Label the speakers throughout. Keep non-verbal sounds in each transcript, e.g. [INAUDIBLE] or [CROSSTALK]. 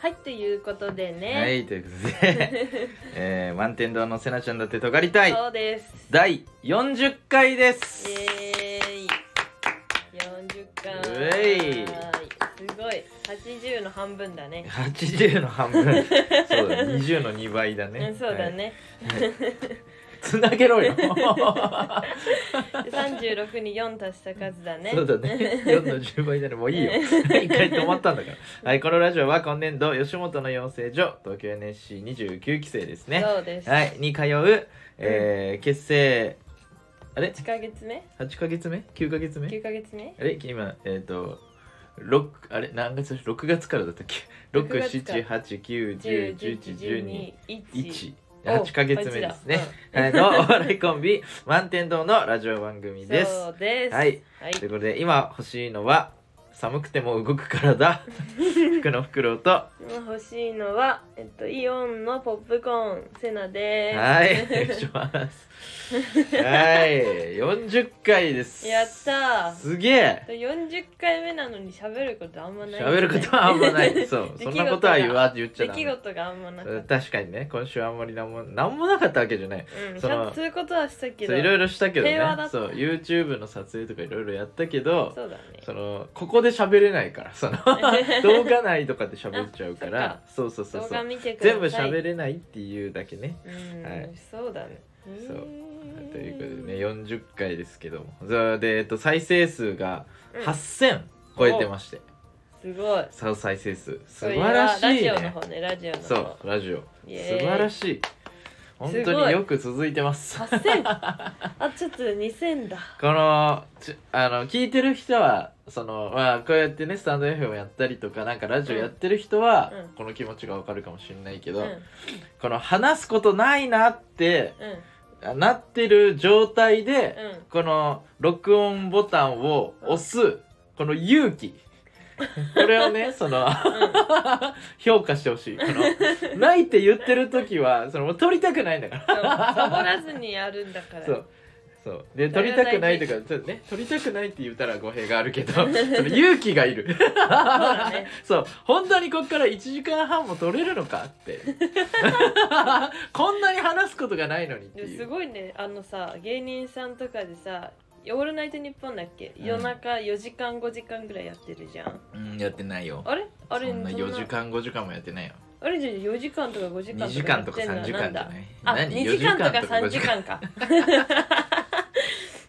Speaker 1: はいということで
Speaker 2: は
Speaker 1: ね、
Speaker 2: い、ということで、
Speaker 1: [LAUGHS]
Speaker 2: えー、満天堂のせなちゃんだってとがりたい
Speaker 1: そうです
Speaker 2: 第40回です
Speaker 1: イエーイ40回
Speaker 2: うえい
Speaker 1: すごい80の半分だね
Speaker 2: 80の
Speaker 1: [LAUGHS]
Speaker 2: 半分そうだ20の2倍だ
Speaker 1: う
Speaker 2: ね
Speaker 1: んそうだね、
Speaker 2: つなげろ
Speaker 1: [LAUGHS]
Speaker 2: よ
Speaker 1: 36に4足した数だね
Speaker 2: そうだね4の10倍だねもういいよ
Speaker 1: [LAUGHS]
Speaker 2: 一回止まったんだからはいこのラジオは今年度吉本の養成所東京 NSC29 期生ですね
Speaker 1: そうです、
Speaker 2: はいに通う、えー結成あれ
Speaker 1: 8ヶ月目
Speaker 2: 8ヶ月目9ヶ月目
Speaker 1: 9ヶ月目
Speaker 2: あれ今えっ、と6あれ何月6月からだったっけ6 7 8 9 1 0 1 1 1 2
Speaker 1: 10111211
Speaker 2: 1 8ヶ月目ですね、え [LAUGHS] ーのお笑いコンビ満天堂のラジオ番組です
Speaker 1: そうです
Speaker 2: はい、
Speaker 1: はい、
Speaker 2: ということで今欲しいのは寒くても動く体
Speaker 1: [LAUGHS]
Speaker 2: 服の袋とは
Speaker 1: 今欲しいのは、えっと、イオンのポップコーンセナ
Speaker 2: い
Speaker 1: です
Speaker 2: お願いしますはい40回です
Speaker 1: [LAUGHS] やったー
Speaker 2: すげえ
Speaker 1: 40回目なのに喋ることあんまない
Speaker 2: 喋ることはあんま
Speaker 1: [LAUGHS]
Speaker 2: ない
Speaker 1: 出
Speaker 2: そう
Speaker 1: 出来事
Speaker 2: そ
Speaker 1: が
Speaker 2: んなことは言わ言っちゃダ
Speaker 1: 来
Speaker 2: メ
Speaker 1: 事があんまなかった
Speaker 2: 確かにね今週あんまりなんもなんもなかったわけじゃない
Speaker 1: うんち
Speaker 2: そ
Speaker 1: ゃん
Speaker 2: の
Speaker 1: とそういうことはしたけ
Speaker 2: そ
Speaker 1: ど
Speaker 2: ういろいろしたけどね
Speaker 1: 平和だった
Speaker 2: そう YouTube の撮影とかいろいろやったけど
Speaker 1: そうだね
Speaker 2: そのここで喋れないか
Speaker 1: [LAUGHS]
Speaker 2: らその動画内とかで喋っちゃうからそうそうそう
Speaker 1: 動
Speaker 2: そ
Speaker 1: 画
Speaker 2: う
Speaker 1: 見てくださ
Speaker 2: 全
Speaker 1: い
Speaker 2: 部喋れないっていうだけね
Speaker 1: うん、
Speaker 2: はい
Speaker 1: そうだね
Speaker 2: そう
Speaker 1: ーん
Speaker 2: ということでね40回ですけどもそれで、えっと、再生数が
Speaker 1: うん
Speaker 2: 8000超えてまして、
Speaker 1: すごい
Speaker 2: そう再生数
Speaker 1: こ
Speaker 2: 素
Speaker 1: れ
Speaker 2: 晴
Speaker 1: は
Speaker 2: らしい
Speaker 1: ラジオの
Speaker 2: ね
Speaker 1: 方ねラジオの方
Speaker 2: そうラジオ素
Speaker 1: イエーイ
Speaker 2: 晴らしい本
Speaker 1: す
Speaker 2: 当
Speaker 1: ごい
Speaker 2: によく続いてます
Speaker 1: 8000あちょっと2000だ
Speaker 2: このちあの聞いてる人はその、まあ、こうやってねスタンド FM やったりとかなんかラジオやってる人は、
Speaker 1: うん
Speaker 2: この気持ちがわかるかもしれないけ
Speaker 1: う
Speaker 2: ど、
Speaker 1: ん
Speaker 2: この話すことないなって
Speaker 1: うん
Speaker 2: あなってる状態で、
Speaker 1: うん
Speaker 2: この録音ボタンを押すこの勇気これを
Speaker 1: [LAUGHS]
Speaker 2: ねその [LAUGHS] 評価してほしいこのないって言ってる時はそのもう撮りたくないんだから
Speaker 1: そうサボらずにやるんだから
Speaker 2: そうそうで撮りたくないとかちょっとね撮りたくないって言ったら語弊があるけど [LAUGHS] その勇気がいる [LAUGHS]
Speaker 1: そうだね
Speaker 2: そう本当にこっから1時間半も撮れるのかって [LAUGHS] こんなに話すことがないのにって
Speaker 1: でも
Speaker 2: い
Speaker 1: す
Speaker 2: う
Speaker 1: ごいねあのさ芸人さんとかでさ「オールナイトニッポン」だっけ
Speaker 2: うん
Speaker 1: 夜中4時間5時間ぐらいやってるじゃん
Speaker 2: うんやってないよ
Speaker 1: あれあれ
Speaker 2: そんな
Speaker 1: そん
Speaker 2: 4
Speaker 1: な
Speaker 2: 時間5時間もやってないよ
Speaker 1: あれじゃ4時間とか5時間
Speaker 2: 2時間とか
Speaker 1: やってんの
Speaker 2: 3
Speaker 1: は
Speaker 2: 時間じ
Speaker 1: な
Speaker 2: ゃ
Speaker 1: んだ
Speaker 2: ない
Speaker 1: あ2時間とか3
Speaker 2: 5
Speaker 1: 時間か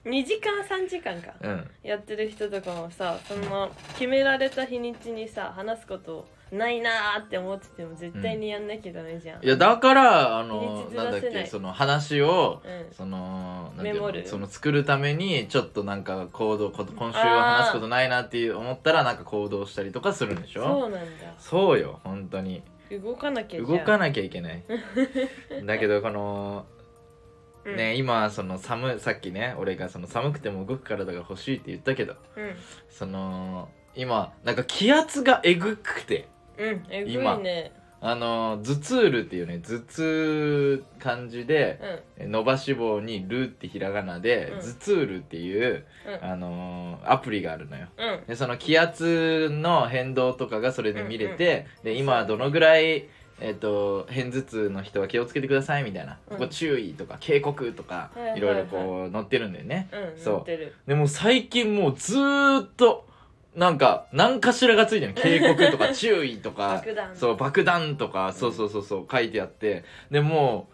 Speaker 1: 2時間3時間か
Speaker 2: うん
Speaker 1: やってる人とかもさその決められた日にちにさ話すことないなーって思ってても絶対にやんなきゃダメじゃん、
Speaker 2: いやだからあの
Speaker 1: 日にちず
Speaker 2: なん
Speaker 1: ら
Speaker 2: だ
Speaker 1: せな
Speaker 2: っ
Speaker 1: い
Speaker 2: けその話を
Speaker 1: うん
Speaker 2: そのなんてい
Speaker 1: メモ
Speaker 2: うの
Speaker 1: る
Speaker 2: その作るためにちょっとなんか行動こ今週は話すことないなっていう思ったらなんか行動したりとかするんでしょ
Speaker 1: そうなんだ
Speaker 2: そうよ本当に
Speaker 1: 動かなきゃ
Speaker 2: 動か
Speaker 1: な
Speaker 2: なきゃいけないだけどこのね、、今その寒さっきね俺がその寒くても動く体が欲しいって言ったけど
Speaker 1: うんうん
Speaker 2: その今なんか気圧がえぐくて
Speaker 1: うん、えぐ
Speaker 2: 今
Speaker 1: いね。
Speaker 2: あの頭痛るっていうね頭痛漢字で
Speaker 1: うん、
Speaker 2: 伸ばし棒に「る」ってひらがなで
Speaker 1: うん
Speaker 2: 「頭痛る」っていう、
Speaker 1: う
Speaker 2: あのーアプリがあるのよ
Speaker 1: ん、うん、
Speaker 2: でその気圧の変動とかがそれで見れて、で今どのぐらい、えっと片頭痛の人は気をつけてくださいみたいな、
Speaker 1: うん
Speaker 2: ここ注意とか警告とか、
Speaker 1: はいはいはい
Speaker 2: いろいろこう載ってるんだよね
Speaker 1: うん、
Speaker 2: そう
Speaker 1: 乗ってる。
Speaker 2: でもう最近もうずーっとなんか何かしらがついてる警
Speaker 1: [LAUGHS]
Speaker 2: 告とか注意とか
Speaker 1: 爆弾
Speaker 2: そう爆弾とかそうそうそうそう書いてあってでもう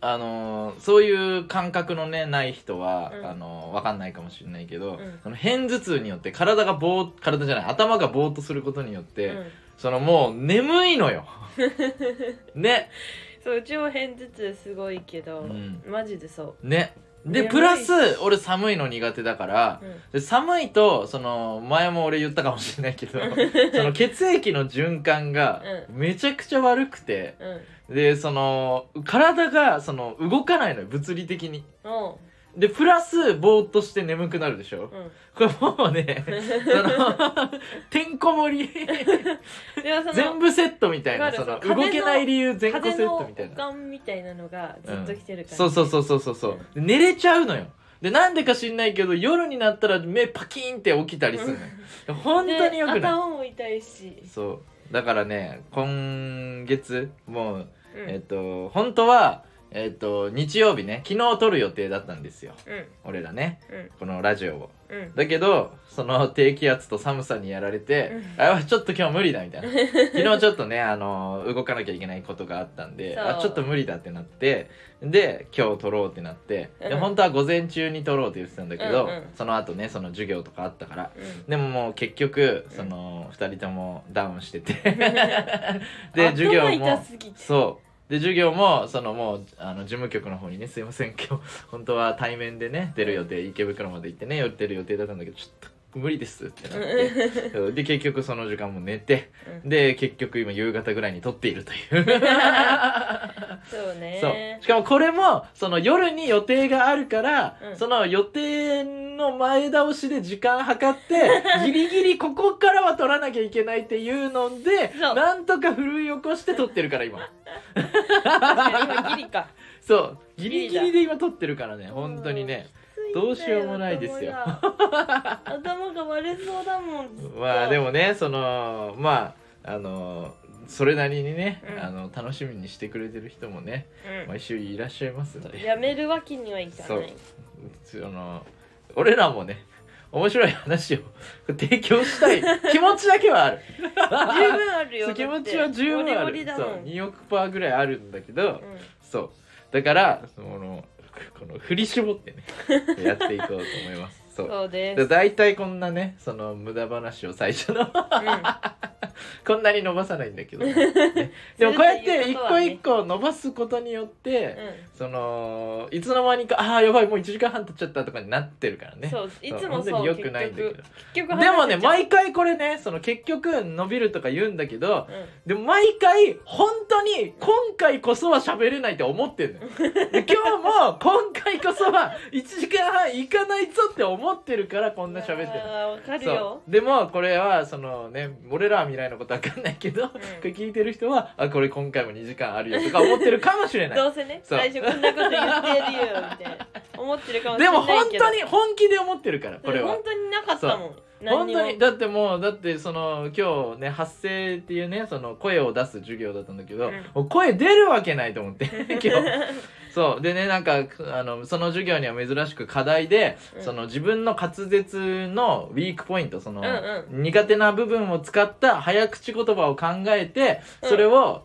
Speaker 2: あのーそういう感覚のねない人は、
Speaker 1: うん
Speaker 2: あのーわかんないかもしれないけ
Speaker 1: う
Speaker 2: ど、
Speaker 1: ん
Speaker 2: その片頭痛によって体がぼー体じゃない頭がぼーっとすることによって、
Speaker 1: うん、
Speaker 2: そのもう眠いの
Speaker 1: [LAUGHS]
Speaker 2: よね
Speaker 1: そう、うちも偏頭痛すごいけど、
Speaker 2: うん
Speaker 1: マジでそ
Speaker 2: ねで
Speaker 1: 眠い
Speaker 2: プラス俺寒いの苦手だから
Speaker 1: う。、うん、
Speaker 2: で寒いとその前も俺言ったかもしれない
Speaker 1: [LAUGHS]
Speaker 2: けどその血液の循環がめちゃくちゃ悪くて、
Speaker 1: うん、
Speaker 2: でその体がその動かないのよ物理的に。
Speaker 1: おう、
Speaker 2: でプラスぼーっとして眠くなるでしょ [LAUGHS]
Speaker 1: う
Speaker 2: これもうね
Speaker 1: [LAUGHS]
Speaker 2: そのてんこ盛り
Speaker 1: ん。では、その。
Speaker 2: 全部セットみたいな
Speaker 1: わか
Speaker 2: そ
Speaker 1: る
Speaker 2: の
Speaker 1: その
Speaker 2: 動けない理由全個セ
Speaker 1: 風
Speaker 2: ット
Speaker 1: の
Speaker 2: みたいな。
Speaker 1: 感みたいなのがずっと来てるから、
Speaker 2: そうそうそうそうそうそうで寝れちゃうのよでなんでか知んないけど夜になったら目パキーンって起きたりするのよ本当によく
Speaker 1: で
Speaker 2: ない
Speaker 1: 頭も痛いし
Speaker 2: そうだからね今月もう、
Speaker 1: うん
Speaker 2: えっと本当はえっと日曜日ね昨日撮る予定だったんですよ
Speaker 1: うん
Speaker 2: 俺らね
Speaker 1: うん
Speaker 2: このラジオを
Speaker 1: うん
Speaker 2: だけどその低気圧と寒さにやられて、あちょっと今日無理だみたいな昨日ちょっとねあの動かなきゃいけないことがあったんで
Speaker 1: そう
Speaker 2: あちょっと無理だってなってで今日撮ろうってなって、で
Speaker 1: うん
Speaker 2: 本当は午前中に撮ろうって言ってたんだけど、
Speaker 1: うんうん
Speaker 2: その後ねその授業とかあったから
Speaker 1: うん
Speaker 2: でももう結局
Speaker 1: うん
Speaker 2: その2人ともダウンし
Speaker 1: [LAUGHS]
Speaker 2: ててで
Speaker 1: 頭
Speaker 2: 授業
Speaker 1: 痛
Speaker 2: も
Speaker 1: すぎて
Speaker 2: そうで授業もそのもうあの事務局の方にねすいません今日 [LAUGHS] 本当は対面でね出る予定池袋まで行ってね出る予定だったんだけどちょっと無理ですってなってそうで結局その時間も寝て
Speaker 1: うん
Speaker 2: で結局今夕方ぐらいに撮っているという
Speaker 1: そう
Speaker 2: そ
Speaker 1: ね
Speaker 2: うしかもこれもその夜に予定があるから、
Speaker 1: うん
Speaker 2: その予定の前倒しで時間計って
Speaker 1: [LAUGHS]
Speaker 2: ギリギリここからは取らなきゃいけないっていうので
Speaker 1: そう
Speaker 2: なんとか奮い起こして取ってるから今
Speaker 1: 確かに今ギリか
Speaker 2: そうギリギリで今取ってるからね本当にね [LAUGHS] どうしようもないですよ
Speaker 1: 頭が頭が割れそうだもんずっと
Speaker 2: まあでもねそのまああのそれなりにね、
Speaker 1: うん
Speaker 2: あの楽しみにしてくれてる人もね
Speaker 1: う
Speaker 2: 毎週いらっしゃいますん
Speaker 1: ん
Speaker 2: で
Speaker 1: やめるわけにはいかない
Speaker 2: その俺らもね面白い話を提供し
Speaker 1: [LAUGHS]
Speaker 2: たい気持ちだけはある
Speaker 1: 十分ある
Speaker 2: そ
Speaker 1: よ
Speaker 2: う [LAUGHS] 気持ちは十分あ
Speaker 1: ゴリゴ
Speaker 2: る
Speaker 1: リだ
Speaker 2: そ
Speaker 1: も
Speaker 2: うん2億パーぐらいあるんだけど、
Speaker 1: うん
Speaker 2: そうだからそのこの振り絞って
Speaker 1: [LAUGHS]
Speaker 2: ねやっていこうと思いますそう
Speaker 1: そうで
Speaker 2: だ
Speaker 1: す
Speaker 2: 大体こんなねその無駄話を最初の [LAUGHS] こんなに伸ばさないんだ
Speaker 1: [LAUGHS]
Speaker 2: けど、ねでもこうやって一個一個伸ばすことによって、
Speaker 1: うんうん
Speaker 2: そのいつの間にかああやばいもう1時間半経っちゃったとかになってるからね
Speaker 1: そういつも
Speaker 2: 本当
Speaker 1: そう
Speaker 2: に良くないんだけど
Speaker 1: 結局結局
Speaker 2: でも
Speaker 1: 話せ
Speaker 2: ね
Speaker 1: ちゃう
Speaker 2: 毎回これねその結局伸びるとか言うんだけど
Speaker 1: うん
Speaker 2: でも毎回本当に今回こそは喋れないって思って
Speaker 1: [LAUGHS]
Speaker 2: るのよで今日も今回こそは1時間半いかないぞって思ってるからこんな喋ってる
Speaker 1: あーわかる
Speaker 2: そ
Speaker 1: よ
Speaker 2: うでもこれはそのね俺らは未来のことわかんないけど、これ聞いてる人はあこれ今回も2時間あるよとか思ってるかもしれない
Speaker 1: どうせね
Speaker 2: そう
Speaker 1: 最初こんなこと言ってるよみたいな思ってるかもし
Speaker 2: で
Speaker 1: れな
Speaker 2: も
Speaker 1: いけど
Speaker 2: 本当に本気で思ってるからこれは
Speaker 1: 本。当になかったもん何
Speaker 2: 本
Speaker 1: にも
Speaker 2: 当にだってもうだってその今日ね発声っていうねその声を出す授業だったんだけど、
Speaker 1: うん
Speaker 2: もう声出るわけないと思って
Speaker 1: [LAUGHS]
Speaker 2: 今日そうでねなんかあのその授業には珍しく課題で、
Speaker 1: うん
Speaker 2: その自分の滑舌のウィークポイントその、
Speaker 1: うん
Speaker 2: 苦手な部分を使った早口言葉を考えて
Speaker 1: うん
Speaker 2: それを、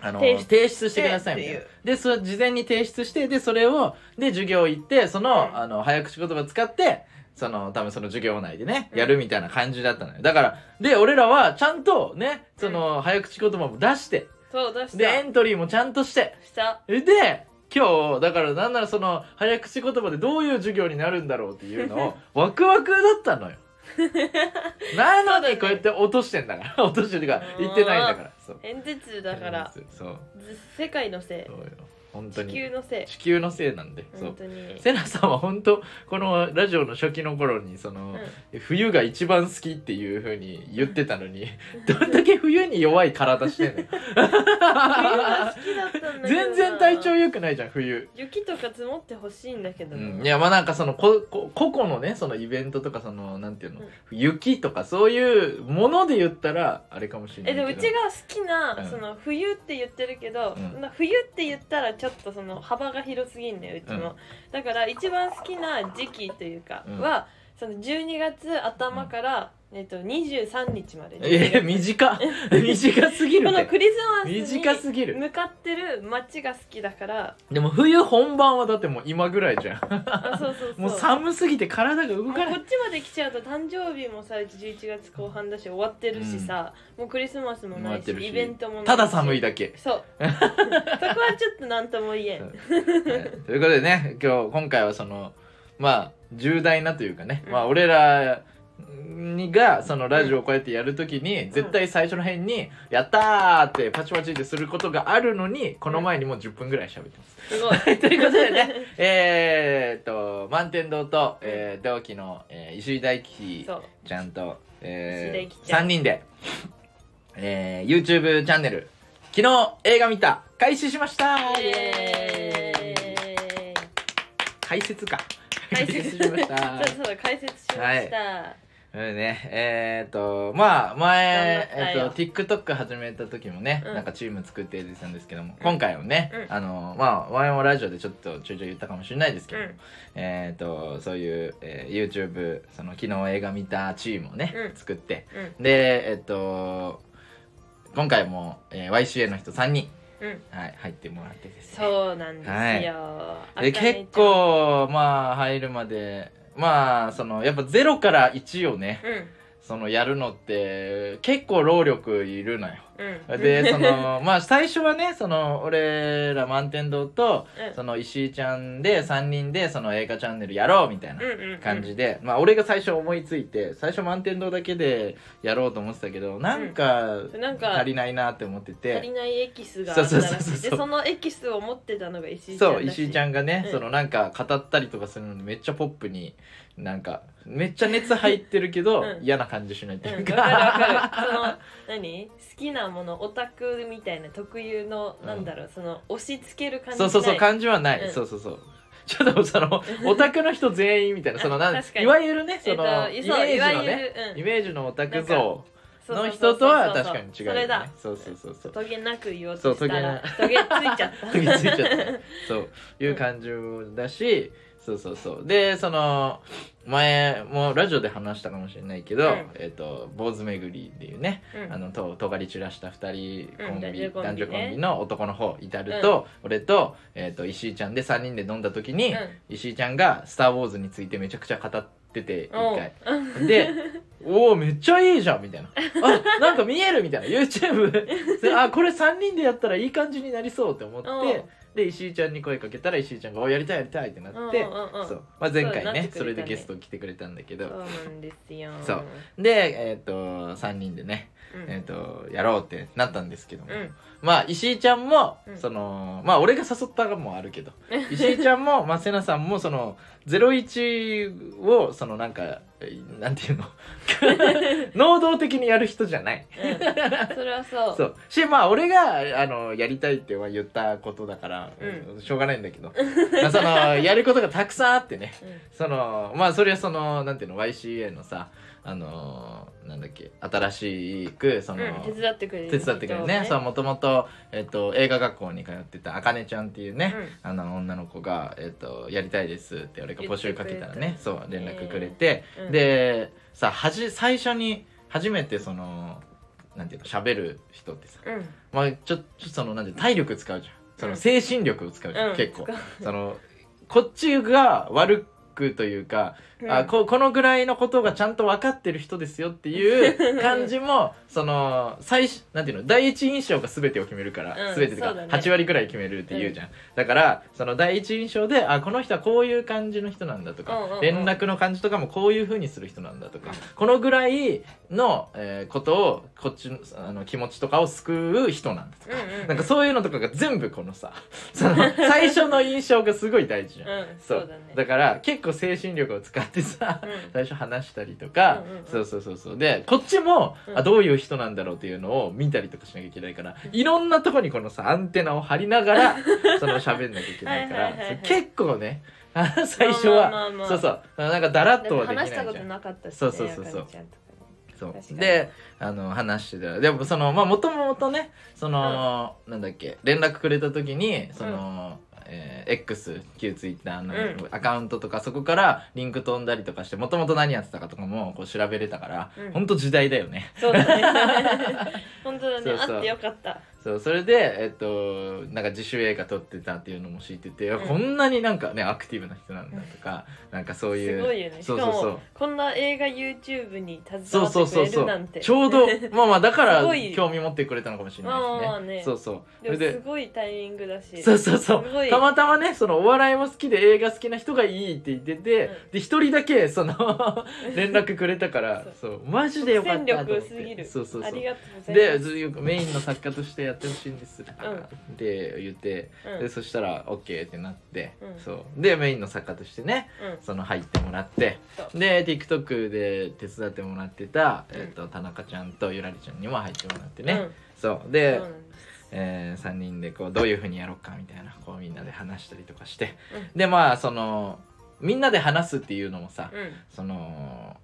Speaker 2: あの
Speaker 1: 提
Speaker 2: 提
Speaker 1: 出
Speaker 2: 出してくださいみたいな
Speaker 1: ってっ。
Speaker 2: でそ事前に提出してでそれをで授業行ってその,、
Speaker 1: うん
Speaker 2: あの早口言葉使ってその多分その授業内でね
Speaker 1: うん
Speaker 2: やるみたいな感じだったのよだからで俺らはちゃんとねその早口言葉も出して
Speaker 1: そう出し
Speaker 2: でエ
Speaker 1: た
Speaker 2: ントリーもちゃんとして
Speaker 1: した
Speaker 2: で今日だからなんならその早口言葉でどういう授業になるんだろうってい
Speaker 1: [LAUGHS]
Speaker 2: うのをワクワクだったのよ。な
Speaker 1: そ
Speaker 2: のに
Speaker 1: うだね
Speaker 2: こうやって落としてんだから落としてるっていうか言ってないんだからそう
Speaker 1: 演説だから
Speaker 2: そう
Speaker 1: ず世界のせ
Speaker 2: そうよ本
Speaker 1: い
Speaker 2: 当
Speaker 1: 地
Speaker 2: に
Speaker 1: 球のせ
Speaker 2: 地球のせいなんで
Speaker 1: い
Speaker 2: そ
Speaker 1: 本
Speaker 2: う
Speaker 1: 当
Speaker 2: [LAUGHS]
Speaker 1: に
Speaker 2: セナさんは本当このラジオの初期の頃にその、冬が一番好きっていう風に言ってたのにどんだけ冬に弱い体してんの
Speaker 1: 好きだったんだけどな
Speaker 2: 全然体調良くないじゃん冬、
Speaker 1: 雪とか積もってほしいんだけど
Speaker 2: う、
Speaker 1: なん
Speaker 2: いやまあなんかそのここ個々のねそのイベントとかそのなんていうの、
Speaker 1: うん
Speaker 2: 雪とかそういうもので言ったらあれかもしれな
Speaker 1: え
Speaker 2: いけ
Speaker 1: で
Speaker 2: ど
Speaker 1: もうちが好きな、
Speaker 2: うん
Speaker 1: その冬って言ってるけど、
Speaker 2: うん
Speaker 1: な冬って言ったらちょっとその幅が広すぎんだようちも、だから一番好きな時期というか
Speaker 2: うん
Speaker 1: は、その12月頭から、えっと、23日まで
Speaker 2: え
Speaker 1: [LAUGHS]
Speaker 2: 短っ短すぎる
Speaker 1: こ
Speaker 2: っ
Speaker 1: の
Speaker 2: て
Speaker 1: クリスマス
Speaker 2: 短す
Speaker 1: に
Speaker 2: ぎる
Speaker 1: 向かってる街が好きだ
Speaker 2: [LAUGHS]
Speaker 1: から
Speaker 2: でも冬本番はだってもう今ぐらいじゃん
Speaker 1: あそうそうそう
Speaker 2: もう寒すぎて体が動
Speaker 1: もう
Speaker 2: かな
Speaker 1: こ
Speaker 2: [LAUGHS] い
Speaker 1: っちまで来ちゃうと誕生日もさうち11月後半だし終わってるしさ、もうクリスマスもないし
Speaker 2: 終わってるし
Speaker 1: イベントもないした
Speaker 2: だ寒いだけ、
Speaker 1: そう
Speaker 2: [LAUGHS]
Speaker 1: そこはちょっと何とも言えん、
Speaker 2: はいということでね今日今回はそのまあ重大なというかね、
Speaker 1: うん
Speaker 2: まあ俺らにがそのラジオをこうやってやるときに、絶対最初の辺に「やったー!」ってパチパチってすることがあるのにこの前にもう10分ぐらい喋ってます。
Speaker 1: すごい
Speaker 2: [LAUGHS] ということでねえーっと満天堂と、えー同期の、えー石井大
Speaker 1: [LAUGHS]
Speaker 2: 輝
Speaker 1: そう
Speaker 2: ちゃんと、
Speaker 1: 石井大
Speaker 2: え
Speaker 1: 輝ちゃん
Speaker 2: 3人で、えー YouTube チャンネル「昨日映画見た」開始しました
Speaker 1: イ
Speaker 2: イエーイ
Speaker 1: エーイ
Speaker 2: 解説か
Speaker 1: 解説
Speaker 2: しました [LAUGHS]
Speaker 1: そうそう解説しました、
Speaker 2: はいうんね、えー、っとまあ前、
Speaker 1: 頑張
Speaker 2: えー、っ
Speaker 1: っ
Speaker 2: と TikTok 始めた時もね、
Speaker 1: うん
Speaker 2: なんかチーム作って出てたんですけども、今回もね、
Speaker 1: うん
Speaker 2: あのまあワイもラジオでちょっとちょいちょい言ったかもしれないですけ
Speaker 1: う
Speaker 2: ど、
Speaker 1: ん
Speaker 2: えー、っとそういう、えー YouTube その昨日映画見たチームをね、
Speaker 1: うん
Speaker 2: 作って
Speaker 1: うん
Speaker 2: でえーっと今回も、えー YCA の人3人、
Speaker 1: うん
Speaker 2: はい、入ってもらってですね
Speaker 1: そうなんですよ、
Speaker 2: で
Speaker 1: あかねちゃん
Speaker 2: 結構まあ入るまでまあそのやっぱ0から1をね、
Speaker 1: う
Speaker 2: そのやるのって結構労力いるのよ。
Speaker 1: んうん [LAUGHS]
Speaker 2: でそのまあ最初はねその俺ら満天堂と
Speaker 1: うん
Speaker 2: その石井ちゃんで3人でその映画チャンネルやろうみたいな
Speaker 1: うんうんうん
Speaker 2: 感じで、まあ俺が最初思いついて最初満天堂だけでやろうと思ってたけどなんか
Speaker 1: なんか
Speaker 2: 足りないなって思ってて。
Speaker 1: 足りないエキスがあった
Speaker 2: そう
Speaker 1: ら
Speaker 2: そう
Speaker 1: し
Speaker 2: そう
Speaker 1: い
Speaker 2: そう
Speaker 1: でそのエキスを持ってたのが石井ちゃんだ
Speaker 2: そ
Speaker 1: し
Speaker 2: う石井ちゃ
Speaker 1: ん
Speaker 2: んがね、
Speaker 1: うん
Speaker 2: そのなんか語ったりとかするのにめっちゃポップになんかめっちゃ熱入ってるけど、
Speaker 1: うん
Speaker 2: 嫌な感じ [LAUGHS] しないって
Speaker 1: うん、
Speaker 2: い
Speaker 1: わか
Speaker 2: うか、
Speaker 1: るわ
Speaker 2: [LAUGHS]
Speaker 1: かるその何好きなものオタクみたいな特有の、
Speaker 2: うん
Speaker 1: なんだろうその押し付ける感じ
Speaker 2: そうそうそう
Speaker 1: ない
Speaker 2: 感じはない、
Speaker 1: うん
Speaker 2: そうそうそうちょっと
Speaker 1: [LAUGHS]
Speaker 2: そのオタクの人全員みたいなそのなん
Speaker 1: 確かに
Speaker 2: いわゆるねその、
Speaker 1: えっ
Speaker 2: イ
Speaker 1: とそう
Speaker 2: メージのね
Speaker 1: いわゆるうん
Speaker 2: イメージのオタク
Speaker 1: なん
Speaker 2: 像
Speaker 1: そうそう
Speaker 2: の
Speaker 1: そうそう
Speaker 2: 人とは確かに違うよね
Speaker 1: それだ
Speaker 2: そうそうそうそう
Speaker 1: トゲなく言おうとしたら
Speaker 2: そ
Speaker 1: トゲついちゃった
Speaker 2: トゲついちゃった [LAUGHS] そういう感じだし、そうそうそうでその前もラジオで話したかもしれないけど、
Speaker 1: うん
Speaker 2: えっ、と坊主巡りっていうね
Speaker 1: うん
Speaker 2: あのと尖り散らした2人コンビ、
Speaker 1: うん
Speaker 2: 男女コン
Speaker 1: 男女コンビね
Speaker 2: ビの男の方至ると、俺と,、えー、と石井ちゃんで3人で飲んだ時に、
Speaker 1: うん
Speaker 2: 石井ちゃんが「スター・ウォーズ」についてめちゃくちゃ語ってて一
Speaker 1: おう
Speaker 2: 回。で「おおめっちゃいいじゃん」みたいな「あなんか見える」みたいな YouTube あこれ3人でやったらいい感じになりそうって思っ
Speaker 1: おう
Speaker 2: てで石井ちゃんに声かけたら石井ちゃんが「おやりたいやりたい」ってな
Speaker 1: うんうん
Speaker 2: って、
Speaker 1: うんうん
Speaker 2: そうまあ、前回
Speaker 1: そうなってくれた
Speaker 2: ね
Speaker 1: ね
Speaker 2: それでゲスト来てくれたんだけ
Speaker 1: そう
Speaker 2: ど
Speaker 1: なんですよ
Speaker 2: そうで、えっと3人でね
Speaker 1: うん
Speaker 2: えー、とやろうってなったんですけども、
Speaker 1: うん
Speaker 2: まあ石井ちゃんも、
Speaker 1: うん
Speaker 2: そのまあ俺が誘ったのもある
Speaker 1: [LAUGHS]
Speaker 2: けど石井ちゃんもまあ瀬名さんもその「01」をそのなんかえなんていう
Speaker 1: [LAUGHS]
Speaker 2: の能動的にやる人じゃない。
Speaker 1: うんそれはそう
Speaker 2: そうしまあ俺があのやりたいっては言ったことだから、
Speaker 1: う
Speaker 2: しょうがないんだけどまあそのやることがたくさんあってね
Speaker 1: うん
Speaker 2: そのまあそれはそのなんていうの YCA のさあのなんだっけ新しくその、
Speaker 1: うん手伝ってくれる
Speaker 2: 手伝ってくれるね
Speaker 1: 人
Speaker 2: そう
Speaker 1: を
Speaker 2: もともと,、えっと映画学校に通ってたあかねちゃんっていうね、
Speaker 1: うん
Speaker 2: あの女の子が、えっと「やりたいです」って俺が募集かけたら
Speaker 1: 言っ
Speaker 2: ね
Speaker 1: てくれ
Speaker 2: そう
Speaker 1: た
Speaker 2: 連絡くれて、
Speaker 1: うん
Speaker 2: でさはじ最初に初めてそのなんていうの喋る人ってさ、
Speaker 1: うん
Speaker 2: まあ、ちょっとそのなんていうの体力使うじゃんそうの
Speaker 1: ん
Speaker 2: 精神力を使うじゃん、
Speaker 1: うん
Speaker 2: 結構
Speaker 1: 使
Speaker 2: そのこっちが悪くというか、あここのぐらいのことがちゃんと分かってる人ですよっていう感じ
Speaker 1: [LAUGHS]
Speaker 2: もその最初なんていうの第一印象が全てを決めるから、
Speaker 1: うん
Speaker 2: 全てが
Speaker 1: そうだね
Speaker 2: 8割ぐらい決めるって言うじゃん、だからその第一印象であこの人はこういう感じの人なんだとか、
Speaker 1: うんうんうん
Speaker 2: 連絡の感じとかもこういう風にする人なんだとか、このぐらいの、えーことをこっちのあの気持ちとかを救う人なんだとか、
Speaker 1: うんうん
Speaker 2: なんかそういうのとかが全部このさその最初の印象がすごい大事じゃん。
Speaker 1: うん
Speaker 2: そ
Speaker 1: そううだ
Speaker 2: だ
Speaker 1: ね
Speaker 2: から結構精神力を使ってさ、
Speaker 1: うん
Speaker 2: 最初話したりとか、
Speaker 1: うんうんうん
Speaker 2: そうそうそうそうでこっちも、
Speaker 1: うん
Speaker 2: あどういう人なんだろうっていうのを見たりとかしなきゃいけないから、いろんなとこにこのさアンテナを張りな
Speaker 1: [LAUGHS]
Speaker 2: がらその喋んなきゃいけないから
Speaker 1: はいはいはいはい
Speaker 2: そう結構ね [LAUGHS] 最初は、
Speaker 1: まあまあまあ
Speaker 2: そうそうなんかだらっ
Speaker 1: だ
Speaker 2: と
Speaker 1: っ
Speaker 2: は
Speaker 1: て
Speaker 2: できな
Speaker 1: 話
Speaker 2: い
Speaker 1: し
Speaker 2: じゃ
Speaker 1: た
Speaker 2: ん
Speaker 1: ことなかったしね
Speaker 2: そうそうそうそう
Speaker 1: あかねちゃんとかね
Speaker 2: そう
Speaker 1: 確かに
Speaker 2: であの話してたらでもそのまあもともとねその、なんだっけ連絡くれた時にその、えー X 旧 Twitter の
Speaker 1: うん
Speaker 2: アカウントとか、そこからリンク飛んだりとかしてもともと何やってたかとかもこう調べれたから、
Speaker 1: うん
Speaker 2: ほんと時代だよね。
Speaker 1: そう
Speaker 2: [LAUGHS]
Speaker 1: だね本当だね
Speaker 2: そうそう
Speaker 1: あってよかった
Speaker 2: そうそれで、えっと、なんか自主映画撮ってたっていうのも知ってて、
Speaker 1: うん
Speaker 2: こんなになんかねアクティブな人なんだとか、なんかそういう
Speaker 1: すごいよねしか
Speaker 2: そうそうそう
Speaker 1: もこんな映画 YouTube に携
Speaker 2: そう
Speaker 1: わっ
Speaker 2: そ
Speaker 1: て
Speaker 2: うそ
Speaker 1: く
Speaker 2: う
Speaker 1: れ
Speaker 2: そ
Speaker 1: るなん
Speaker 2: う
Speaker 1: て
Speaker 2: ちょ
Speaker 1: [LAUGHS]
Speaker 2: うどまあまあだから
Speaker 1: すごい
Speaker 2: 興味持ってくれたのかもしれない
Speaker 1: まあまあ
Speaker 2: ですね
Speaker 1: ね
Speaker 2: そうそうそ
Speaker 1: でも
Speaker 2: れ
Speaker 1: す
Speaker 2: で
Speaker 1: ごいタイミングだし
Speaker 2: そうそうそう
Speaker 1: すごい
Speaker 2: たまたまねそのお笑いも好きで映画好きな人がいいって言ってて、
Speaker 1: うん
Speaker 2: で一人だけその [LAUGHS] 連絡くれたからそうマジでよかったと思って
Speaker 1: 戦力すぎる
Speaker 2: そうそうそ
Speaker 1: あ
Speaker 2: う
Speaker 1: りがとうござい
Speaker 2: で
Speaker 1: ます
Speaker 2: ずメインの作家としてやってほしいんです、
Speaker 1: ん
Speaker 2: で言って
Speaker 1: うん
Speaker 2: でそしたら OK ってなって、
Speaker 1: うん
Speaker 2: そうでメインの作家としてね
Speaker 1: うん
Speaker 2: その入ってもらって
Speaker 1: そう
Speaker 2: で TikTok で手伝ってもらってた、
Speaker 1: うん
Speaker 2: えっと田中ちゃんとゆらりちゃんにも入ってもらって
Speaker 1: う
Speaker 2: ね、
Speaker 1: ん
Speaker 2: そう
Speaker 1: そう
Speaker 2: で
Speaker 1: なんです
Speaker 2: えー、3人でこうどういうふうにやろうかみたいなこうみんなで話したりとかして、
Speaker 1: う
Speaker 2: でまあそのみんなで話すっていうのもさ、
Speaker 1: うん
Speaker 2: その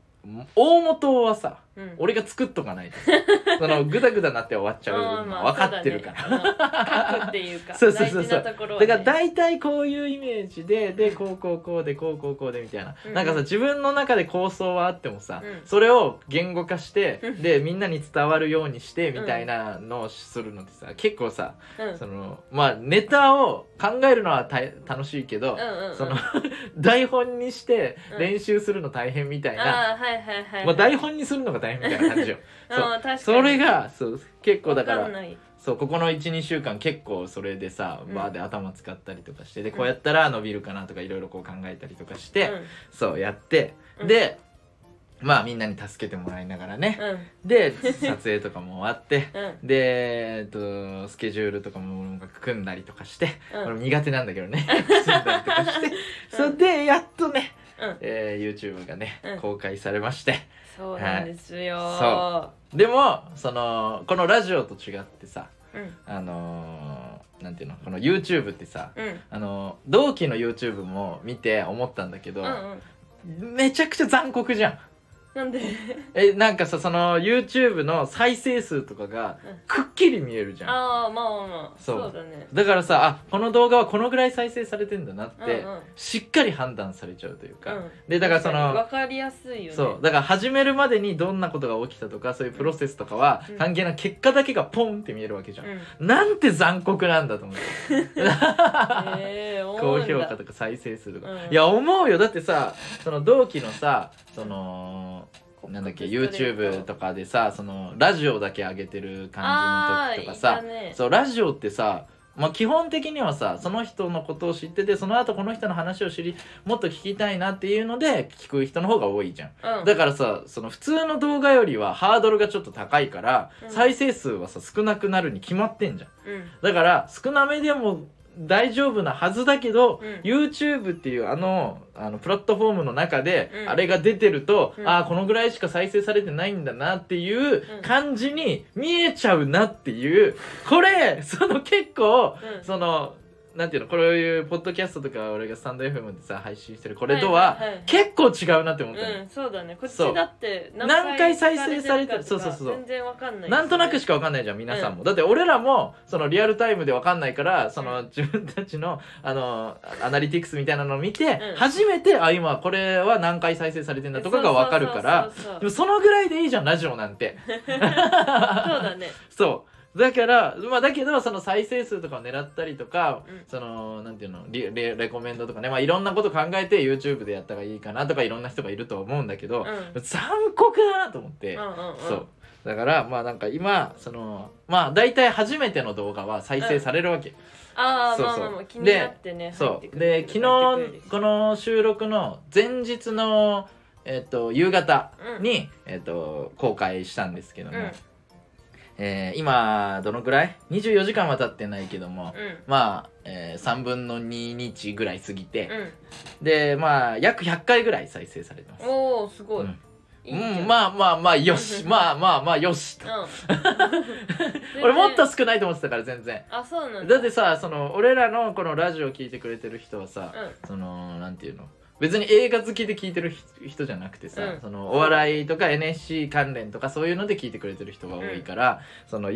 Speaker 2: 大元はさ
Speaker 1: うん、
Speaker 2: 俺が作っとかないとそのグダグダなって終わっちゃ
Speaker 1: [LAUGHS]
Speaker 2: うのは分かってるか
Speaker 1: ら、
Speaker 2: ら、
Speaker 1: そうだねうん書くっていうか
Speaker 2: [LAUGHS] そうそうそうそう
Speaker 1: 大事なところは
Speaker 2: だ
Speaker 1: ね
Speaker 2: から大体こういうイメージででこうこうこうでこうこうこうでみたいな、
Speaker 1: うん
Speaker 2: なんかさ自分の中で構想はあってもさ、
Speaker 1: うん
Speaker 2: それを言語化して、
Speaker 1: うん
Speaker 2: でみんなに伝わるようにしてみたいなのをするのってさ結構さ
Speaker 1: うん
Speaker 2: そのまあネタを考えるのはた楽しいけど、
Speaker 1: うんうんうん
Speaker 2: その [LAUGHS] 台本にして
Speaker 1: うん
Speaker 2: 練習するの大変みたいな、
Speaker 1: ああはいはいはい、はい
Speaker 2: まあ、台本にするのが大変みたいな感じよそ
Speaker 1: [LAUGHS]
Speaker 2: う
Speaker 1: あー確かに
Speaker 2: それがそう結構だか
Speaker 1: わ
Speaker 2: ら
Speaker 1: んない
Speaker 2: そうここの12週間結構それでさ
Speaker 1: うん
Speaker 2: バーで頭使ったりとかしてでこうやったら伸びるかなとかいろいろこう考えたりとかして、そうやって、
Speaker 1: うん
Speaker 2: でまあみんなに助けてもらいながらね
Speaker 1: う、ん [LAUGHS]
Speaker 2: で撮影とかも終わって
Speaker 1: うん
Speaker 2: で、えっと、スケジュールとかも音楽組んだりとかして、
Speaker 1: うんう
Speaker 2: 俺
Speaker 1: ん
Speaker 2: 苦手なんだけ
Speaker 1: [LAUGHS]
Speaker 2: どね組んだりとかしてそれでやっとね、えー YouTube がね
Speaker 1: うん
Speaker 2: 公開されまして
Speaker 1: そうなんですよ、
Speaker 2: はでもそのこのラジオと違ってさ、
Speaker 1: ううん
Speaker 2: あのーなんていうのこの YouTube ってさ、
Speaker 1: うん
Speaker 2: あのー同期の YouTube も見て思ったんだけど、
Speaker 1: うんうん
Speaker 2: めちゃくちゃ残酷じゃん
Speaker 1: なん
Speaker 2: [LAUGHS]
Speaker 1: で
Speaker 2: えなんかさその YouTube の再生数とかが
Speaker 1: うん
Speaker 2: くっきり見えるじゃん、
Speaker 1: ああまあまあまあ
Speaker 2: そ
Speaker 1: そううだね
Speaker 2: だからさあこの動画はこのぐらい再生されてんだなって、
Speaker 1: うんうん
Speaker 2: しっかり判断されちゃうというか、
Speaker 1: うん
Speaker 2: でだからその
Speaker 1: 分かりやすいよね
Speaker 2: そうだから始めるまでにどんなことが起きたとかそういうプロセスとかは
Speaker 1: うん
Speaker 2: 関係ない結果だけがポンって見えるわけじゃん、
Speaker 1: うん、
Speaker 2: なんて残酷なんだと思って
Speaker 1: えー、思う
Speaker 2: [LAUGHS] 高
Speaker 1: んだ
Speaker 2: 評価とか再生数とか、
Speaker 1: うん
Speaker 2: いや思うよだってさその同期のさそのなんだっけ YouTube とかでさそのラジオだけ上げてる感じの時とか
Speaker 1: あ
Speaker 2: さ
Speaker 1: ーいたね
Speaker 2: そうラジオってさまあ、基本的にはさその人のことを知っててその後この人の話を知りもっと聞きたいなっていうので聞く人の方が多いじゃん
Speaker 1: うん、
Speaker 2: だからさその普通の動画よりはハードルがちょっと高いから、
Speaker 1: うん
Speaker 2: 再生数はさ少なくなるに決まってんじゃん
Speaker 1: うん
Speaker 2: だから少なめでも大丈夫なはずだけど、
Speaker 1: うん
Speaker 2: YouTube っていうあのあのプラットフォームの中で、
Speaker 1: うん
Speaker 2: あれが出てると、
Speaker 1: うん
Speaker 2: ああこのぐらいしか再生されてないんだなっていう
Speaker 1: うん
Speaker 2: 感じに見えちゃうなっていうこれその結構
Speaker 1: うん
Speaker 2: そのなんていうのこういうポッドキャストとか俺がスタンド FM でさ配信してるこれとは,、
Speaker 1: いいい
Speaker 2: 結構違うなって思ったの、
Speaker 1: うん、そうだねこっち
Speaker 2: そう
Speaker 1: だって
Speaker 2: 何回再生されてる
Speaker 1: かとか
Speaker 2: そうそうそう
Speaker 1: 全然わかんない
Speaker 2: なんとなくし
Speaker 1: か
Speaker 2: かわかんないじゃん皆さんも、だって俺らもそのリアルタイムでわかんないからそうの自分たちのあのアナリティクスみたいなのを見て、
Speaker 1: うん
Speaker 2: 初めてあ今これは何回再生されてんだとかがわかるから
Speaker 1: そうそう
Speaker 2: で
Speaker 1: そう
Speaker 2: もそのぐらいでいいじゃんラジオな
Speaker 1: [LAUGHS]
Speaker 2: んて
Speaker 1: そうだね
Speaker 2: そうだからまあだけどその再生数とかを狙ったりとか、
Speaker 1: うん
Speaker 2: そのなんていうのリレレコメンドとかねまあいろんなこと考えて YouTube でやった方がいいかなとかいろんな人がいると思うんだけど、
Speaker 1: う
Speaker 2: 残酷だなと思って、
Speaker 1: んうんうんうん
Speaker 2: そうだからまあなんか今そのまあ大体初めての動画は再生されるわけ、
Speaker 1: ああ
Speaker 2: そう
Speaker 1: まあ
Speaker 2: そう
Speaker 1: まあまあ気になってね入っ
Speaker 2: そ
Speaker 1: てくる入
Speaker 2: うで
Speaker 1: って
Speaker 2: 昨
Speaker 1: くる
Speaker 2: 日この収録の前日のえっと夕方に、えっと公開したんですけども、
Speaker 1: うん
Speaker 2: えー今どのくらい ?24 時間は経ってないけども、
Speaker 1: うん
Speaker 2: まあ、えー3分の2日ぐらい過ぎて、
Speaker 1: うん
Speaker 2: でまあ約100回ぐらい再生されてます。
Speaker 1: おおすごい、
Speaker 2: うん
Speaker 1: いいじゃん
Speaker 2: うん、まあまあまあよしまあまあまあよし
Speaker 1: うん全然
Speaker 2: [LAUGHS] 俺もっと少ないと思ってたから全然
Speaker 1: あそうなんだ
Speaker 2: だってさその俺らのこのラジオ聞いてくれてる人はさ、そのなんていうの別に映画好きで聞いてる人人じゃなくてさ、
Speaker 1: うん
Speaker 2: そのお笑いとか NSC 関連とかそういうので聞いてくれてる人が多いから、その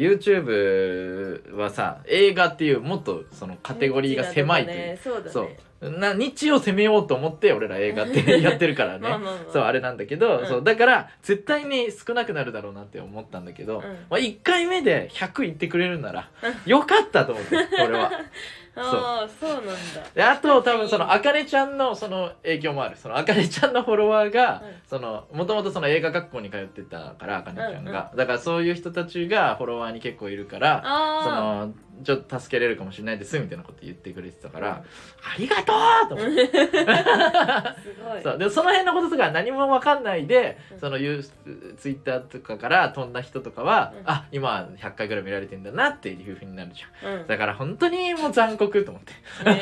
Speaker 2: YouTube はさ映画っていうもっとそのカテゴリーが狭いという、
Speaker 1: そうだね
Speaker 2: そ
Speaker 1: そう
Speaker 2: うな日を攻めようと思って俺ら映画ってやってるか
Speaker 1: だ
Speaker 2: ら
Speaker 1: [LAUGHS] ね
Speaker 2: ね
Speaker 1: まあまあまあ
Speaker 2: そうあれなんだけど、
Speaker 1: うん
Speaker 2: そうだから絶対に少なくなるだろうなって思ったんだけど、
Speaker 1: うん
Speaker 2: まあ、1回目で100いってくれるならよかったと思って俺は。
Speaker 1: ああそうなんだ
Speaker 2: であと多分そのあかねちゃんのその影響もあるそのあかねちゃんのフォロワーが
Speaker 1: うん
Speaker 2: そのもともとその映画学校に通ってたからあかねちゃんが、だからそういう人たちがフォロワーに結構いるから [LAUGHS] そ
Speaker 1: ああ
Speaker 2: のちょっと助けれるかもしれないですみたいなこと言ってくれてたから、
Speaker 1: うん
Speaker 2: ありがとうと思って。 [LAUGHS]
Speaker 1: すごい
Speaker 2: そうでその辺のこととか何も分かんないで、
Speaker 1: うん
Speaker 2: そのユーツイッターとかから飛んだ人とかは、
Speaker 1: うん
Speaker 2: あ今100回ぐらい見られてんだなっていうふうになるじゃ
Speaker 1: うん
Speaker 2: んだから本当にもう残酷と思って
Speaker 1: へー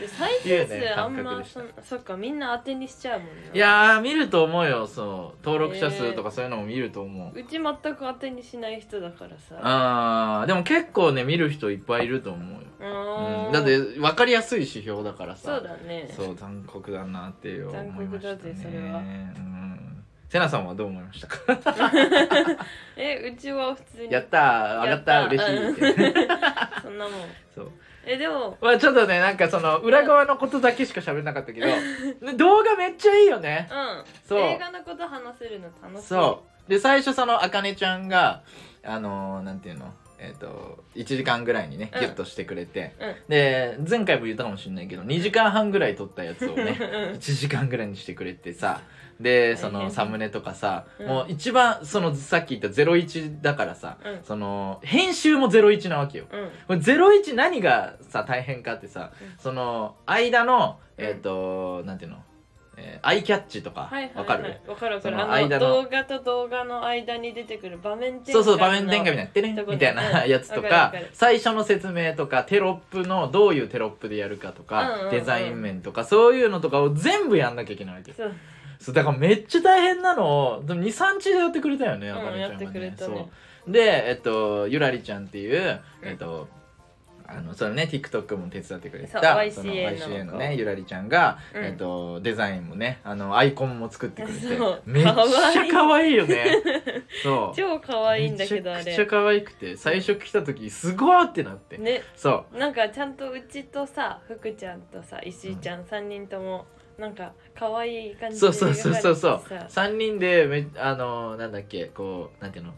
Speaker 1: で再生数あん
Speaker 2: いうね感覚
Speaker 1: ま
Speaker 2: でした
Speaker 1: そんそっかみんな当てにしちゃうもんない
Speaker 2: やー見ると思うよそう登録者数とかそういうのも見ると思う、
Speaker 1: うち全く当てにしない人だからさ
Speaker 2: あーでも結構ね見る人いっぱいいると思うよ、
Speaker 1: う
Speaker 2: う
Speaker 1: ー
Speaker 2: ん、だって分かりやすい指標だからさ
Speaker 1: そうだね
Speaker 2: そう残酷だなっていう思い
Speaker 1: 残
Speaker 2: ま
Speaker 1: 酷
Speaker 2: した
Speaker 1: だ
Speaker 2: ね
Speaker 1: ぜそれは
Speaker 2: うんセナさんはどう思いましたか
Speaker 1: えうちは普通に
Speaker 2: やったー上がった嬉しいって、
Speaker 1: い、うんそんなもん
Speaker 2: [LAUGHS] そう
Speaker 1: えでも
Speaker 2: まあちょっとねなんかその裏側のことだけしか喋れなかったけどね動画めっちゃいいよね
Speaker 1: うん
Speaker 2: そう
Speaker 1: 映画のこと話せるの楽しい
Speaker 2: そうで最初そのあかねちゃんがあのーなんていうのえっ、と1時間ぐらいにね
Speaker 1: うん
Speaker 2: ギュッとしてくれて、
Speaker 1: うん
Speaker 2: で前回も言ったかもしれないけど2時間半ぐらい撮ったやつを
Speaker 1: う
Speaker 2: ね
Speaker 1: ん
Speaker 2: 1時間ぐらいにしてくれてさでそ
Speaker 1: 大
Speaker 2: の
Speaker 1: 変
Speaker 2: サムネとかさ、
Speaker 1: うん
Speaker 2: もう一番そのさっき言った「01」だからさ、
Speaker 1: うん
Speaker 2: その編集も「01」なわけよ。
Speaker 1: うん
Speaker 2: これ01何がさ大変かってさ、
Speaker 1: うん
Speaker 2: その間の
Speaker 1: うん
Speaker 2: えっ、と、なんていうの、えーアイキャッチとかわ、
Speaker 1: はいはいはい
Speaker 2: かる
Speaker 1: わかるわか
Speaker 2: そ
Speaker 1: る
Speaker 2: の
Speaker 1: あの
Speaker 2: 間の
Speaker 1: 動画と動画の間に出てくる場面転換
Speaker 2: そうそう場面転換みたいな「てれん
Speaker 1: とこ」ね
Speaker 2: みたいな [LAUGHS]
Speaker 1: うん
Speaker 2: やつと
Speaker 1: わかるわ
Speaker 2: か
Speaker 1: かる
Speaker 2: 最初の説明とかテロップのどういうテロップでやるかとか、
Speaker 1: うんうんうん
Speaker 2: デザイン面とかそういうのとかを全部やんなきゃいけないわけよ
Speaker 1: そう
Speaker 2: そうだからめっちゃ大変なのを23日でやってくれたよね
Speaker 1: ん
Speaker 2: あかねちゃんが、ね
Speaker 1: やってくれたね
Speaker 2: そうでえっとゆらりちゃんっていう
Speaker 1: うん
Speaker 2: えっと、あのそれね TikTok も手伝ってくれ
Speaker 1: そ
Speaker 2: た
Speaker 1: う
Speaker 2: の
Speaker 1: YCA の
Speaker 2: YCA のねゆらりちゃんが、
Speaker 1: うん
Speaker 2: えっと、デザインもねあのアイコンも作ってくれて
Speaker 1: そう
Speaker 2: めっちゃ可愛いよねそう
Speaker 1: 超可愛いんだけどあ
Speaker 2: めちゃくちゃ
Speaker 1: れ
Speaker 2: 可愛くて最初来た時すごーってなって、
Speaker 1: ね
Speaker 2: そ
Speaker 1: なんかちゃんとうちとさ福ちゃんとさ石井ちゃん3人ともなんか可愛い感
Speaker 2: う
Speaker 1: じで
Speaker 2: そうそうそうそうそう
Speaker 1: 描かれてさ
Speaker 2: 3人でめあのなんだっけこうなんていうの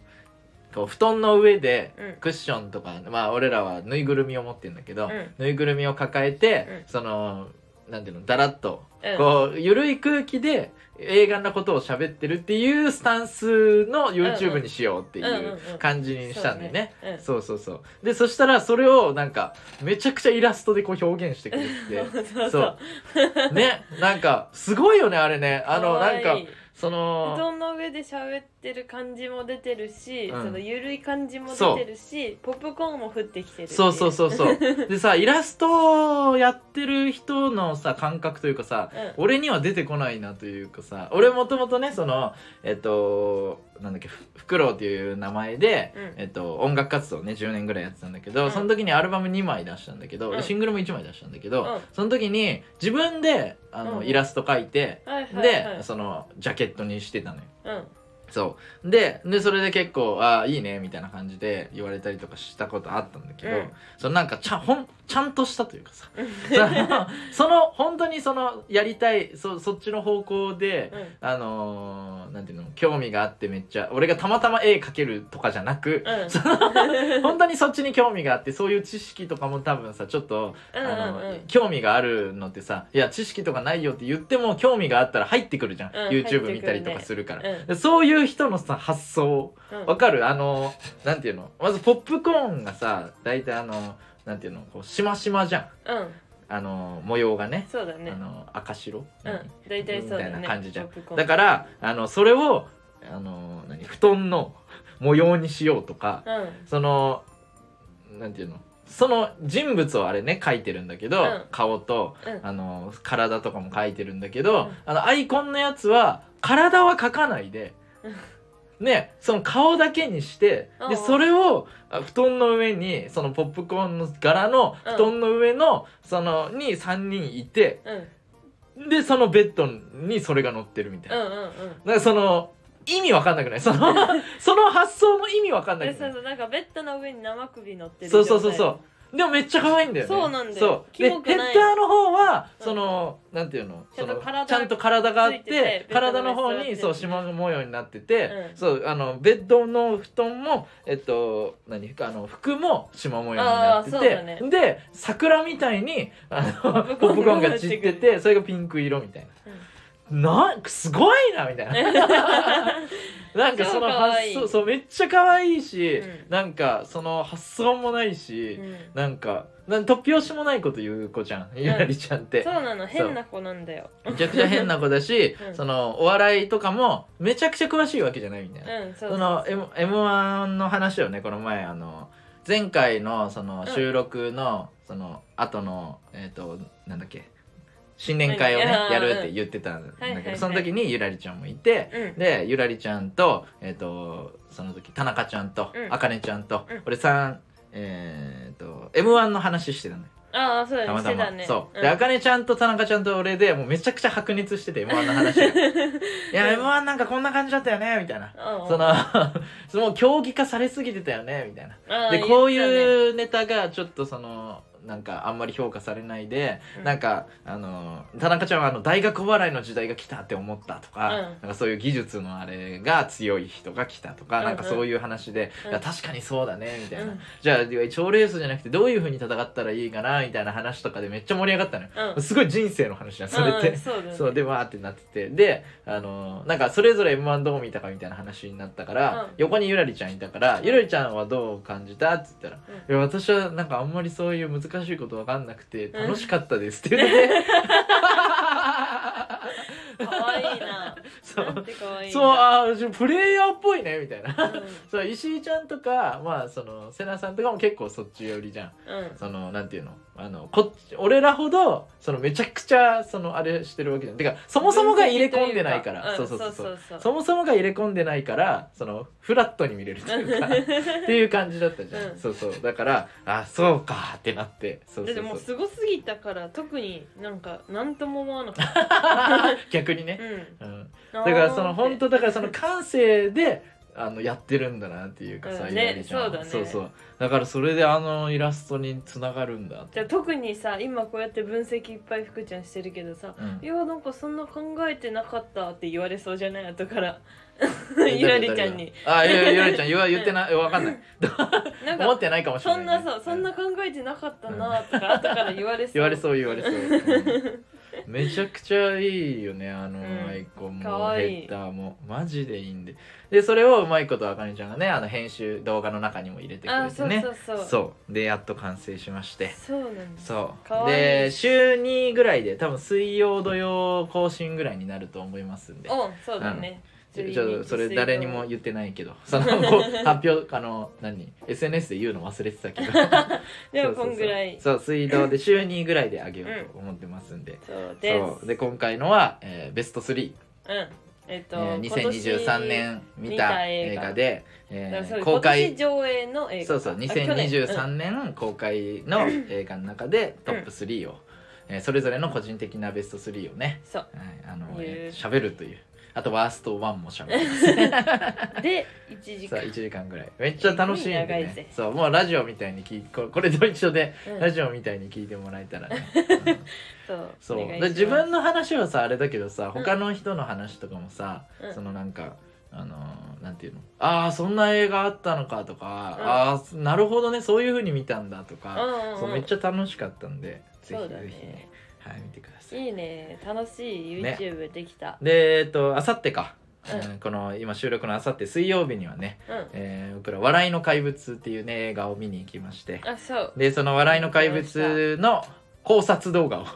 Speaker 2: こう布団の上で
Speaker 1: うん
Speaker 2: クッションとか、まあ俺らはぬいぐるみを持ってるんだけど、
Speaker 1: うん
Speaker 2: ぬいぐるみを抱えて、
Speaker 1: う
Speaker 2: そのなんていうのだらっと、
Speaker 1: うん
Speaker 2: こうゆるい空気で映画のことを喋ってるっていうスタンスの YouTube にしようってい
Speaker 1: んうん
Speaker 2: う
Speaker 1: うんうん
Speaker 2: 感じにしたんだよね。
Speaker 1: そうねうん
Speaker 2: そうそうそうでそしたらそれをなんかめちゃくちゃイラストでこう表現してくれ
Speaker 1: [LAUGHS]
Speaker 2: て
Speaker 1: そうそう
Speaker 2: そ
Speaker 1: そうう
Speaker 2: ねなんかすごいよねあれねあの
Speaker 1: 可
Speaker 2: なん
Speaker 1: 愛い
Speaker 2: か
Speaker 1: 布
Speaker 2: その
Speaker 1: 団の上で喋ってる感じも出てるし、
Speaker 2: うん
Speaker 1: そのゆるい感じも
Speaker 2: そう
Speaker 1: 出てるしポップコーンも降ってきてるってい
Speaker 2: そうそうそうそうでさイラストをやってる人のさ感覚というかさ
Speaker 1: う
Speaker 2: 俺には出てこないなというかさ俺もともとねそのえっとなんだっけふフクロウという名前で、
Speaker 1: うん
Speaker 2: えっと、音楽活動をね10年ぐらいやってたんだけど、
Speaker 1: うん
Speaker 2: その時にアルバム2枚出したんだけど、
Speaker 1: うん
Speaker 2: シングルも1枚出したんだけど、
Speaker 1: うん
Speaker 2: その時に自分であの、
Speaker 1: うん
Speaker 2: イラスト描いて、
Speaker 1: んはいはいはい、
Speaker 2: でそのジャケットにしてたのよ。
Speaker 1: うん
Speaker 2: そうででそれで結構「ああいいね」みたいな感じで言われたりとかしたことあったんだけど、
Speaker 1: うん
Speaker 2: そのなんかちゃんほんちゃんとしたというかさそのその本当にそのやりたいそそっちの方向で、 [LAUGHS]
Speaker 1: うん
Speaker 2: あのーなんていうの興味があってめっちゃ俺がたまたま絵描けるとかじゃなく、
Speaker 1: うん
Speaker 2: その本当にそっちに興味があってそういう知識とかも多分さちょっと、あの
Speaker 1: うんうんうん
Speaker 2: 興味があるのってさいや知識とかないよって言っても興味があったら入ってくるじゃん、
Speaker 1: うん
Speaker 2: YouTube
Speaker 1: 入
Speaker 2: 見
Speaker 1: ってくるね
Speaker 2: たりとかするから、
Speaker 1: うん
Speaker 2: でそういう人のさ発想
Speaker 1: うん
Speaker 2: わかるあのなんていうのまずポップコーンがさ大体あのなんていうのこうしましまじゃん
Speaker 1: うん
Speaker 2: あの模様がね
Speaker 1: そうだね
Speaker 2: あの赤白、
Speaker 1: うん大体そうだね
Speaker 2: みたいな感じじゃん
Speaker 1: ポップコーン
Speaker 2: だからあのそれをあの何布団の模様にしようとか、
Speaker 1: うん
Speaker 2: そのなんていうのその人物をあれね描いてるんだけど、
Speaker 1: うん
Speaker 2: 顔と
Speaker 1: うん
Speaker 2: あの体とかも描いてるんだけ
Speaker 1: う
Speaker 2: ど、
Speaker 1: ん
Speaker 2: あのアイコンのやつは体は描かないで、ねその顔だけにして
Speaker 1: うん
Speaker 2: でそれをあ布団の上にそのポップコーンの柄の
Speaker 1: うん
Speaker 2: 布団の上の、そのに3人いて
Speaker 1: うん
Speaker 2: でそのベッドにそれが乗ってるみたいな。
Speaker 1: うんうんうん
Speaker 2: なんかその意味わかんなくないその
Speaker 1: [LAUGHS]
Speaker 2: その発想の意味わかんな
Speaker 1: で
Speaker 2: くな
Speaker 1: そ
Speaker 2: いう
Speaker 1: そうなんかベッドの上に生首乗ってる
Speaker 2: そうそうそう
Speaker 1: 状
Speaker 2: そう。でもめっちゃ可愛いんだよね。
Speaker 1: そうなんだよ
Speaker 2: そうで
Speaker 1: キモく
Speaker 2: ヘッダ
Speaker 1: ない
Speaker 2: ーの方は
Speaker 1: うん
Speaker 2: その、なんていうの、
Speaker 1: ちゃ
Speaker 2: そ
Speaker 1: んと
Speaker 2: の
Speaker 1: 体
Speaker 2: ちゃんと体があっ
Speaker 1: つ
Speaker 2: て
Speaker 1: いてて
Speaker 2: 体の方
Speaker 1: ベッドの上に座ってる
Speaker 2: にそう縞模様になってて、
Speaker 1: うん
Speaker 2: そうあのベッドの布団もえっと何あの服も縞模様になって
Speaker 1: あーそう
Speaker 2: て、
Speaker 1: だね
Speaker 2: で桜みたいにあの
Speaker 1: ポップ
Speaker 2: ポ
Speaker 1: コーン
Speaker 2: ップコーンが散って
Speaker 1: が散って
Speaker 2: てそれがピンク色みたいな。なんすごいなみたい
Speaker 1: [LAUGHS]
Speaker 2: な。なんか
Speaker 1: 超
Speaker 2: その
Speaker 1: 可
Speaker 2: 発
Speaker 1: 愛い
Speaker 2: 想そうめっちゃ可愛いし、
Speaker 1: うん
Speaker 2: なんかその発想もないし、
Speaker 1: 態うん
Speaker 2: なんかなん突拍子もないこと言う子ちゃんゆらりちゃんって
Speaker 1: そう、なの変な子なんだよ
Speaker 2: めちゃくちゃ変な子だし、
Speaker 1: うん
Speaker 2: そのお笑いとかもめちゃくちゃ詳しいわけじゃないみたいな、
Speaker 1: うんそう
Speaker 2: その M M1 の話をねこの前あの前回のその
Speaker 1: ん
Speaker 2: 収録の、その後のえっ、となんだっけ新年会をね
Speaker 1: うんいやー
Speaker 2: やるって言ってたんだけど、
Speaker 1: はいはいはい
Speaker 2: その時にゆらりちゃんもいて、
Speaker 1: うん
Speaker 2: でゆらりちゃんと,、えー、とその時田中ちゃんと
Speaker 1: うん
Speaker 2: あかねちゃんと、
Speaker 1: うん
Speaker 2: 俺さんえー、と m 1の話してたのよ
Speaker 1: ああそうだね
Speaker 2: たまた
Speaker 1: して
Speaker 2: ま
Speaker 1: たね
Speaker 2: そう
Speaker 1: うん
Speaker 2: であかねちゃんと田中ちゃんと俺でもうめちゃくちゃ白熱してて M1 の
Speaker 1: [LAUGHS]
Speaker 2: 話が「いや M1 なんかこんな感じだったよね」みたいな
Speaker 1: うん
Speaker 2: その [LAUGHS] そのもう競技化されすぎてたよねみたいな
Speaker 1: ああ
Speaker 2: でこう
Speaker 1: 言って
Speaker 2: いうネタがちょっとそのなんかあんまり評価されないで、
Speaker 1: うん
Speaker 2: なんかあの田中ちゃんはあの大学お笑いの時代が来たって思ったとか,、
Speaker 1: うん
Speaker 2: なんかそういう技術のあれが強い人が来たと
Speaker 1: う
Speaker 2: か、
Speaker 1: んうん
Speaker 2: なんかそういう話で、
Speaker 1: うん
Speaker 2: いや確かにそうだねみたいな、
Speaker 1: うん
Speaker 2: じゃあ賞レースじゃなくてどういうふうに戦ったらいいかなみたいな話とかでめっちゃ盛り上がったのよ、
Speaker 1: たねうん
Speaker 2: すごい人生の話じゃんそれって、
Speaker 1: うんそうだね
Speaker 2: そうでわーってなっててであのーなんかそれぞれ m 1どう見たかみたいな話になったから、
Speaker 1: うん
Speaker 2: 横にゆらりちゃんいたから、ゆらりちゃんはどう感じたって言ったら、
Speaker 1: うん
Speaker 2: いや私はなんかあんまりそういう難しいこと分かんなくて楽しかったですって
Speaker 1: [LAUGHS]
Speaker 2: 言ってて、
Speaker 1: 可愛いな。
Speaker 2: [LAUGHS] そ
Speaker 1: なん
Speaker 2: う
Speaker 1: て可愛いんだ。
Speaker 2: そうあープレイヤーっぽいねみたいな、
Speaker 1: うん。
Speaker 2: そう石井ちゃんとかまあその瀬名さんとかも結構そっち寄りじゃん
Speaker 1: うん。
Speaker 2: そのなんていうのあのこっち俺らほどそのめちゃくちゃそのあれしてるわけじゃんてかそもそもが入れ込んでないから、
Speaker 1: うん
Speaker 2: そうそうそうそう
Speaker 1: そうそうそう
Speaker 2: そもそもが入れ込んでないからそのフラットに見れるとい
Speaker 1: [LAUGHS]
Speaker 2: うかっていう感じだったじゃん、
Speaker 1: うん
Speaker 2: そうそうだからあそうかってなってそう
Speaker 1: だって
Speaker 2: そうそう
Speaker 1: もうすごすぎたから特になんかなんとも思わなかった。
Speaker 2: 逆に
Speaker 1: う
Speaker 2: ね、
Speaker 1: ん。
Speaker 2: うん、
Speaker 1: だ
Speaker 2: だからその本当だからその感性であのやってるんだなっていうかさ、
Speaker 1: うんね
Speaker 2: ゆらりちゃんは
Speaker 1: そうだね
Speaker 2: そうそうだからそれであのイラストにつながるんだって
Speaker 1: じゃあ特にさ今こうやって分析いっぱい福ちゃんしてるけどさ。
Speaker 2: うん
Speaker 1: いやなんかそんな考えてなかったって言われそうじゃない後から
Speaker 2: え
Speaker 1: ゆら
Speaker 2: 誰
Speaker 1: り
Speaker 2: が
Speaker 1: ちゃんに
Speaker 2: 誰があ
Speaker 1: [LAUGHS]
Speaker 2: いやゆらりちゃん言わ言ってないわかんない
Speaker 1: なん
Speaker 2: 思っ
Speaker 1: か
Speaker 2: てないかもしれ
Speaker 1: そ
Speaker 2: ない
Speaker 1: ん
Speaker 2: ね、
Speaker 1: なさそんな考えてなかったなとか後から言われそう
Speaker 2: [LAUGHS] 言われそう言
Speaker 1: [LAUGHS]
Speaker 2: われそう、うんめちゃくちゃいいよねあの
Speaker 1: うん
Speaker 2: アイコン
Speaker 1: か
Speaker 2: も
Speaker 1: わ
Speaker 2: ヘ
Speaker 1: いい
Speaker 2: ッダーもマジでいいんででそれをうまいことあかねちゃんがねあの編集動画の中にも入れてく
Speaker 1: あ
Speaker 2: れてね
Speaker 1: そうそうそう
Speaker 2: そうでやっと完成しまして
Speaker 1: そうなんです
Speaker 2: そ
Speaker 1: か
Speaker 2: う
Speaker 1: わいい
Speaker 2: で週2ぐらいで多分水曜土曜更新ぐらいになると思いますんで
Speaker 1: おそうだね
Speaker 2: ちょちょっとそれ誰にも言ってないけどその
Speaker 1: [LAUGHS] 水曜
Speaker 2: 発表あの何 SNS で言うの忘れてたけど
Speaker 1: [LAUGHS] でもこんぐらい
Speaker 2: そうそうそう水道で週2ぐらいであげようと思ってますんで、
Speaker 1: そう [LAUGHS] です
Speaker 2: そうで今回のは、えーベスト3、
Speaker 1: うんえっ
Speaker 2: え
Speaker 1: と、
Speaker 2: ー、2023年見
Speaker 1: 見た
Speaker 2: た
Speaker 1: 映
Speaker 2: 映
Speaker 1: 画
Speaker 2: 画で、
Speaker 1: 今年だから
Speaker 2: え
Speaker 1: そ
Speaker 2: ー
Speaker 1: う
Speaker 2: 公
Speaker 1: 今年
Speaker 2: 開
Speaker 1: 上映の映画
Speaker 2: そうそう
Speaker 1: あ去年
Speaker 2: 2023年公開
Speaker 1: [LAUGHS]
Speaker 2: の映画の中でトップ3を、えーそれぞれの個人的なベスト3をね
Speaker 1: うんそう
Speaker 2: はいあの
Speaker 1: 言う
Speaker 2: えー喋るというあとワースト1も喋ります
Speaker 1: で1時
Speaker 2: さ
Speaker 1: 間
Speaker 2: あ1時間ぐらいめっちゃ楽しいんで、
Speaker 1: 長いぜ
Speaker 2: ね、そうもうラジオみたいに聞いここれと一緒で、
Speaker 1: うん
Speaker 2: ラジオみたいに聞いてもらえたら
Speaker 1: [LAUGHS]
Speaker 2: ね、うん
Speaker 1: そう
Speaker 2: そう
Speaker 1: お願いし
Speaker 2: で
Speaker 1: ます
Speaker 2: 自分の話はさあれだけどさ
Speaker 1: うん
Speaker 2: 他の人の話とかもさ、
Speaker 1: うん
Speaker 2: そのなんかあのーなんていうのああそんな映画あったのかとか、
Speaker 1: うん
Speaker 2: ああなるほどねそういうふうに見たんだとか、
Speaker 1: うんうんうん
Speaker 2: そうめっちゃ楽しかったんでぜひ
Speaker 1: そうだ
Speaker 2: ぜひ
Speaker 1: ね
Speaker 2: ねはい見てください。
Speaker 1: いいね楽しい
Speaker 2: ね
Speaker 1: YouTube できた、
Speaker 2: でえっとあさってか、
Speaker 1: うん
Speaker 2: うんこの今収録のあさって水曜日にはね、
Speaker 1: う
Speaker 2: えー僕ら「笑いの怪物」っていうね映画を見に行きまして
Speaker 1: んあそう
Speaker 2: でその「笑いの怪物」の考察動画を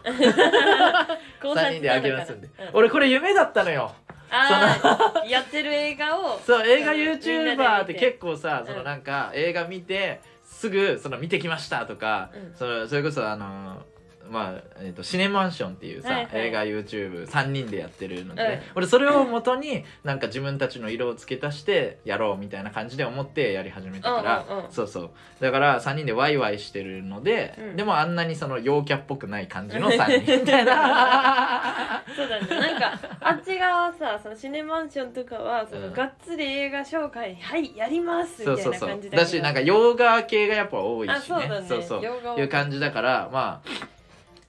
Speaker 1: 考察
Speaker 2: 3人であげますんで、
Speaker 1: だからうん
Speaker 2: 俺これ夢だったのよ
Speaker 1: あーやってる映画を
Speaker 2: そう映画
Speaker 1: うんみん
Speaker 2: YouTuber
Speaker 1: な
Speaker 2: っ
Speaker 1: で
Speaker 2: て
Speaker 1: 見て
Speaker 2: 結構さ、
Speaker 1: うん
Speaker 2: そのなんか映画見てすぐその見てきましたとか、
Speaker 1: うん
Speaker 2: そのそれこそあのまあえっとシネマンションっていうさ、
Speaker 1: はいはい
Speaker 2: 映画 YouTube3 人でやってるので、
Speaker 1: うん
Speaker 2: 俺それを元になんか自分たちの色を付け足してやろうみたいな感じで思ってやり始めたから、
Speaker 1: うんうんうん
Speaker 2: そうそうだから3人でワイワイしてるので、
Speaker 1: うん
Speaker 2: でもあんなにその陽キャっぽくない感じの3人み
Speaker 1: [LAUGHS]
Speaker 2: [LAUGHS] たいな
Speaker 1: そうだねなんか
Speaker 2: [LAUGHS]
Speaker 1: あっち側はさそのシネマンションとかはその、
Speaker 2: うん
Speaker 1: がっつり映画紹介はいやります
Speaker 2: そ
Speaker 1: み
Speaker 2: う
Speaker 1: たいう
Speaker 2: そ
Speaker 1: な
Speaker 2: そ
Speaker 1: 感じ
Speaker 2: う
Speaker 1: だけど
Speaker 2: だしなんか洋画系がやっぱ多いしね
Speaker 1: あそうだね
Speaker 2: そうそう
Speaker 1: 洋画は
Speaker 2: いう感じだからまあ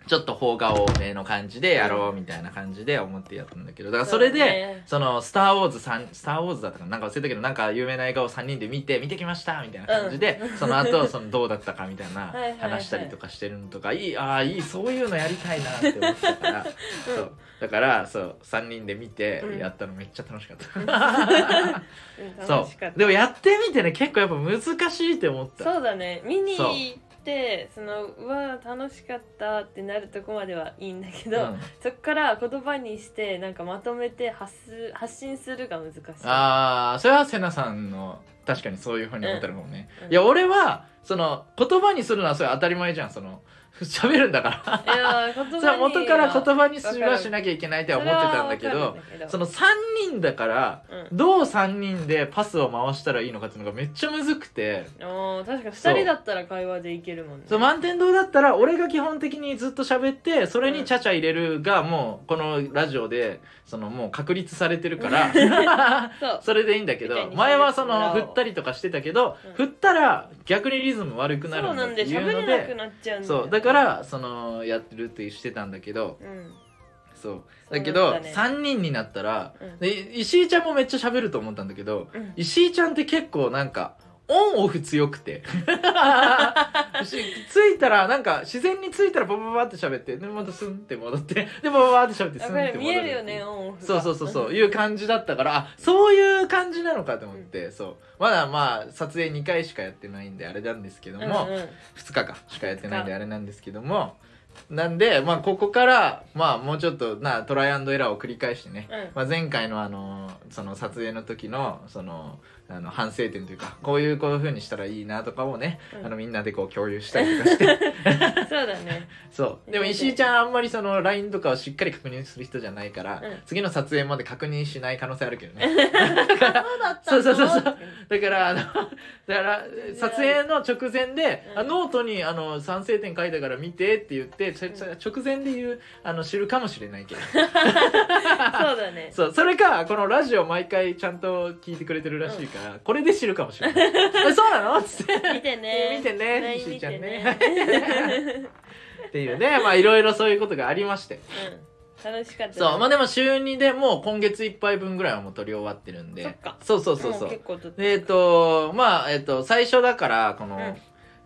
Speaker 2: ちょっと邦画多めの感じでやろうみたいな感じで思ってやったんだけどだからそれ
Speaker 1: そ
Speaker 2: で
Speaker 1: うだね
Speaker 2: その「スター・ウォーズさん」「スター・ウォーズ」だったかななんか忘れたけどなんか有名な映画を3人で見て見てきましたみたいな感じで、
Speaker 1: [LAUGHS]
Speaker 2: その後そのどうだったかみたいな
Speaker 1: はいはいはい
Speaker 2: 話したりとかしてるのとかいいああいいそういうのやりたいなって思ってたから、そうだからそう3人で見て
Speaker 1: うん
Speaker 2: やったのめっちゃ楽しかった。
Speaker 1: [LAUGHS] うん
Speaker 2: そ
Speaker 1: 楽しかっ
Speaker 2: う
Speaker 1: た
Speaker 2: でもやってみてね結構やっぱ難しいって思った
Speaker 1: そうだね見に行ってそのうわ楽しかったってなるとこまではいいんだけど、
Speaker 2: ん
Speaker 1: そっから言葉にしてなんかまとめて発す発信するが難しい
Speaker 2: ああそれは瀬名さんの確かにそういうふうに思ってるかもね、
Speaker 1: うん
Speaker 2: いや俺はその言葉にするのはそれ当たり前じゃんその [LAUGHS] 喋るんだから
Speaker 1: いやー言葉に
Speaker 2: それは元から言葉にす
Speaker 1: わか
Speaker 2: ら
Speaker 1: る
Speaker 2: しなきゃいけないとは思ってたんだけどその3人だから
Speaker 1: うん
Speaker 2: どう3人でパスを回したらいいのかっていうのがめっちゃむずくて
Speaker 1: あー確かに
Speaker 2: そう
Speaker 1: 2人だったら会話でいけるもんね
Speaker 2: そう満天堂だったら俺が基本的にずっと喋ってそれにちゃちゃ入れるがもうこのラジオでそのもう確立されてるから
Speaker 1: [LAUGHS] そう
Speaker 2: それでいいんだけ
Speaker 1: みたい
Speaker 2: ど
Speaker 1: に
Speaker 2: 前はその
Speaker 1: そ
Speaker 2: 振
Speaker 1: う
Speaker 2: ったりとかしてたけど
Speaker 1: うん
Speaker 2: 振ったら逆にリズム悪くな
Speaker 1: そ
Speaker 2: る
Speaker 1: うんな
Speaker 2: だっ
Speaker 1: ん
Speaker 2: て
Speaker 1: で
Speaker 2: いう
Speaker 1: 喋
Speaker 2: の
Speaker 1: れなく
Speaker 2: で
Speaker 1: なっちゃうんだよ
Speaker 2: そうだからそのやってるってしてたんだけど
Speaker 1: うん
Speaker 2: そう
Speaker 1: そう
Speaker 2: だけ
Speaker 1: だ
Speaker 2: ど
Speaker 1: ったね
Speaker 2: 3人になったら
Speaker 1: うん
Speaker 2: で石井ちゃんもめっちゃ喋ると思ったんだけど
Speaker 1: うん
Speaker 2: 石井ちゃんって結構なんかオンオフ強く
Speaker 1: [LAUGHS]
Speaker 2: てし着いたらなんか自然に着いたらババババって喋ってでまたスンって戻ってでバババって喋ってスン
Speaker 1: だ
Speaker 2: って
Speaker 1: から
Speaker 2: 戻る
Speaker 1: 見えるよねオンオフが
Speaker 2: そうそうそうそういう感じだったからあそういう感じなのかと思って、そうまだまあ撮影2回しかやってないんであれなんですけど
Speaker 1: う
Speaker 2: も、
Speaker 1: んうん
Speaker 2: 2日かしかやってないんであれなんですけどもなんでまあここからまあもうちょっとなトライアンドエラーを繰り返してね、
Speaker 1: うん
Speaker 2: まあ、前回のあのその撮影の時のそのあの反省点というかこういうこういう風にしたらいいなとかをね、
Speaker 1: うん
Speaker 2: あのみんなでこう共有したりとかして
Speaker 1: [LAUGHS] そうだね
Speaker 2: そうでも石井ちゃんあんまりその LINE とかをしっかり確認する人じゃないから、
Speaker 1: うん
Speaker 2: 次の撮影まで確認しない可能性あるけどね。
Speaker 1: そうだった
Speaker 2: そ
Speaker 1: の
Speaker 2: うそうそうそう [LAUGHS] だからあのだから撮影の直前で、
Speaker 1: うん
Speaker 2: あノートにあの賛成点書いたから見てって言って、ちょちょ直前で言うあの知るかもしれないけど
Speaker 1: そうだね
Speaker 2: そうそれかこのラジオ毎回ちゃんと聞いてくれてるらしいから、これで知るかもし
Speaker 1: [LAUGHS]
Speaker 2: れないえそうなのっつって
Speaker 1: 見てね
Speaker 2: 見てね
Speaker 1: LINE
Speaker 2: 石井
Speaker 1: 見
Speaker 2: ちゃん
Speaker 1: て
Speaker 2: ね
Speaker 1: ね
Speaker 2: っていうねまあいろいろそういうことがありまして
Speaker 1: うん楽しかった
Speaker 2: そうまあでも週2でもう今月いっぱい分ぐらいはもう撮り終わってるんで
Speaker 1: そっか
Speaker 2: そうそうそうそ
Speaker 1: も
Speaker 2: う
Speaker 1: 結構と
Speaker 2: でえっとまあえっと最初だからこの,、
Speaker 1: うん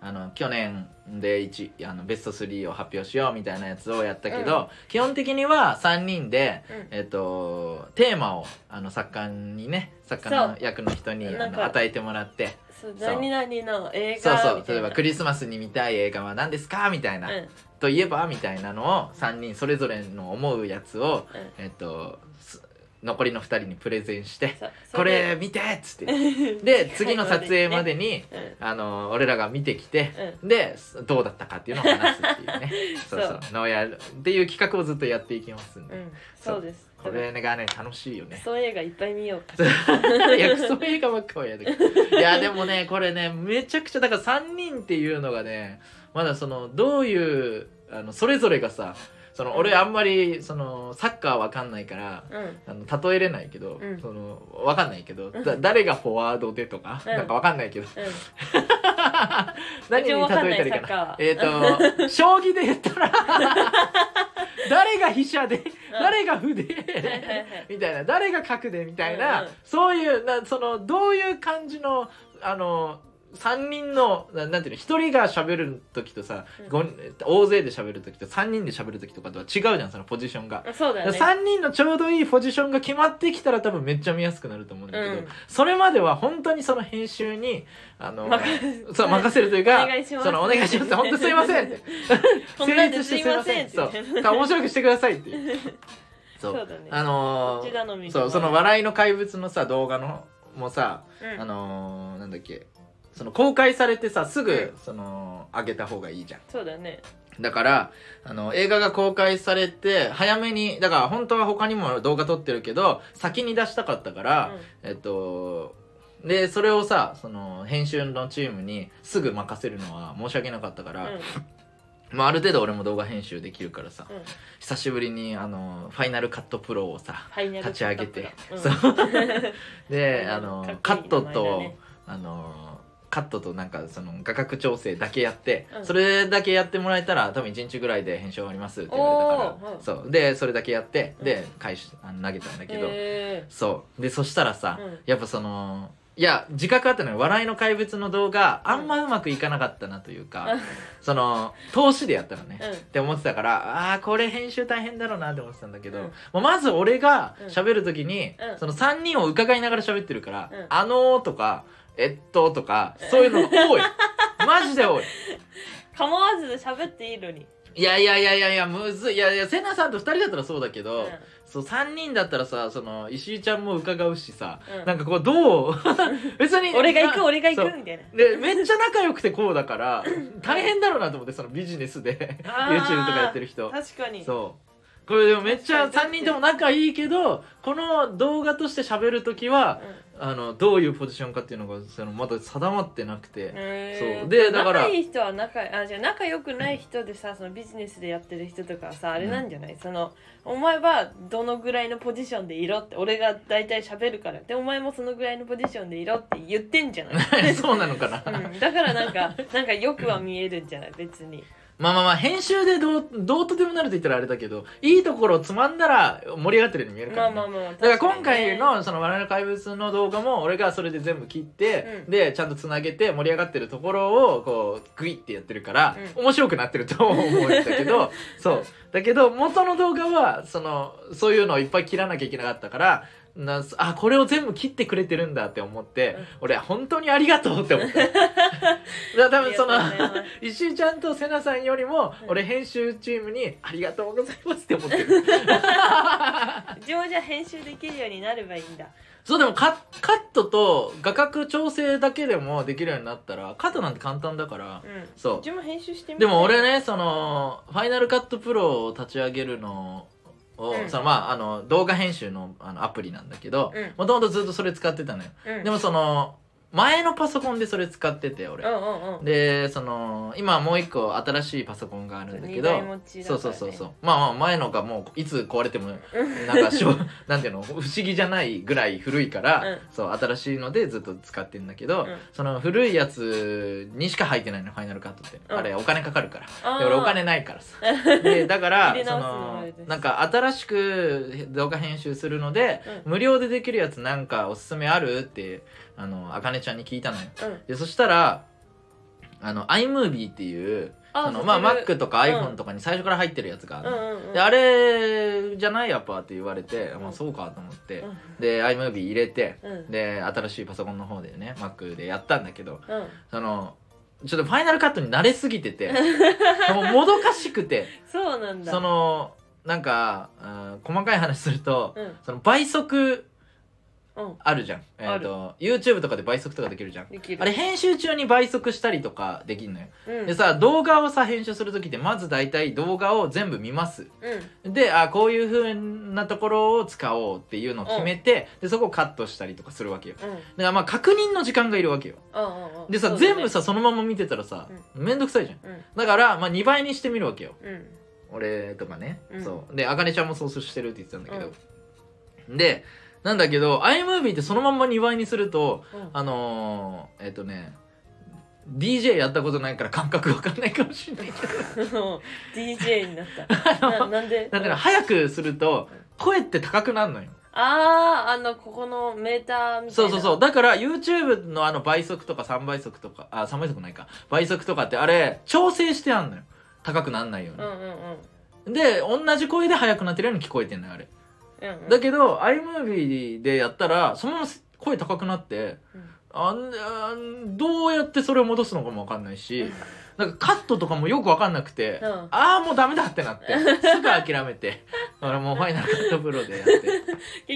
Speaker 2: あの去年で1あのベスト3を発表しようみたいなやつをやったけど、基本的には3人で、
Speaker 1: うん
Speaker 2: えっとテーマをあの作家にね作家の役の人に
Speaker 1: そう
Speaker 2: あ
Speaker 1: なん
Speaker 2: の
Speaker 1: か
Speaker 2: 与えてもらって
Speaker 1: そう
Speaker 2: そう
Speaker 1: 何々の映
Speaker 2: そう
Speaker 1: 画
Speaker 2: そう
Speaker 1: みた
Speaker 2: 例え
Speaker 1: いな
Speaker 2: ばクリスマスに見たい映画は何ですかみたいな、
Speaker 1: うん
Speaker 2: といえばみたいなのを3人それぞれの思うやつを、
Speaker 1: うん
Speaker 2: えっとす残りの2人にプレゼンして
Speaker 1: そう
Speaker 2: 「
Speaker 1: そ
Speaker 2: これ見て!」っつってで
Speaker 1: [LAUGHS]
Speaker 2: 次の撮影までに、
Speaker 1: うん
Speaker 2: あの俺らが見てきて、
Speaker 1: う
Speaker 2: ですどうだったかっていうのを話すっていう
Speaker 1: [LAUGHS]
Speaker 2: ねそうそうのやるっていう企画をずっとやっていきますんで、
Speaker 1: うんそうです
Speaker 2: これがね楽しいよ
Speaker 1: ク
Speaker 2: ね。
Speaker 1: ソ映画いっぱい見ようか
Speaker 2: [LAUGHS] いやクソ映画ばっかはやだけどいやでもねこれねめちゃくちゃだから3人っていうのがねまだそのどういうあのそれぞれがさその俺あんまりそのサッカーわかんないから
Speaker 1: うん
Speaker 2: あの例えれないけど、
Speaker 1: うん
Speaker 2: そのわかんないけど、だ誰がフォワードでとか、
Speaker 1: うん
Speaker 2: なんかわかんないけど
Speaker 1: うん
Speaker 2: 何に例えたらいい
Speaker 1: 一応わかんないサッ
Speaker 2: か
Speaker 1: カー
Speaker 2: な
Speaker 1: は
Speaker 2: えっ、と将棋で言っ
Speaker 1: [LAUGHS]
Speaker 2: たら誰が飛車で、誰が
Speaker 1: [LAUGHS]
Speaker 2: 歩で、
Speaker 1: はいはいはい
Speaker 2: みたいな誰が角でみたいな、
Speaker 1: うんうん
Speaker 2: そういうなそのどういう感じのあの3人のななんていうの1人が喋る時とさ、
Speaker 1: うん
Speaker 2: ご大勢で喋る時と3人で喋る時とかとは違うじゃんそのポジションが。
Speaker 1: [LAUGHS] そうだね
Speaker 2: 3人のちょうどいいポジションが決まってきたら多分めっちゃ見やすくなると思うんだけど、
Speaker 1: うん
Speaker 2: それまでは本当にその編集にあの
Speaker 1: 任せ
Speaker 2: そう任せるというか
Speaker 1: お願いします
Speaker 2: そのお願いします本当すいませんって
Speaker 1: [LAUGHS] こんなんで成立してすいません
Speaker 2: そう
Speaker 1: って
Speaker 2: だから面白くしてくださいっ
Speaker 1: [LAUGHS]
Speaker 2: ていうそう
Speaker 1: そうだね
Speaker 2: あの
Speaker 1: こっち頼み
Speaker 2: ー、
Speaker 1: の
Speaker 2: そうその笑いの怪物のさ動画のもさ、
Speaker 1: うん
Speaker 2: あのー、なんだっけその公開されてさすぐ、
Speaker 1: うん
Speaker 2: その上げた方がいいじゃん
Speaker 1: そうだね
Speaker 2: だからあの映画が公開されて早めにだから本当は他にも動画撮ってるけど先に出したかったから、えっとでそれをさその編集のチームにすぐ任せるのは申し訳なかったか
Speaker 1: うん
Speaker 2: ら、まあ、ある程度俺も動画編集できるからさ
Speaker 1: うんうん
Speaker 2: 久しぶりにあのファイナルカットプロをさ
Speaker 1: ファイナル
Speaker 2: [LAUGHS] 立ち上げて、
Speaker 1: うん
Speaker 2: そう [LAUGHS] であの
Speaker 1: か
Speaker 2: カ
Speaker 1: っこい
Speaker 2: ッ
Speaker 1: い名前だ
Speaker 2: トと、
Speaker 1: ね
Speaker 2: あのカットとなんかその画角調整だけやって、
Speaker 1: うん
Speaker 2: それだけやってもらえたら多分1日ぐらいで編集終わりますって言われたから、
Speaker 1: おーうん
Speaker 2: そうでそれだけやって
Speaker 1: うん
Speaker 2: で返しあの投げたんだけど、
Speaker 1: へ
Speaker 2: そうでそしたらさ、
Speaker 1: うん
Speaker 2: やっぱそのいや自覚あったのよ笑いの怪物の動画あんまうまくいかなかったなというか、
Speaker 1: うん
Speaker 2: その投資でやったのね、
Speaker 1: うん
Speaker 2: って思ってたからああーこれ編集大変だろうなって思ってたんだけど、
Speaker 1: うん
Speaker 2: まあまず俺が喋る時に、
Speaker 1: うん
Speaker 2: その3人を伺いながら喋ってるから「
Speaker 1: うん
Speaker 2: あのー」とか「えっと」とかそういうのが多い
Speaker 1: [LAUGHS]
Speaker 2: マジで多
Speaker 1: ー
Speaker 2: い
Speaker 1: 構わず喋っていいのに
Speaker 2: いやいやいやいやいやむずいいやいやセナさんと2人だったらそうだけ
Speaker 1: う
Speaker 2: ど、
Speaker 1: ん
Speaker 2: そう3人だったらさその石井ちゃんも伺うしさ、
Speaker 1: うん
Speaker 2: なんかこうどう別に
Speaker 1: 俺が行く
Speaker 2: な
Speaker 1: 俺が行
Speaker 2: そ
Speaker 1: くみたいな
Speaker 2: でめっちゃ仲良くてこうだから [LAUGHS] 大変だろうなと思ってそのビジネスで
Speaker 1: あー
Speaker 2: YouTube とかやってる人
Speaker 1: 確かに
Speaker 2: そうこれでもめっちゃ
Speaker 1: 確か
Speaker 2: 3
Speaker 1: に
Speaker 2: 人とも仲いいけどこの動画として喋る時はあのどういうポジションかっていうのがそのまだ定まってなくて、そうでだから
Speaker 1: 仲いい人は仲あじゃあ仲良くない人でさそのビジネスでやってる人とかはさあれなんじゃない、そのお前はどのぐらいのポジションでいろって俺が大体喋るからでお前もそのぐらいのポジションでいろって言ってんじゃない、
Speaker 2: [LAUGHS] そうなのかな、
Speaker 1: うん、だからなんかなんかよくは見えるんじゃない別に
Speaker 2: まあまあまあ編集でどうどうとでもなると言ったらあれだけどいいところをつまんだら盛り上がってるように見えるか
Speaker 1: ま
Speaker 2: ら、
Speaker 1: あ
Speaker 2: ね
Speaker 1: まあまあ
Speaker 2: だから
Speaker 1: 確に
Speaker 2: 今回のその我々怪物の動画も俺がそれで全部切って、
Speaker 1: うん
Speaker 2: でちゃんとつなげて盛り上がってるところをこうグイってやってるから、
Speaker 1: う
Speaker 2: 面白くなってると思うんだ
Speaker 1: [LAUGHS]
Speaker 2: けどそうだけど元の動画はそのそういうのをいっぱい切らなきゃいけなかったからなあこれを全部切ってくれてるんだって思って、
Speaker 1: うん
Speaker 2: 俺本当にありがとうって思った
Speaker 1: [LAUGHS]
Speaker 2: だから多分その
Speaker 1: ありがとうございま
Speaker 2: 石井ちゃんと瀬名さんよりも
Speaker 1: うん
Speaker 2: 俺編集チームにありがとうございますって思ってる
Speaker 1: 自分じゃ編集できるようになればいいんだ
Speaker 2: そうでもカカットと画角調整だけでもできるようになったらカットなんて簡単だから
Speaker 1: うん
Speaker 2: そう
Speaker 1: 自分も編集してみた
Speaker 2: で
Speaker 1: い
Speaker 2: も俺ねそのファイナルカットプロを立ち上げるのを、
Speaker 1: うん
Speaker 2: そのまああの動画編集のあのアプリなんだけど
Speaker 1: うん
Speaker 2: もともとずっとそれ使ってたのよ、
Speaker 1: うん
Speaker 2: でもその前のパソコンでそれ使ってて俺、
Speaker 1: うんうんうん
Speaker 2: でその今もう一個新しいパソコンがあるんだけど
Speaker 1: 二台持ちだから
Speaker 2: そう
Speaker 1: ね
Speaker 2: そうそうそうまあまあ前のがもういつ壊れてもなんかしょなんていうの [LAUGHS] 不思議じゃないぐらい古いから、
Speaker 1: うん
Speaker 2: そう新しいのでずっと使ってんだけ
Speaker 1: う
Speaker 2: ど、
Speaker 1: ん
Speaker 2: その古いやつにしか入ってないのファイナルカットって、
Speaker 1: うん
Speaker 2: あれお金かかるから。
Speaker 1: あー
Speaker 2: で俺お金ないか
Speaker 1: [LAUGHS]
Speaker 2: らさでだから
Speaker 1: 入れ
Speaker 2: そ
Speaker 1: 直すのもあ
Speaker 2: の
Speaker 1: れです
Speaker 2: なんか新しく動画編集するので、
Speaker 1: う
Speaker 2: 無料でできるやつなんかおすすめあるってあのあかねちゃんに聞いたのよ
Speaker 1: うん
Speaker 2: でそしたらあの iMovie っていう
Speaker 1: あ
Speaker 2: そのま
Speaker 1: 知
Speaker 2: あ
Speaker 1: ってる
Speaker 2: Mac とか
Speaker 1: うん
Speaker 2: iPhone とかに最初から入ってるやつがある
Speaker 1: う
Speaker 2: の、
Speaker 1: んうんうん
Speaker 2: であれじゃないやっぱって言われて、ま
Speaker 1: う
Speaker 2: あ、
Speaker 1: ん
Speaker 2: そうかと思って、
Speaker 1: うん
Speaker 2: で iMovie 入れて
Speaker 1: うん
Speaker 2: で新しいパソコンの方でね Mac でやったんだけど
Speaker 1: うん
Speaker 2: そのちょっとファイナルカットに慣れすぎて
Speaker 1: [LAUGHS]
Speaker 2: てもうもどかしくて
Speaker 1: そうなんだ
Speaker 2: そのなんか、うん細かい話すると、
Speaker 1: うん
Speaker 2: その倍速
Speaker 1: うん
Speaker 2: あるじゃん、えー、と YouTube とかで倍速とかできるじゃん
Speaker 1: できる
Speaker 2: あれ編集中に倍速したりとかできんのよ、
Speaker 1: うん
Speaker 2: でさ動画をさ編集する時ってまず大体動画を全部見ます
Speaker 1: うん
Speaker 2: であこういう風なところを使おうっていうのを決めて、でそこをカットしたりとかするわけよだ
Speaker 1: うん
Speaker 2: からまあ確認の時間がいるわけよ
Speaker 1: うんうんうん
Speaker 2: でさ、
Speaker 1: そうだね
Speaker 2: 全部さそのまま見てたらさ、めんどくさいじゃん
Speaker 1: うん
Speaker 2: だから、まあ、2倍にしてみるわけよ
Speaker 1: うん
Speaker 2: 俺とかね、
Speaker 1: うん
Speaker 2: そうであかねちゃんもそうしてるって言ってたんだけど、でなんだけど iMovie ってそのまんま2倍にすると
Speaker 1: うん
Speaker 2: あのー、えっ、とね DJ やったことないから感覚わかんないかもしれないけど
Speaker 1: DJ になった
Speaker 2: [LAUGHS] あ
Speaker 1: な
Speaker 2: の
Speaker 1: なんで
Speaker 2: だから早くすると声って高くなるのよ
Speaker 1: あああのここのメーターみたい
Speaker 2: そう
Speaker 1: な
Speaker 2: そうそうだから YouTube のあの倍速とか3倍速とかあ3倍速ないか倍速とかってあれ調整してあんのよ高くなんないように
Speaker 1: う、んうんうん
Speaker 2: で同じ声で速くなってるように聞こえてんのよあれ
Speaker 1: うんうん
Speaker 2: だけど iMovie でやったらそのまま声高くなって
Speaker 1: うん
Speaker 2: あんあんどうやってそれを戻すのかも分かんないしなんかカットとかもよく分かんなくて、
Speaker 1: うん
Speaker 2: ああもうダメだってなってすぐ諦めて [LAUGHS] 俺もうファイナルカットプロでやって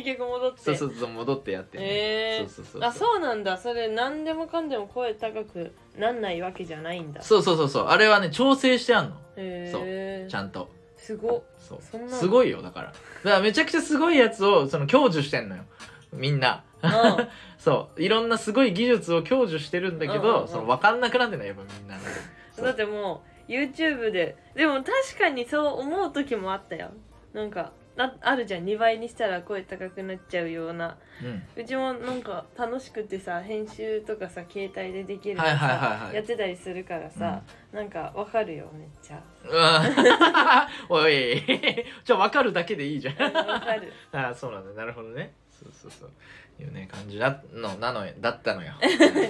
Speaker 1: 結局戻って
Speaker 2: そうそうそう戻ってやってね、
Speaker 1: へー
Speaker 2: そうそうそう
Speaker 1: あそうなんだそれ何でもかんでも声高くなんないわけじゃないんだ
Speaker 2: そうそうそうそうあれはね調整してあんの
Speaker 1: へえ
Speaker 2: ちゃんと
Speaker 1: す
Speaker 2: [LAUGHS]
Speaker 1: ごっ
Speaker 2: そう
Speaker 1: そんなの
Speaker 2: すごいよだからだからめちゃくちゃすごいやつをその享受してんのよみんな
Speaker 1: うん
Speaker 2: そういろんなすごい技術を享受してるんだけど、
Speaker 1: うんうんうん
Speaker 2: その分かんなくなってないやっぱみんなねそう
Speaker 1: だってもう YouTube ででも確かにそう思う時もあったよなんかああるじゃん2倍にしたら声高くなっちゃうような
Speaker 2: うん
Speaker 1: うちもなんか楽しくてさ編集とかさ携帯でできるの
Speaker 2: はい
Speaker 1: さ、
Speaker 2: はいはいはい
Speaker 1: やってたりするからさ、なんかわかるよめっち
Speaker 2: [LAUGHS]
Speaker 1: ゃ
Speaker 2: うわ [LAUGHS] おいじゃあ分かるだけでいいじゃん
Speaker 1: わかる
Speaker 2: ああそうなんだなるほどねそうそうそういうね感じだのなのよだったのよ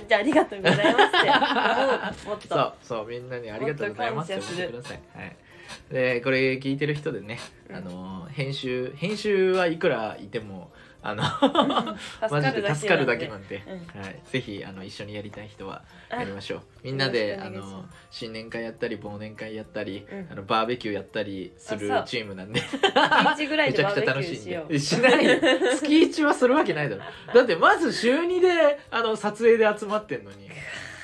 Speaker 1: じゃあありがとうございますって思うもっと
Speaker 2: [LAUGHS] そうそうみんなにありがとうございますっ
Speaker 1: も
Speaker 2: て
Speaker 1: っ
Speaker 2: 思
Speaker 1: と感謝
Speaker 2: ってく
Speaker 1: す
Speaker 2: ださいはいでこれ聞いてる人でね、
Speaker 1: うん
Speaker 2: あのー編集編集はいくらいてもああの
Speaker 1: [LAUGHS] 助
Speaker 2: マ
Speaker 1: か
Speaker 2: ジ
Speaker 1: る
Speaker 2: で
Speaker 1: だけ
Speaker 2: 助かるだけ
Speaker 1: な
Speaker 2: なん
Speaker 1: で
Speaker 2: んで、
Speaker 1: う
Speaker 2: はい、ぜひあの一緒にやりたい人は
Speaker 1: あ
Speaker 2: やりましょうみんなで
Speaker 1: よろ
Speaker 2: あ
Speaker 1: しくお願いします
Speaker 2: の新年会やったり忘年会やったり、
Speaker 1: うん
Speaker 2: あのバーベキューやったりする
Speaker 1: あそう
Speaker 2: チームなんで
Speaker 1: 月一ぐらい
Speaker 2: めち
Speaker 1: で
Speaker 2: ゃ
Speaker 1: バ
Speaker 2: く
Speaker 1: ーベキ
Speaker 2: ちゃ
Speaker 1: ュ
Speaker 2: 楽し
Speaker 1: ー
Speaker 2: いん
Speaker 1: しよう [LAUGHS]
Speaker 2: でしないよ月一はするわけないだろだってまず週2であの撮影で集まってんのに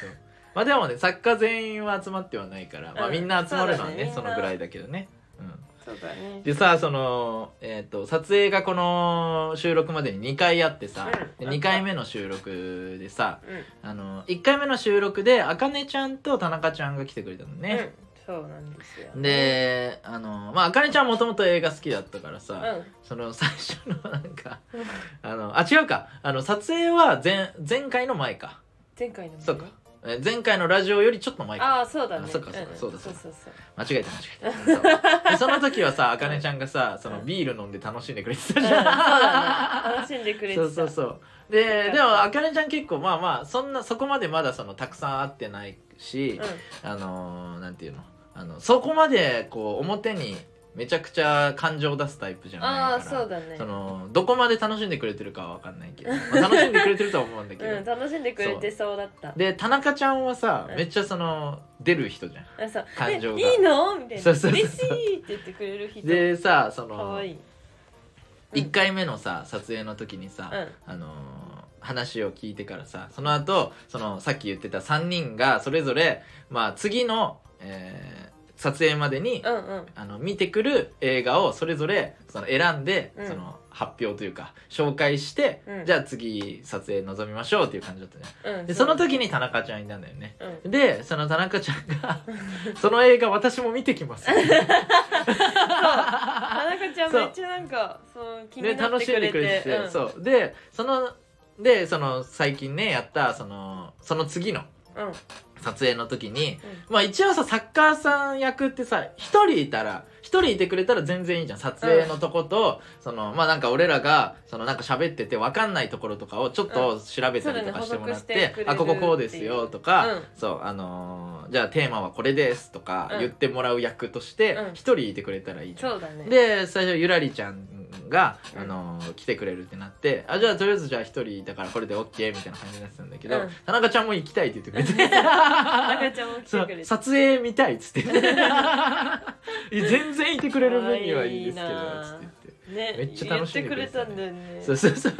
Speaker 2: そうまあでもね作家全員は集まってはないから、まあ、
Speaker 1: うん
Speaker 2: みんな集まるの
Speaker 1: そ
Speaker 2: はね,、そう
Speaker 1: だねみんな
Speaker 2: のぐらいだけどね、うん、
Speaker 1: そうだね
Speaker 2: でさその、えー、と撮影がこの収録までに2回あってさ、
Speaker 1: うん
Speaker 2: で2回目の収録でさ
Speaker 1: うん
Speaker 2: あの1回目の収録であかねちゃんと田中ちゃんが来てくれたの
Speaker 1: う
Speaker 2: ね、
Speaker 1: んそうなんですよ
Speaker 2: であのまああかねちゃんもともと映画好きだったからさ、
Speaker 1: う
Speaker 2: その最初のなんか
Speaker 1: んうん
Speaker 2: あのあ違うかあの撮影は前前回の前か
Speaker 1: 前回のもね
Speaker 2: そうかえ前回のラジオよりちょっと前か
Speaker 1: ああそうだね
Speaker 2: あそうかそうか
Speaker 1: ん
Speaker 2: そうだそうだ
Speaker 1: そうそう
Speaker 2: 間違えた間違えたそうでその時はさあかねちゃんがさそのビール飲んで楽しんでくれてた
Speaker 1: うん
Speaker 2: じ
Speaker 1: そう
Speaker 2: ゃん、
Speaker 1: だね楽しんでくれてた
Speaker 2: [LAUGHS] そうそうそう
Speaker 1: よか
Speaker 2: で
Speaker 1: った
Speaker 2: でもあかねちゃん結構まあまあそんなそこまでまだそのたくさん会ってないし、あのーなんていうのあのそこまでこう表にめちゃくちゃ感情を出すタイプじゃ
Speaker 1: ん
Speaker 2: な
Speaker 1: あ
Speaker 2: い
Speaker 1: あ
Speaker 2: から
Speaker 1: そうだね
Speaker 2: そのどこまで楽しんでくれてるかは分かんないけど、まあ楽しんでくれてるとは思うんだけ
Speaker 1: [LAUGHS]
Speaker 2: ど、
Speaker 1: うん楽しんでくれてそうだった
Speaker 2: で田中ちゃんはさ
Speaker 1: うん
Speaker 2: めっちゃその出る人じゃ
Speaker 1: [LAUGHS]
Speaker 2: ん。
Speaker 1: あそう
Speaker 2: 感情が
Speaker 1: えいいのみたいな
Speaker 2: そうそうそう
Speaker 1: 嬉しいって言ってくれる人
Speaker 2: でさそ
Speaker 1: かわ
Speaker 2: の
Speaker 1: いいうん
Speaker 2: 1回目のさ撮影の時にさ、あのー話を聞いてからさその後そのさっき言ってた3人がそれぞれ、まあ、次の、えー撮影までに、
Speaker 1: うんうんうん
Speaker 2: あの見てくる映画をそれぞれその選んで、
Speaker 1: うん
Speaker 2: その発表というか紹介して、
Speaker 1: うん
Speaker 2: じゃあ次撮影臨みましょうっていう感じだったね
Speaker 1: うん
Speaker 2: でその時に田中ちゃんいたんだよね
Speaker 1: うん
Speaker 2: でその田中ちゃんが「その映画私も見てき [LAUGHS] ます」
Speaker 1: 田中ちゃん
Speaker 2: そう
Speaker 1: めっちゃなんかその気
Speaker 2: で
Speaker 1: になっ
Speaker 2: 楽
Speaker 1: て
Speaker 2: し
Speaker 1: くれ
Speaker 2: んで
Speaker 1: て
Speaker 2: くれてて、
Speaker 1: うん
Speaker 2: そうでそのでその最近ねやったそのその次の
Speaker 1: うん
Speaker 2: 撮影の時に、まあ一応さサッカーさん役ってさ一人いたら一人いてくれたら全然いいじゃん撮影のとこと、そのまあなんか俺らがそのなんか喋ってて分かんないところとかをちょっと調べたりとかしてもらって,、
Speaker 1: そうだね補足してくれる
Speaker 2: あこここうですよとか、
Speaker 1: うん
Speaker 2: そうあのーじゃあテーマはこれですとか
Speaker 1: うん
Speaker 2: 言ってもらう役として
Speaker 1: うん
Speaker 2: 一人いてくれたらいいじゃん
Speaker 1: そうだね
Speaker 2: で最初ゆらりちゃんが、
Speaker 1: うん
Speaker 2: あのー来てくれるってなってあじゃあとりあえずじゃあ一人だからこれで OK みたいな感じになってたんだけど、
Speaker 1: うん
Speaker 2: 田中ちゃんも行きたいって言ってくれて
Speaker 1: 田中ちゃんも来て
Speaker 2: そう
Speaker 1: くれて
Speaker 2: 撮影見たい
Speaker 1: [LAUGHS]
Speaker 2: っつっていや全然いてくれる分にはいいですけど
Speaker 1: かわいいな
Speaker 2: つって言って。
Speaker 1: ね
Speaker 2: めっちゃ楽しんでく
Speaker 1: 言
Speaker 2: れ
Speaker 1: っててく
Speaker 2: た
Speaker 1: れ
Speaker 2: ね
Speaker 1: たんだよね
Speaker 2: そうそうそう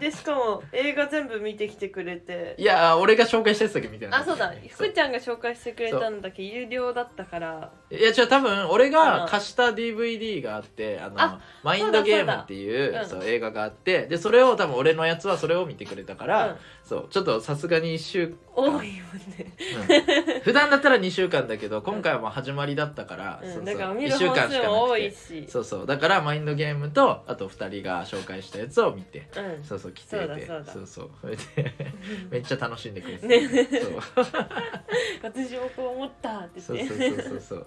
Speaker 1: でしかも映画全部見てきてくれて
Speaker 2: いや俺が紹介したやつだけ見てない
Speaker 1: あそうだ福ちゃんが紹介してくれたんだけど有料だったから
Speaker 2: いや違う多分俺が
Speaker 1: うん
Speaker 2: 貸した DVD があって「あの
Speaker 1: あ
Speaker 2: マインドゲーム」っていう
Speaker 1: そう
Speaker 2: そう
Speaker 1: だそうだうん
Speaker 2: 映画があってでそれを多分俺のやつはそれを見てくれたから、
Speaker 1: うん
Speaker 2: そうちょっとさすがに1週
Speaker 1: 多いもんね
Speaker 2: うん [LAUGHS] 普段だったら2週間だけど今回はもう始まりだったから、
Speaker 1: う
Speaker 2: そうんそ
Speaker 1: だ
Speaker 2: う
Speaker 1: から見
Speaker 2: 1
Speaker 1: る
Speaker 2: 週
Speaker 1: 本
Speaker 2: 間し
Speaker 1: 数
Speaker 2: か
Speaker 1: も
Speaker 2: なく
Speaker 1: 多
Speaker 2: て
Speaker 1: いし
Speaker 2: そうそうだからマインドゲームとあと2人が紹介したやつを見て
Speaker 1: うん
Speaker 2: そうそう来てて
Speaker 1: そうだそうだ
Speaker 2: そうそうそ
Speaker 1: [LAUGHS]
Speaker 2: れでめっちゃ楽しんでくれてた、
Speaker 1: ね
Speaker 2: そう
Speaker 1: 私もこう思ったって
Speaker 2: そう
Speaker 1: 言っ
Speaker 2: そう
Speaker 1: て
Speaker 2: そうそうそう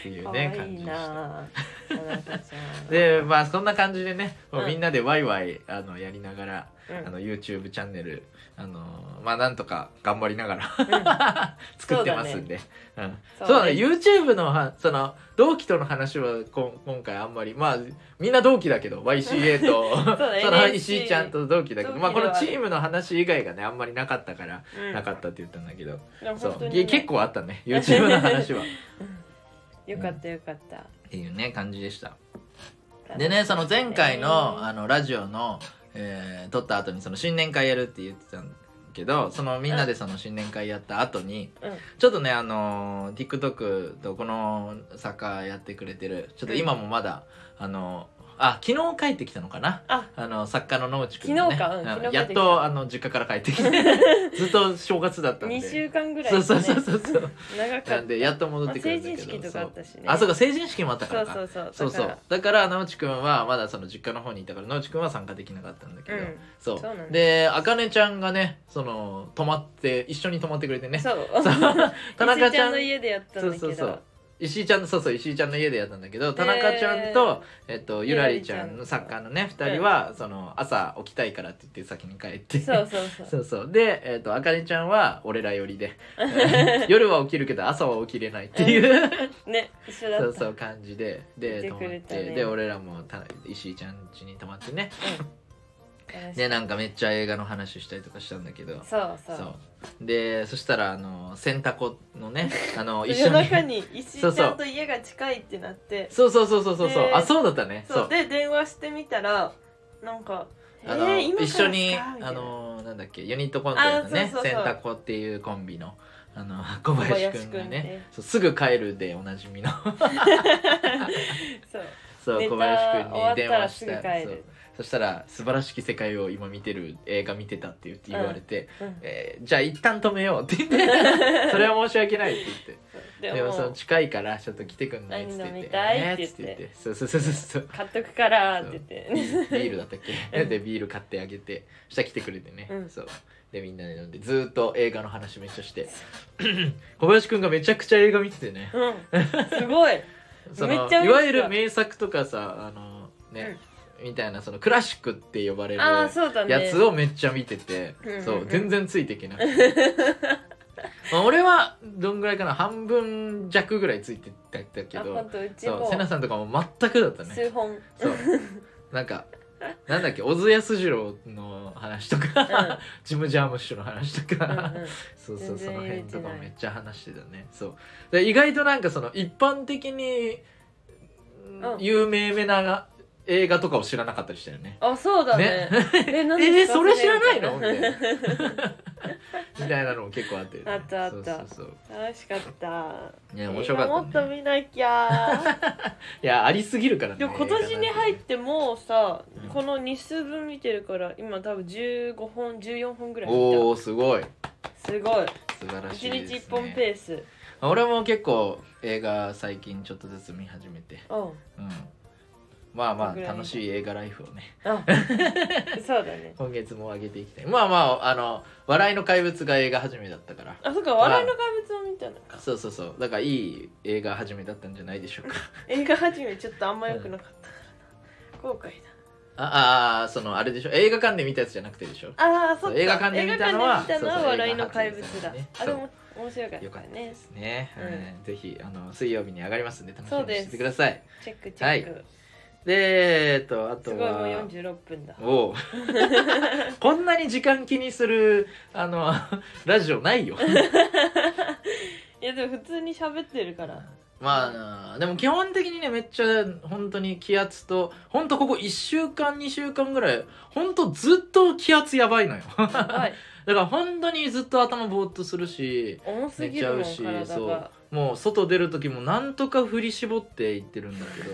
Speaker 2: っていう
Speaker 1: 可
Speaker 2: ね
Speaker 1: 愛
Speaker 2: 感
Speaker 1: い
Speaker 2: じでした。
Speaker 1: な田中ちゃん
Speaker 2: [LAUGHS] でまあそんな感じでね、もう
Speaker 1: うん
Speaker 2: みんなでワイワイあのやりながら、
Speaker 1: うん
Speaker 2: あの YouTube チャンネルあのまあなんとか頑張りながら、 [LAUGHS] 作
Speaker 1: そ
Speaker 2: っ
Speaker 1: う
Speaker 2: て
Speaker 1: だね
Speaker 2: ますんでう,、
Speaker 1: そ
Speaker 2: ん、
Speaker 1: うね
Speaker 2: そうだね YouTube のはその同期との話はこん今回あんまりまあみんな同期だけど YCA
Speaker 1: [LAUGHS]
Speaker 2: と
Speaker 1: そうだね
Speaker 2: その
Speaker 1: NSC
Speaker 2: 石井ちゃんと同期だけど、
Speaker 1: 同期
Speaker 2: まあ、この
Speaker 1: ではあ
Speaker 2: チ
Speaker 1: る
Speaker 2: ームの話以外がねあんまりなかったから、
Speaker 1: うん
Speaker 2: なかったって言ったんだけど、
Speaker 1: でも
Speaker 2: そ
Speaker 1: 本当
Speaker 2: う
Speaker 1: に
Speaker 2: い
Speaker 1: ね
Speaker 2: や結構あっ
Speaker 1: [LAUGHS]
Speaker 2: たね YouTube の話は。
Speaker 1: よかったよかった
Speaker 2: っていうね感じでした。でねその前回のあのラジオの、えー撮った後にその新年会やるって言ってたんだけどそのみんなでその新年会やった後に、
Speaker 1: うん
Speaker 2: ちょっとねあのー TikTok とこのサッカーやってくれてるちょっと今もまだ、あのあ昨日帰ってきたのかな
Speaker 1: あ
Speaker 2: あの作家の野内くんが、ね、
Speaker 1: 昨日かうん昨日帰ってきた
Speaker 2: やっとあの実家から帰って
Speaker 1: [LAUGHS]
Speaker 2: きてずっと正月だったんで
Speaker 1: 二週間ぐらい
Speaker 2: そ
Speaker 1: ね
Speaker 2: うそうそうそうそう
Speaker 1: 長か
Speaker 2: な
Speaker 1: った
Speaker 2: んでやっと戻
Speaker 1: まあ
Speaker 2: ってくる
Speaker 1: 成
Speaker 2: んだけ
Speaker 1: 人
Speaker 2: ど、
Speaker 1: 式とかあったしね
Speaker 2: あそうか成人式もあったか
Speaker 1: そ
Speaker 2: ら
Speaker 1: う
Speaker 2: か
Speaker 1: そうそう
Speaker 2: そうそ
Speaker 1: だ
Speaker 2: う
Speaker 1: か
Speaker 2: だから直地くんはまだその実家の方にいたから直地くんは参加できなかったんだけ
Speaker 1: ら
Speaker 2: ど、
Speaker 1: うん
Speaker 2: そう
Speaker 1: そうなんだ
Speaker 2: であかねちゃんがねその泊まって一緒に泊まってくれてね
Speaker 1: そう
Speaker 2: [LAUGHS]
Speaker 1: [LAUGHS]
Speaker 2: 田中
Speaker 1: 石井
Speaker 2: ちゃん
Speaker 1: の家でやったんだけど
Speaker 2: そうそうそう石井ちゃんそうそう石井ちゃんの家でやったんだけど田中ちゃんと、えっと、ゆらりちゃんの作家のね2人は、その朝起きたいからって言って先に帰って
Speaker 1: そうそうそう
Speaker 2: [LAUGHS] そうそうで、えっとあかねちゃんは俺ら寄り
Speaker 1: [LAUGHS]
Speaker 2: でうん夜は起きるけど朝は起きれないっていう
Speaker 1: ね一緒だった
Speaker 2: そうそう感じでで
Speaker 1: 見て
Speaker 2: 泊
Speaker 1: く
Speaker 2: まっ
Speaker 1: れた
Speaker 2: て、
Speaker 1: ね
Speaker 2: で俺らもた石井ちゃん家に泊まってね、でなんかめっちゃ映画の話したりとかしたんだけど
Speaker 1: そうそう
Speaker 2: そうでそしたらあの洗濯
Speaker 1: [LAUGHS]
Speaker 2: のねあの一
Speaker 1: 夜
Speaker 2: 緒に
Speaker 1: 中に石
Speaker 2: そう
Speaker 1: 井ち
Speaker 2: そう
Speaker 1: ゃんと家が近いってな
Speaker 2: [LAUGHS]
Speaker 1: って
Speaker 2: そうそうそうそうそうそう
Speaker 1: で
Speaker 2: あそうだったね
Speaker 1: そう
Speaker 2: そう
Speaker 1: で電話してみたらなんか「え
Speaker 2: あの、
Speaker 1: ー、今から
Speaker 2: 一
Speaker 1: ですか?」
Speaker 2: 緒に
Speaker 1: みた
Speaker 2: あ
Speaker 1: いな
Speaker 2: のなんだっけユニットコントやったね
Speaker 1: あそうそう
Speaker 2: 洗
Speaker 1: そう
Speaker 2: 濯っていうコンビのあの [LAUGHS] 小林くんが
Speaker 1: 小林くん
Speaker 2: ね
Speaker 1: ね
Speaker 2: そうすぐ帰るでおなじみの
Speaker 1: そう
Speaker 2: そう
Speaker 1: ネタ
Speaker 2: 小林くん
Speaker 1: 終わ
Speaker 2: に
Speaker 1: っ
Speaker 2: 電
Speaker 1: たら
Speaker 2: 話し
Speaker 1: す
Speaker 2: た
Speaker 1: ぐ
Speaker 2: ら
Speaker 1: 帰
Speaker 2: そう
Speaker 1: る
Speaker 2: そしたら「素晴らしき世界を今見てる映画見てた」って言って言われて、
Speaker 1: うん
Speaker 2: えーじゃあ一旦止めようって
Speaker 1: [LAUGHS]
Speaker 2: 言ってそれは申し訳ないって言って。
Speaker 1: で
Speaker 2: でも
Speaker 1: も
Speaker 2: その近いからちょっと来てくんないっつって
Speaker 1: 何飲み
Speaker 2: 言って
Speaker 1: たい
Speaker 2: ね
Speaker 1: って言
Speaker 2: つ
Speaker 1: っ
Speaker 2: ってて言ってそうそうそう
Speaker 1: [LAUGHS]
Speaker 2: そう
Speaker 1: 買っとくからって言って
Speaker 2: ビールだったっけ
Speaker 1: うん
Speaker 2: でビール買ってあげてそしたら来てくれてね、
Speaker 1: うん
Speaker 2: そうでみんなで飲んでずーっと映画の話めっちゃして [CLEARS THROAT] 小林くんがめちゃくちゃ映画見ててね
Speaker 1: うんす
Speaker 2: [LAUGHS]
Speaker 1: ごい
Speaker 2: そ
Speaker 1: め
Speaker 2: の
Speaker 1: っちゃ見てた
Speaker 2: いわゆる名作とかさあのね、みたいなそのクラシックって呼ばれる
Speaker 1: ああそうだね
Speaker 2: やつをめっちゃ見てて、
Speaker 1: うんうんうん
Speaker 2: そう全然ついていけなく
Speaker 1: [LAUGHS]
Speaker 2: てまあ俺はどんぐらいかな半分弱ぐらいついてったけ
Speaker 1: あ
Speaker 2: ど
Speaker 1: ほんとうち
Speaker 2: そう
Speaker 1: も
Speaker 2: 瀬名さんとかも全くだったね
Speaker 1: 数
Speaker 2: [LAUGHS]
Speaker 1: 本うん
Speaker 2: そうなんかなんだっけ小津安二郎の話とか、
Speaker 1: うん
Speaker 2: ジム・ジャームッシュの話とか、
Speaker 1: うん
Speaker 2: そうそ
Speaker 1: 全
Speaker 2: うそ
Speaker 1: 然
Speaker 2: の辺と
Speaker 1: 言
Speaker 2: か
Speaker 1: えてない
Speaker 2: めっちゃ話してたねそうで意外となんかその一般的に
Speaker 1: うん
Speaker 2: 有名めな映画とかを知らなかったりしたよね、
Speaker 1: あそうだねえなん
Speaker 2: え
Speaker 1: で
Speaker 2: ー
Speaker 1: すか
Speaker 2: それ知らないのみたいな
Speaker 1: みたいな
Speaker 2: みたいなのも結構あって、ね、
Speaker 1: あったあった
Speaker 2: そうそう
Speaker 1: 楽しかった
Speaker 2: そうね面白か
Speaker 1: 映画
Speaker 2: った、
Speaker 1: もっと
Speaker 2: ね、
Speaker 1: 見なき
Speaker 2: [LAUGHS]
Speaker 1: ゃ
Speaker 2: いやありすぎるからね
Speaker 1: でも今年に入ってもうさ
Speaker 2: うん
Speaker 1: この日数分見てるから今多分15本14本ぐらい
Speaker 2: お
Speaker 1: 見
Speaker 2: おーすごい
Speaker 1: たすごい
Speaker 2: 素晴らし
Speaker 1: 一
Speaker 2: いです、
Speaker 1: 日
Speaker 2: ね、
Speaker 1: 一本ペース
Speaker 2: 俺も結構映画最近ちょっとずつ見始めて [LAUGHS]
Speaker 1: うん
Speaker 2: うんまあま
Speaker 1: ど
Speaker 2: あ
Speaker 1: んぐらい
Speaker 2: 楽しい映画ライフをね
Speaker 1: あそうだね
Speaker 2: 今月も上げていきたいまあまああの笑いの怪物が映画始めだったから
Speaker 1: あそっか笑いの怪物を見たのか
Speaker 2: そうそうそうだからいい映画始めだったんじゃないでしょうか [LAUGHS]
Speaker 1: 映画始めちょっとあんま良くなかったからな後悔
Speaker 2: ああーそのあれでしょ映画館で見たやつじゃなくてでしょ
Speaker 1: だああそっか
Speaker 2: 映画館で見たのは
Speaker 1: 映画館で見たの
Speaker 2: そう
Speaker 1: は
Speaker 2: そう
Speaker 1: 笑いの怪物だ
Speaker 2: 映画
Speaker 1: あ
Speaker 2: 初
Speaker 1: で
Speaker 2: め
Speaker 1: も面白かったね
Speaker 2: よかったですね、
Speaker 1: うん
Speaker 2: うんぜひあの水曜日に上がりますんで楽し
Speaker 1: そ
Speaker 2: み
Speaker 1: う
Speaker 2: に
Speaker 1: です
Speaker 2: しててください
Speaker 1: チェックチェック、
Speaker 2: でえっとあと
Speaker 1: すごいもう
Speaker 2: は
Speaker 1: 46分だ
Speaker 2: おう [LAUGHS] こんなに時間気にするあの [LAUGHS] ラジオないよ [LAUGHS]
Speaker 1: いやでも普通に喋ってる
Speaker 2: [LAUGHS]
Speaker 1: から
Speaker 2: まあでも基本的にねめっちゃ本当に気圧と本当ここ1週間2週間ぐらい本当ずっと気圧やばいのよ [LAUGHS] だ
Speaker 1: やば
Speaker 2: か
Speaker 1: い
Speaker 2: ら本当にずっと頭ぼーっとするし
Speaker 1: 重す
Speaker 2: 寝
Speaker 1: ぎ
Speaker 2: ちゃ
Speaker 1: るも
Speaker 2: うんし
Speaker 1: 体
Speaker 2: そう
Speaker 1: が
Speaker 2: もう外出る時もなんとか振り絞って行ってるんだ
Speaker 1: [LAUGHS]
Speaker 2: けど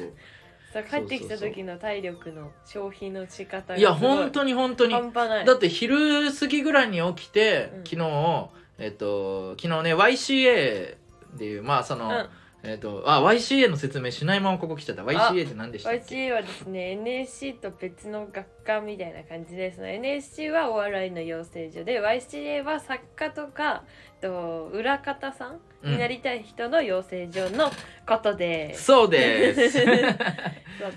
Speaker 1: さ帰ってきた時の体力の消費の仕方が
Speaker 2: いや
Speaker 1: すご
Speaker 2: 本当に本当に
Speaker 1: 半端ない
Speaker 2: だって昼過ぎぐらいに起きて、
Speaker 1: うん
Speaker 2: 昨日えっと昨日ね YCA っていうまあその、
Speaker 1: うん
Speaker 2: えっとあ YCA の説明しないままここ来ちゃった YCA って何でしたっけ
Speaker 1: YC はですね NSC と別の学科みたいな感じですの NSC はお笑いの養成所で YCA は作家とかえっと裏方さん
Speaker 2: うん
Speaker 1: になりたい人の養成所のことです。
Speaker 2: そうで
Speaker 1: [LAUGHS]
Speaker 2: す
Speaker 1: そう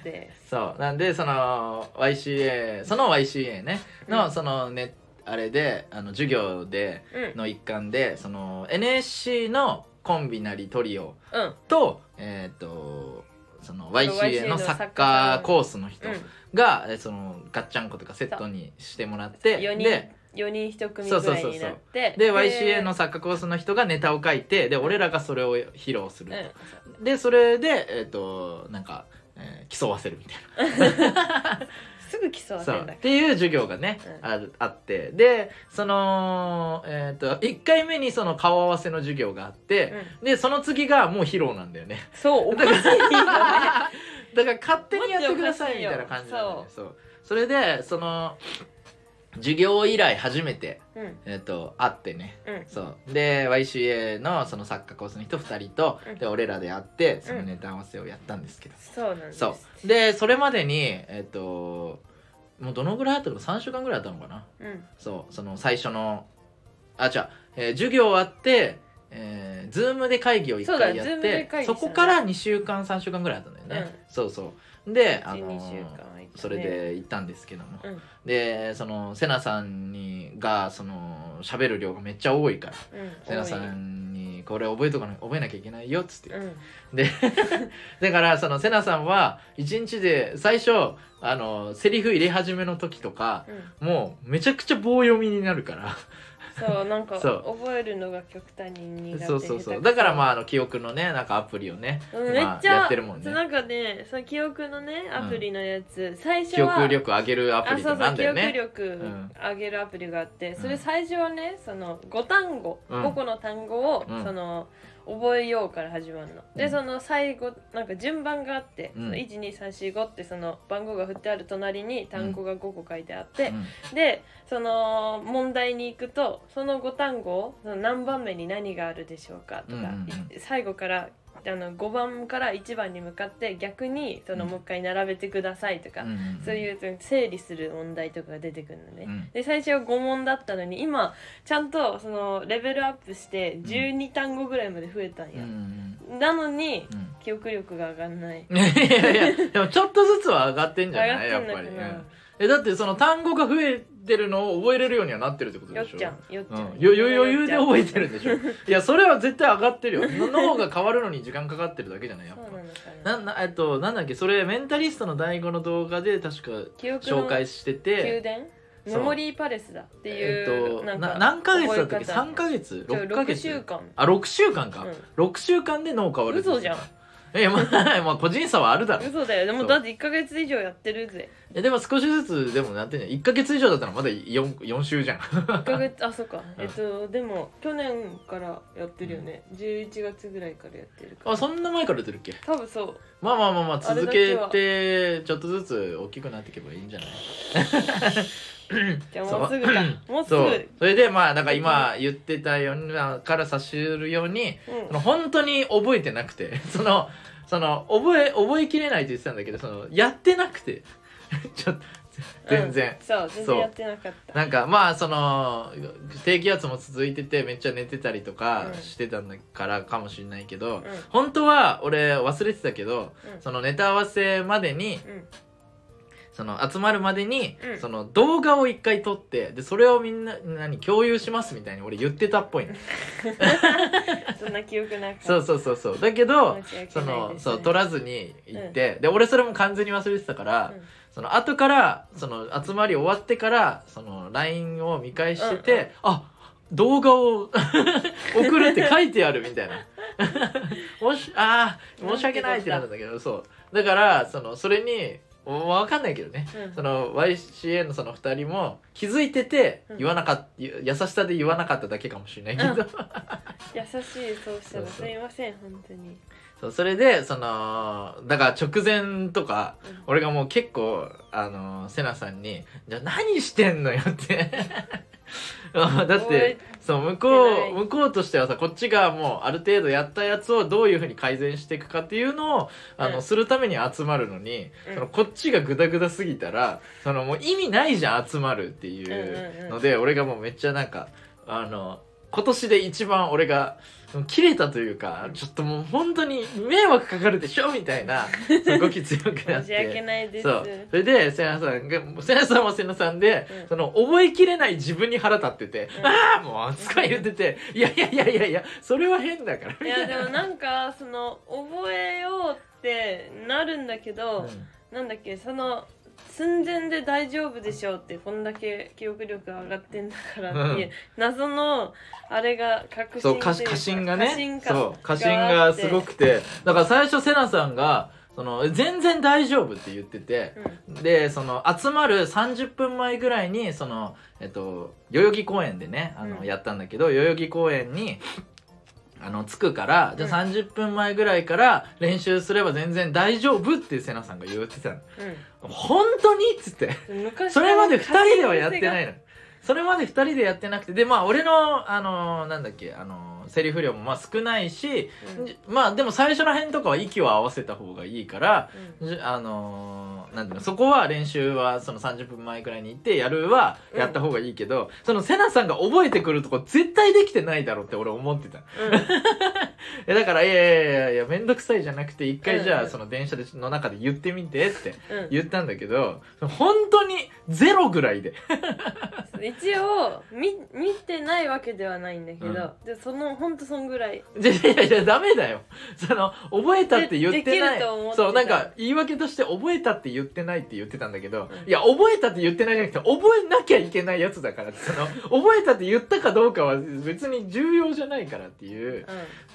Speaker 1: です。
Speaker 2: そうなんでその YCA その YCA ねの、
Speaker 1: うん
Speaker 2: そのねあれであの授業で
Speaker 1: うん
Speaker 2: の一環でその NSC のコンビなりトリオ
Speaker 1: うん
Speaker 2: とえっ、とその
Speaker 1: YCA
Speaker 2: YCA の
Speaker 1: の
Speaker 2: サ
Speaker 1: サ
Speaker 2: ッ
Speaker 1: ッカ
Speaker 2: カー
Speaker 1: ー
Speaker 2: コースの人
Speaker 1: うん。
Speaker 2: が、えーそのガッチャンコとかセットにしてもらって
Speaker 1: 四人
Speaker 2: で
Speaker 1: 四人一組ぐらいになって
Speaker 2: で YCA のサッカーコースの人がネタを書いてで俺らがそれを披露す
Speaker 1: う
Speaker 2: る
Speaker 1: ん、
Speaker 2: と、でそれでえっ、となんか、えー競わせるみたい
Speaker 1: すぐ競
Speaker 2: な
Speaker 1: わ
Speaker 2: そ
Speaker 1: せる
Speaker 2: うん
Speaker 1: だ
Speaker 2: っ
Speaker 1: け
Speaker 2: ていう授業がね、
Speaker 1: う
Speaker 2: ああってでそのえっ、と1回目にその顔合わせの授業があって
Speaker 1: ど、、
Speaker 2: でその次がもう披露なんだよね
Speaker 1: うん、そうおかしいよね
Speaker 2: だから勝手にやってくださいみたいな感じなのねそうそれでその授業以来初めて、
Speaker 1: うん
Speaker 2: えっと会ってね
Speaker 1: うん
Speaker 2: そうで YCA のそのサッカーコースの人2人と、
Speaker 1: うん
Speaker 2: で俺らで会ってそのネタ合わせをやったんですけど、
Speaker 1: そうなんです
Speaker 2: そうでそれまでにえっ、ともうどのぐらいあったの3週間ぐらいあったのかな
Speaker 1: うん
Speaker 2: そうその最初のあじゃえー授業終わってえー、ズームで会議を一
Speaker 1: そうだ
Speaker 2: 回や
Speaker 1: Zoom で
Speaker 2: ってそ,、
Speaker 1: 会議したね
Speaker 2: こから2週間3週間ぐらいあったんだよね、そうそうで、あの
Speaker 1: 12
Speaker 2: ー
Speaker 1: 週間は行ったね
Speaker 2: それで行ったんですけども、
Speaker 1: うん
Speaker 2: でそのセナさんにがその喋る量がめっちゃ多いから
Speaker 1: うん
Speaker 2: セナさ
Speaker 1: 多い
Speaker 2: んにこれ覚えとかな覚えなきゃいけないよっつって、
Speaker 1: うん
Speaker 2: でだからそのセナさんは一日で最初あのセリフ入れ始めの時とか
Speaker 1: うん
Speaker 2: もうめちゃくちゃ棒読みになるから
Speaker 1: そうなんか
Speaker 2: そう
Speaker 1: 覚えるのが極端に苦手
Speaker 2: そうそうそうだからまあ
Speaker 1: あ、
Speaker 2: あの記憶のねなんかアプリをね、
Speaker 1: うんめっ
Speaker 2: まあ、
Speaker 1: ちゃ、
Speaker 2: やってるもんね
Speaker 1: なんかねその記憶のねアプリのやつ、最初
Speaker 2: 記
Speaker 1: は
Speaker 2: 憶力上げるアプリっ
Speaker 1: あ
Speaker 2: て
Speaker 1: そうそ
Speaker 2: な
Speaker 1: うん
Speaker 2: だ
Speaker 1: 記
Speaker 2: よ
Speaker 1: 憶
Speaker 2: ね
Speaker 1: 力
Speaker 2: ん
Speaker 1: 上げるアプリがあって、そうれ
Speaker 2: ん
Speaker 1: 最初はねその5単語、
Speaker 2: うん
Speaker 1: 5個の単語を、
Speaker 2: うん
Speaker 1: その覚えようから始まるの、
Speaker 2: う
Speaker 1: で
Speaker 2: ん
Speaker 1: その最後なんか順番があって、
Speaker 2: う
Speaker 1: そ
Speaker 2: ん
Speaker 1: の12345ってその番号が振ってある隣に単語が5個書いてあって、
Speaker 2: うん
Speaker 1: でその問題に行くとその5単語その何番目に何があるでしょうかとか、
Speaker 2: うんうんうん
Speaker 1: い最後からあの5番から1番に向かって逆にそのもう一回並べてくださいとか、
Speaker 2: ん
Speaker 1: そういうその整理する問題とかが出てくるのね。
Speaker 2: うん
Speaker 1: で最初は5問だったのに今ちゃんとそのレベルアップして12単語ぐらいまで増えたん
Speaker 2: う
Speaker 1: や、
Speaker 2: ん
Speaker 1: なのに
Speaker 2: うん
Speaker 1: 記憶力が上がんない
Speaker 2: いやいやでもちょっとずつは上がってん
Speaker 1: 上
Speaker 2: じゃ
Speaker 1: がっ
Speaker 2: ない
Speaker 1: て
Speaker 2: やっ
Speaker 1: んだ
Speaker 2: ぱ
Speaker 1: け
Speaker 2: り、
Speaker 1: ど
Speaker 2: うんえだってその単語が増えてるのを覚えれるようにはなってるってこと
Speaker 1: よ
Speaker 2: で
Speaker 1: っ
Speaker 2: しょ
Speaker 1: ちゃんよっち
Speaker 2: う
Speaker 1: ゃ
Speaker 2: ん、
Speaker 1: ん、
Speaker 2: 余裕余裕で覚えてるんでしょいやそれは絶対上がってるよのの方が変わるのに時間かかってるだけじゃないやっ
Speaker 1: そうなのか
Speaker 2: ぱ
Speaker 1: な
Speaker 2: なんなえっとなんだっけそれメンタリストの第五の動画で確か
Speaker 1: 記憶の
Speaker 2: 紹介して
Speaker 1: 宮
Speaker 2: て
Speaker 1: 殿
Speaker 2: そう
Speaker 1: メモリーパレスだっていう、
Speaker 2: えっと
Speaker 1: な
Speaker 2: なん
Speaker 1: か
Speaker 2: 何ヶ月だったっけ
Speaker 1: 覚え方
Speaker 2: 三ヶ月
Speaker 1: ちょ
Speaker 2: 六ヶ
Speaker 1: 6
Speaker 2: 月
Speaker 1: 週間
Speaker 2: あ六週間か、
Speaker 1: うん
Speaker 2: 六週間で脳変わる
Speaker 1: 嘘
Speaker 2: [LAUGHS]
Speaker 1: じゃん
Speaker 2: えまあ、 [LAUGHS] まあ個人差はあるだろう
Speaker 1: 嘘だよで
Speaker 2: そ
Speaker 1: も
Speaker 2: う
Speaker 1: だって1ヶ月以上やってるぜ
Speaker 2: えでも少しずつでもなってんじゃん1か月以上だったらまだ 4, 4週じゃん [LAUGHS]
Speaker 1: 1ヶ月あそうかえっとでも去年からやってるよね、11月ぐらいからやってるから
Speaker 2: あそんな前から出てるっけ
Speaker 1: 多分そう
Speaker 2: まあまあまあまあ
Speaker 1: あれ
Speaker 2: 続
Speaker 1: だけ
Speaker 2: け
Speaker 1: は
Speaker 2: てちょっとずつ大きくなっていけばいいんじゃない
Speaker 1: じゃあ
Speaker 2: そう
Speaker 1: もうすぐかもうすぐ
Speaker 2: そうそれでまあなんか今言ってたようなから差し得るように
Speaker 1: うん
Speaker 2: その本当に覚えてなくてそのその覚え覚えきれないと言ってたんだけどそのやってなくて [LAUGHS] ちょっと全
Speaker 1: う
Speaker 2: 然、
Speaker 1: んそう全
Speaker 2: そう
Speaker 1: 然やってなかった
Speaker 2: なんかまあその低気圧も続いててめっちゃ寝てたりとか
Speaker 1: うん
Speaker 2: してたんだからかもしれないけど、
Speaker 1: うん
Speaker 2: 本当は俺忘れてたけど
Speaker 1: うん
Speaker 2: そのネタ合わせまでに
Speaker 1: うん
Speaker 2: その集まるまでに、
Speaker 1: うん
Speaker 2: その動画を一回撮ってでそれをみんななに共有しますみたいに俺言ってたっぽいの
Speaker 1: そんな記憶なかった
Speaker 2: そうそうそうそうだけど
Speaker 1: 申し訳ないです
Speaker 2: そのそう撮らずに行って、で俺それも完全に忘れてたから、
Speaker 1: うん
Speaker 2: その後からその集まり終わってからその LINE を見返してて、
Speaker 1: うんうん
Speaker 2: あ動画を [LAUGHS] 送るって書いてあるみたいな [LAUGHS] もしあー申し訳ないってなるんだけどそうだからそのそれに分かんないけどね
Speaker 1: うん
Speaker 2: その YCA のその2人も気づいてて
Speaker 1: うん
Speaker 2: 言わなかった優しさで言わなかっただけかもしれないけど、
Speaker 1: 優しいそうしたら
Speaker 2: そう
Speaker 1: す
Speaker 2: そう
Speaker 1: みません本当に
Speaker 2: そうそれでそのだから直前とか
Speaker 1: うん
Speaker 2: 俺がもう結構あのセナさんに「じゃあ何してんのよ」って [LAUGHS] だってそう向こ
Speaker 1: してないう
Speaker 2: 向こうとしてはさこっちがもうある程度やったやつをどういうふうに改善していくかっていうのをあの、
Speaker 1: うん
Speaker 2: するために集まるのに、
Speaker 1: うん
Speaker 2: そのこっちがグダグダすぎたらそのもう意味ないじゃん集まるっていうので、俺がもうめっちゃなんかあの今年で一番俺が切れたというかちょっともう本当に迷惑かかるでしょみた
Speaker 1: [LAUGHS]
Speaker 2: いなそう動き強くなっ
Speaker 1: 申し訳
Speaker 2: て。
Speaker 1: ないです
Speaker 2: そうそれで瀬名さんが瀬名さんは瀬名さんで、
Speaker 1: うん
Speaker 2: その覚えきれない自分に腹立ってて「
Speaker 1: うん
Speaker 2: ああもう」つか言ってて「いやいやいやいやいやそれは変だから」
Speaker 1: い
Speaker 2: みた
Speaker 1: や
Speaker 2: い
Speaker 1: で
Speaker 2: な。
Speaker 1: もなんかその覚えようってなるんだけど、
Speaker 2: うん
Speaker 1: なんだっけその寸前で大丈夫でしょうってこんだけ記憶力が上がってんだからっていう、
Speaker 2: うん
Speaker 1: 謎のあれが確信
Speaker 2: そ
Speaker 1: と
Speaker 2: う
Speaker 1: い
Speaker 2: 過
Speaker 1: うか
Speaker 2: 過信が
Speaker 1: 過
Speaker 2: ね
Speaker 1: 信感
Speaker 2: そう過信がす
Speaker 1: が
Speaker 2: ご
Speaker 1: あって
Speaker 2: くてだから最初セナさんがその全然大丈夫って言ってて、でその集まる30分前ぐらいにその、えっと、代々木公園でねあの、
Speaker 1: うん
Speaker 2: やったんだけど代々木公園に。あの着くからじゃあ30分前ぐらいから練習すれば全然大丈夫ってセナさんが言ってたの「本当に?」っつって
Speaker 1: うん、うん、昔
Speaker 2: それまで2人ではやってないのそれまで2人でやってなくてでまあ俺のあのーなんだっけあのーセリフ量もまあ少ないし、
Speaker 1: うん
Speaker 2: じまあでも最初ら辺とかは息を合わせた方がいいから
Speaker 1: うん
Speaker 2: じあのーなんていうのそこは練習はその30分前くらいに行ってやるはやった方がいいけど、そのセナさんが覚えてくるとこ絶対できてないだろうって俺思ってた
Speaker 1: うん
Speaker 2: えだからいやいやいやいやめんどくさいじゃなくて一回じ
Speaker 1: うん
Speaker 2: ゃあ
Speaker 1: うん
Speaker 2: その電車での中で言ってみてって
Speaker 1: うん
Speaker 2: 言ったんだけど本当にゼロぐらいで
Speaker 1: 一応見見てないわけではないんだけど、でそのうほんとそんぐらい
Speaker 2: [LAUGHS] じゃいやいやいやダメだよその覚えたって言ってな
Speaker 1: でできる
Speaker 2: い
Speaker 1: と思ってた
Speaker 2: そうなんか言い訳として覚えたって言ってないって言ってたんだけど、
Speaker 1: うん
Speaker 2: いや覚えたって言ってないじゃなくて覚えなきゃいけないやつだからその覚えたって言ったかどうかは別に重要じゃないからっていう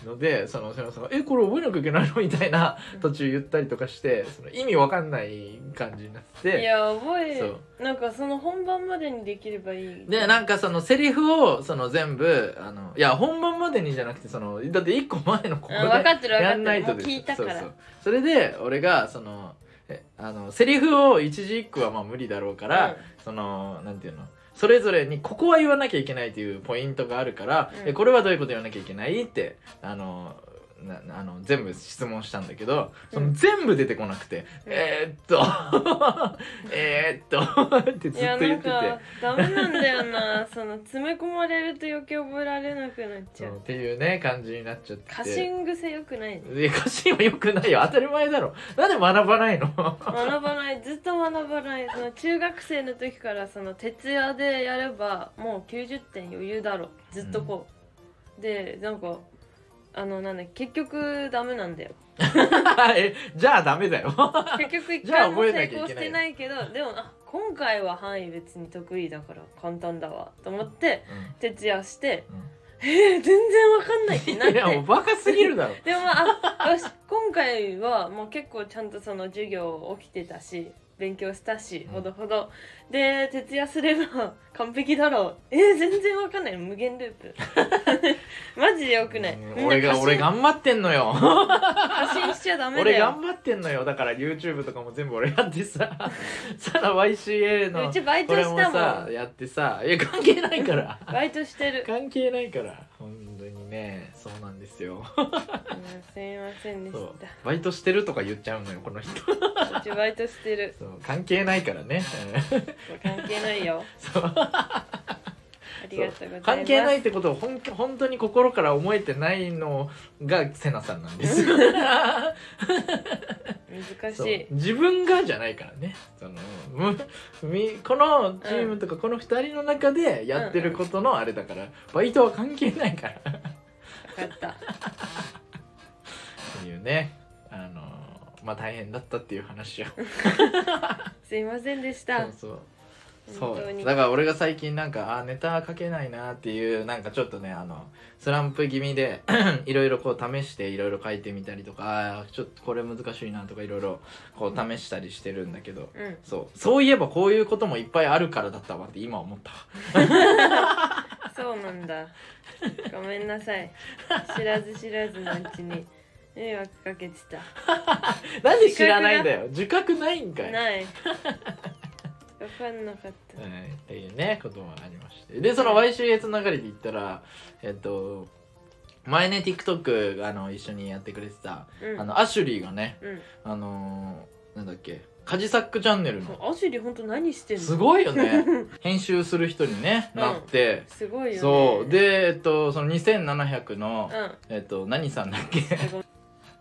Speaker 1: う
Speaker 2: のでそのそのそのえこれ覚えなきゃいけないのみたいな途中言ったりとかしてその意味わかんない感じになって
Speaker 1: んいや覚
Speaker 2: そ
Speaker 1: えなんかその本番までにできればいい
Speaker 2: でなん
Speaker 1: か
Speaker 2: かそのセリフをその全部あのいや本番までにじゃなくてそのだって一個前のここで
Speaker 1: うん分かってる分かってる
Speaker 2: やんないと
Speaker 1: もう
Speaker 2: です
Speaker 1: 聞いたから
Speaker 2: そうそうそれで俺がそのえあのセリフを一字一句はまあ無理だろうから、そのなんていうのそれぞれにここは言わなきゃいけないというポイントがあるから、
Speaker 1: うん
Speaker 2: えこれはどういうこと言わなきゃいけないってあのなあの全部質問したんだけどその全部出てこなくて、
Speaker 1: うん
Speaker 2: えー、っと [LAUGHS] えーっとってず
Speaker 1: いや
Speaker 2: っと
Speaker 1: な
Speaker 2: 言
Speaker 1: ん
Speaker 2: ってて。
Speaker 1: かダメなんだよな [LAUGHS] その詰め込まれると余計覚えられなくなっち
Speaker 2: そ
Speaker 1: ゃ
Speaker 2: うっ
Speaker 1: う
Speaker 2: ていうね感じになっちゃって
Speaker 1: 過信癖よくないね
Speaker 2: いや過信はよくないよ当たり前だろなんで学ばないの
Speaker 1: 学ばないずっと学ばないその中学生の時からその徹夜でやればもう90点余裕だろずっとこう、でなんかあのなんだ結局ダメなんだよ
Speaker 2: [LAUGHS] えじゃあダメだよ
Speaker 1: 結局一
Speaker 2: じゃあ
Speaker 1: 回も
Speaker 2: 覚え
Speaker 1: 成
Speaker 2: なきゃ
Speaker 1: 功
Speaker 2: いけ
Speaker 1: し
Speaker 2: ない
Speaker 1: てないけどでもあ今回は範囲別に得意だから簡単だわと思って
Speaker 2: うん
Speaker 1: 徹夜して「
Speaker 2: うん
Speaker 1: えー、全然わかんない」ってなっ
Speaker 2: いやも
Speaker 1: て
Speaker 2: う。バカすぎるだろ
Speaker 1: でもまああよし今回はもう結構ちゃんとその授業起きてたし勉強したし
Speaker 2: うん
Speaker 1: ほどほど、で徹夜すれば完璧だろうえー、全然わかんない無限ループ [LAUGHS] マジでよくない
Speaker 2: う
Speaker 1: み
Speaker 2: ん
Speaker 1: んな
Speaker 2: 俺
Speaker 1: 過
Speaker 2: が
Speaker 1: 信
Speaker 2: 俺頑張ってんのよ
Speaker 1: 過信しちゃダメだ
Speaker 2: 俺
Speaker 1: よ
Speaker 2: 頑張ってんのよだから YouTube とかも全部俺やってさ [LAUGHS] その YCA の
Speaker 1: うちバイト
Speaker 2: 俺
Speaker 1: し
Speaker 2: も
Speaker 1: たも
Speaker 2: さ
Speaker 1: ん
Speaker 2: やってさいや関係ないから
Speaker 1: バイトしてる、
Speaker 2: 関係ないから本当にねそうなんですよ
Speaker 1: うん [LAUGHS] すいませんでし
Speaker 2: そうバイトしてるとか言っちゃうのよこの人
Speaker 1: たうちバイトしてる
Speaker 2: そう関係ないからね
Speaker 1: 関係ないよ
Speaker 2: そう
Speaker 1: ありがとうございます
Speaker 2: 関係ないってことを本気本当に心から思えてないのがセナさんなんですよ
Speaker 1: 難し
Speaker 2: そう
Speaker 1: い
Speaker 2: 自分がじゃないからねそのむみこのチームとかこの2人の中でやってることのあれだから、バイトは関係ないからっ
Speaker 1: 分かった
Speaker 2: ていうねあのまあ大変だったっていう話を
Speaker 1: すいませんでし
Speaker 2: そ
Speaker 1: た
Speaker 2: うそうそ
Speaker 1: 本当
Speaker 2: う
Speaker 1: に
Speaker 2: だから俺が最近なんかあーネタ書けないなっていうなんかちょっとねあのスランプ気味で [CLEARS THROAT] いろいろこう試していろいろ書いてみたりとかあーちょっとこれ難しいなとかいろいろこう試したりしてるんだけど
Speaker 1: うん
Speaker 2: そうそういえばこういうこともいっぱいあるからだったわって今思った
Speaker 1: そうなんだ。ごめんなさい。知らず知らずのうちに迷惑かけて
Speaker 2: なんで知らないんだよ自覚ないんか
Speaker 1: た。
Speaker 2: い、
Speaker 1: ない。わかんなかっ
Speaker 2: う
Speaker 1: た。
Speaker 2: んっていうねこともありましてでその YCS の流れで言ったらえっと前ね TikTok あの一緒にやってくれてた、
Speaker 1: うん。
Speaker 2: あのアシュリーがね
Speaker 1: うん。
Speaker 2: あのー、なんだっけカジサックチャンネルの
Speaker 1: そうアシュリー本当何してんの？
Speaker 2: す
Speaker 1: す
Speaker 2: ごい
Speaker 1: [LAUGHS]
Speaker 2: よね編集する人に、ね、
Speaker 1: うん
Speaker 2: なって、
Speaker 1: ごいよね。
Speaker 2: そう。でえっとその2700
Speaker 1: う
Speaker 2: の
Speaker 1: ん。、あ
Speaker 2: えっと何さんだっけ [LAUGHS]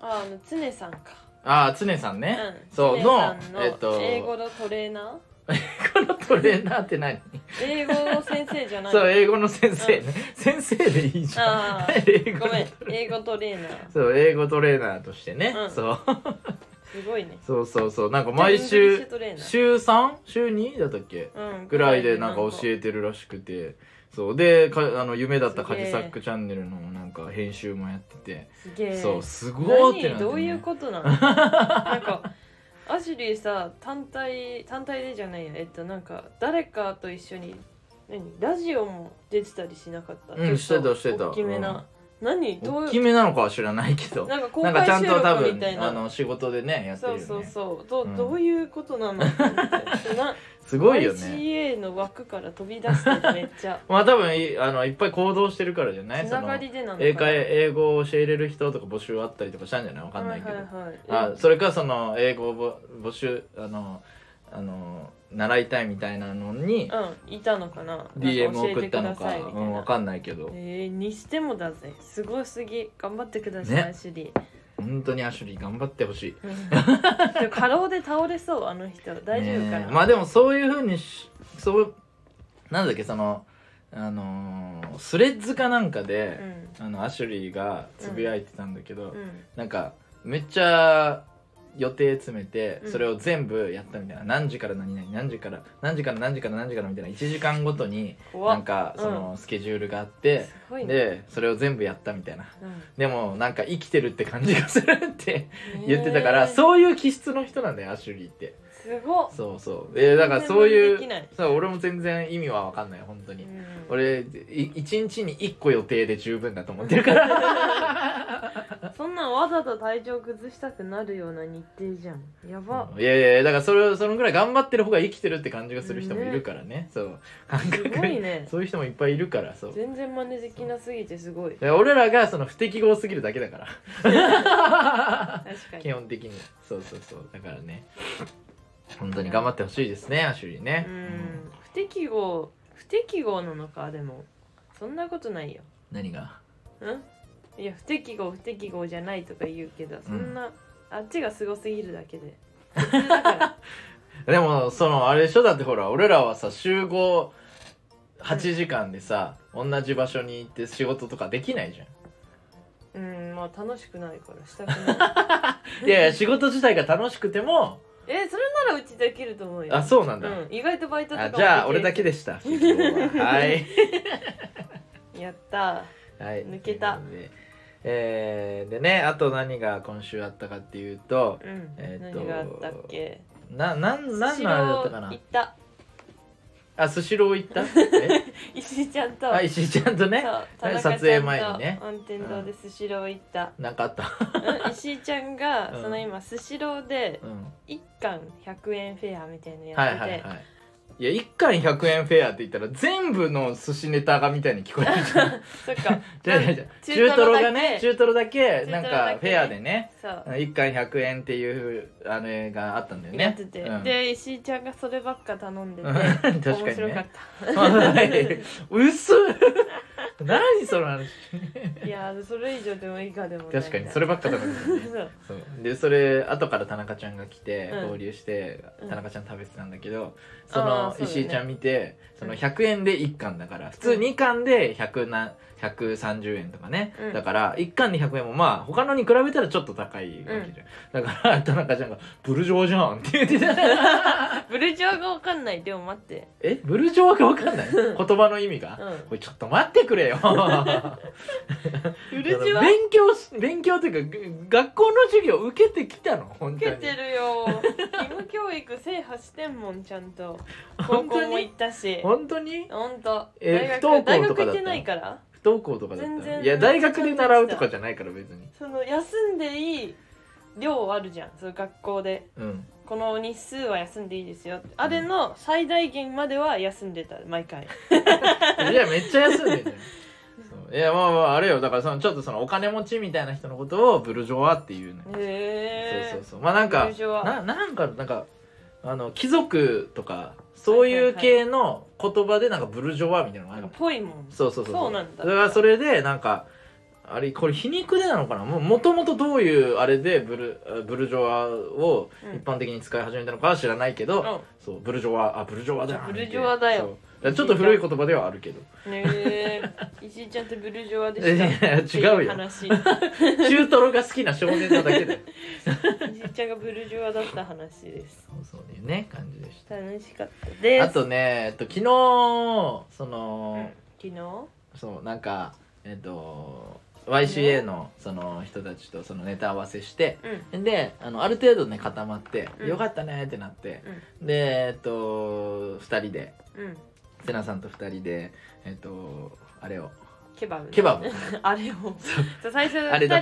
Speaker 1: あの常さんか。
Speaker 2: ああ常さん
Speaker 1: う
Speaker 2: ね、
Speaker 1: ん。
Speaker 2: そう
Speaker 1: 常さん
Speaker 2: のえっと
Speaker 1: 英語のトレーナ
Speaker 2: この [LAUGHS] トレーナーって何
Speaker 1: ー？英語の先生じゃない。
Speaker 2: そう英語の先生ね、先生でいいじゃん
Speaker 1: あ
Speaker 2: 英
Speaker 1: あ。ご
Speaker 2: 語の
Speaker 1: めん。英語トレーナー。
Speaker 2: そう英語トレーナーとしてね、
Speaker 1: うん
Speaker 2: そう
Speaker 1: すごいね。
Speaker 2: そうそうそうなんか
Speaker 1: イ
Speaker 2: 毎
Speaker 1: ングリッシ
Speaker 2: 週
Speaker 1: ュトレーナー
Speaker 2: 週 3? 週 2? だったっけ
Speaker 1: うん。
Speaker 2: ぐらいでなんか教えてるらしくてそうでかあの夢だったカジサックチャンネルのなんか編集もやって
Speaker 1: すげ
Speaker 2: て
Speaker 1: え。
Speaker 2: そうすごー
Speaker 1: 何
Speaker 2: ってなって、ね、
Speaker 1: どういうことなのなんかアシュリーさ単体単体でじゃないやえっとなんか誰かと一緒に何ラジオも出てたりしなかった
Speaker 2: うん
Speaker 1: ちょっと
Speaker 2: してたしてた
Speaker 1: 大きめな、何どう
Speaker 2: 大きめなのかは知らないけど
Speaker 1: なんか [LAUGHS] 公
Speaker 2: なんか
Speaker 1: 開
Speaker 2: ちゃん
Speaker 1: 収
Speaker 2: と多
Speaker 1: 録み
Speaker 2: 分
Speaker 1: たいな
Speaker 2: あの仕事でねやってる
Speaker 1: そ
Speaker 2: よ
Speaker 1: う
Speaker 2: ね
Speaker 1: そうそうど,、う
Speaker 2: うん
Speaker 1: どういうことなのな
Speaker 2: すごいよね
Speaker 1: ICA の枠から飛び出してるめっち
Speaker 2: [LAUGHS]
Speaker 1: ゃ
Speaker 2: まあ多分いあのいっぱい行動してるからじゃ
Speaker 1: つ
Speaker 2: ないそ
Speaker 1: なが
Speaker 2: の
Speaker 1: りでなのかな
Speaker 2: 英会英語を教えれる人とか募集あったりとかしたんじゃないわかんないけど、
Speaker 1: はいはいはい
Speaker 2: あそれかその英語をぼ募集あのあの習いたいみたいなのに
Speaker 1: うんいたのかななんか教え
Speaker 2: DM
Speaker 1: て
Speaker 2: 送ったの
Speaker 1: くだ
Speaker 2: か
Speaker 1: さいみ
Speaker 2: う
Speaker 1: たい
Speaker 2: ん、
Speaker 1: な
Speaker 2: わかんないけど
Speaker 1: えー、にしてもだぜすごすぎ頑張ってください、
Speaker 2: ね
Speaker 1: シュリ
Speaker 2: 本当にアシュリー頑張ってほしい、 [LAUGHS]
Speaker 1: ーでも過労で倒れそうあの人大丈夫か
Speaker 2: ね
Speaker 1: な、
Speaker 2: えまあでもそういうふうにしそうなんだっけそのあのースレッズかなんかで、
Speaker 1: うん
Speaker 2: あのアシュリーがつぶやいてたんだけ
Speaker 1: う
Speaker 2: ど、
Speaker 1: ん
Speaker 2: なんかめっちゃ予定詰めて
Speaker 1: うん
Speaker 2: それを全部やったみたいな、何時から何々何時から何時から何時から何時からみたいな1時間ごとに
Speaker 1: 怖
Speaker 2: な
Speaker 1: っ
Speaker 2: んかそのスケジュールがあって
Speaker 1: す、ごいね、
Speaker 2: でそれを全部やったみたいな
Speaker 1: うん
Speaker 2: でもなんか生きてるって感じがするって言ってたから、
Speaker 1: [LAUGHS] へー
Speaker 2: そういう気質の人なんだよアシュリーって
Speaker 1: すごっ
Speaker 2: そうそうえだからそうい
Speaker 1: 全然でき
Speaker 2: う
Speaker 1: ない
Speaker 2: そう俺も全然意味は分かんない本当に、
Speaker 1: うん
Speaker 2: 俺い1日に1個予定で十分だと思ってるから
Speaker 1: そんなんわざと体調崩したくなるような日程じゃんやば、
Speaker 2: いやいやいやだからそれをそのぐらい頑張ってる方が生きてるって感じがする人もいるからねそう感覚
Speaker 1: すごいね
Speaker 2: [LAUGHS] そういう人もいっぱいいるからそう
Speaker 1: 全然真似できなすぎてすごい
Speaker 2: いや俺らがその不適合すぎるだけだから [LAUGHS]
Speaker 1: 確かに
Speaker 2: 基本的にそうそうそうだからね本当に頑張ってほしいですねアシュリーね
Speaker 1: う、ん不適合不適合なのかでもそんなことないよ
Speaker 2: 何が
Speaker 1: んいや不適合不適合じゃないとか言うけどそんな、あっちがすごすぎるだけ
Speaker 2: [LAUGHS]
Speaker 1: で普通だから
Speaker 2: でもそのあれでしょだってほら俺らはさ集合8時間でさ、同じ場所に行って仕事とかできないじゃん
Speaker 1: うんまあ楽しくないから
Speaker 2: [LAUGHS]
Speaker 1: したくない
Speaker 2: いやいや仕事自体が楽しくても
Speaker 1: えそれならうちできると思うよ
Speaker 2: あそうなんだ、
Speaker 1: うん、意外とバイトとか
Speaker 2: あ
Speaker 1: も
Speaker 2: じゃあ
Speaker 1: でき
Speaker 2: 俺
Speaker 1: る
Speaker 2: だけでした不適合は
Speaker 1: [LAUGHS]
Speaker 2: はい
Speaker 1: やった
Speaker 2: はい、
Speaker 1: 抜けた
Speaker 2: ということでえーでねあと何が今週あったかっていうと
Speaker 1: うん、
Speaker 2: えーっと
Speaker 1: 何があったっけ
Speaker 2: ななん何
Speaker 1: スシ
Speaker 2: の
Speaker 1: ロー
Speaker 2: あれだったかな
Speaker 1: 行った
Speaker 2: あスシロー行ったえ
Speaker 1: 石井ちゃんと、 [LAUGHS]
Speaker 2: あ石井ちゃんとね
Speaker 1: そう田中
Speaker 2: 撮影前にね
Speaker 1: ち
Speaker 2: [LAUGHS]
Speaker 1: ゃんと天堂でスシロー行った、
Speaker 2: なんかあった、
Speaker 1: うん石井ちゃんが、
Speaker 2: うん
Speaker 1: その今スシローで
Speaker 2: うん、
Speaker 1: 一貫100円フェアみたいなのや
Speaker 2: はい
Speaker 1: ってて、
Speaker 2: はいはいいや一貫100円フェアって言ったら全部の寿司ネタがみたいに聞こえるじ
Speaker 1: [LAUGHS]
Speaker 2: ゃん
Speaker 1: そっか
Speaker 2: じゃあじゃあじゃあ中
Speaker 1: 中
Speaker 2: ト
Speaker 1: ト
Speaker 2: ロ
Speaker 1: ロ
Speaker 2: が
Speaker 1: だけ
Speaker 2: ね中トロだ
Speaker 1: 中トロだけ
Speaker 2: けなんかフェアでね
Speaker 1: そう
Speaker 2: 一貫100円っていうあれがあったんだよ [LAUGHS] ね
Speaker 1: やってて、
Speaker 2: うん
Speaker 1: で石井ちゃんがそればっか頼んでて
Speaker 2: うん確かにね
Speaker 1: 面白かっ
Speaker 2: 嘘何その話
Speaker 1: たいやーそれ以上でも以下でもない
Speaker 2: 確かにそればっかだもんね
Speaker 1: そう
Speaker 2: そうでそれ後から田中ちゃんが来て
Speaker 1: うん
Speaker 2: 合流して、
Speaker 1: うん
Speaker 2: 田中ちゃん食べてたんだけどそ
Speaker 1: あー
Speaker 2: の
Speaker 1: そうだよね
Speaker 2: 石井ちゃん見てそ,、
Speaker 1: うん
Speaker 2: の100円で1貫だから普通2貫で100な130円とかね、
Speaker 1: うん
Speaker 2: だから1貫で100円もまあ他のに比べたらちょっと高いわけじゃん、だから [LAUGHS] 田中ちゃんが「ブルジョワじゃん」って言って
Speaker 1: [LAUGHS]
Speaker 2: た
Speaker 1: ブルジョアがわかんないでも待って
Speaker 2: えブルジョワが
Speaker 1: [LAUGHS]
Speaker 2: 分かんない言葉の意味が、
Speaker 1: うん
Speaker 2: これちょっと待ってく
Speaker 1: [LAUGHS]
Speaker 2: れよ
Speaker 1: ブルジョア
Speaker 2: 勉強し勉強というかぐ学校の授業受けてきたの本
Speaker 1: 受
Speaker 2: 当に
Speaker 1: けてるよ義務教育制覇してんもんちゃんと高
Speaker 2: 本当
Speaker 1: 校も行
Speaker 2: に
Speaker 1: ったし
Speaker 2: 本当に
Speaker 1: ほんと
Speaker 2: え
Speaker 1: 大学
Speaker 2: 不登
Speaker 1: 大
Speaker 2: 校と
Speaker 1: 学
Speaker 2: か
Speaker 1: 行
Speaker 2: だった
Speaker 1: ってないから
Speaker 2: 不登校とかだった
Speaker 1: 全
Speaker 2: の
Speaker 1: 然
Speaker 2: いや大学で習うとかじゃないから別に
Speaker 1: その休んでいい量あるじゃんその学校で
Speaker 2: うん
Speaker 1: この日数は休んでいいですよあれの最大限までは休んでた毎回
Speaker 2: いやめっちゃ休んで
Speaker 1: [LAUGHS]
Speaker 2: るじゃんそういやまあまああれよだからそのちょっとそのお金持ちみたいな人のことをブルジョワっていうね、
Speaker 1: へえ
Speaker 2: そうそうそうまあなんか
Speaker 1: ブルジョワ
Speaker 2: ななんかなんかあの貴族とかそういう系の言葉でなんかブルジョワみたいなのがあるの
Speaker 1: ぽいもん
Speaker 2: そうそうそう
Speaker 1: そうなんだ
Speaker 2: だからそれでなんかあれこれ皮肉でなのかなももともとどういうあれでブルあブルジョワを
Speaker 1: うん
Speaker 2: 一般的に使い始めたのかは知らないけど、
Speaker 1: うん
Speaker 2: そうブルジョワあブルジョワだ
Speaker 1: ブルジョワだよ
Speaker 2: そうちょっと古い言葉ではあるけど
Speaker 1: ねえ
Speaker 2: [LAUGHS]
Speaker 1: 石井ちゃんってブルジョアでし
Speaker 2: いや
Speaker 1: た
Speaker 2: 違うよ
Speaker 1: ってい話石
Speaker 2: 中トロが好きな少年なだけ
Speaker 1: [LAUGHS]
Speaker 2: で
Speaker 1: 井ちゃんがブルジョアだった話です
Speaker 2: そうそういうね感じでし
Speaker 1: 楽しかった
Speaker 2: た
Speaker 1: です
Speaker 2: あとね、えっと、昨日その、
Speaker 1: 昨日
Speaker 2: そうなんかえっと YCA のその人たちとそのネタ合わせして、
Speaker 1: うん
Speaker 2: であのある程度ね固まって「
Speaker 1: うん
Speaker 2: よかったね」ってなって、でえっと2人で
Speaker 1: うんうん
Speaker 2: 瀬名さんと2人でえっとあれを
Speaker 1: ケバブ
Speaker 2: ケバブ
Speaker 1: [LAUGHS] あれをそう最初
Speaker 2: あれだっ
Speaker 1: 2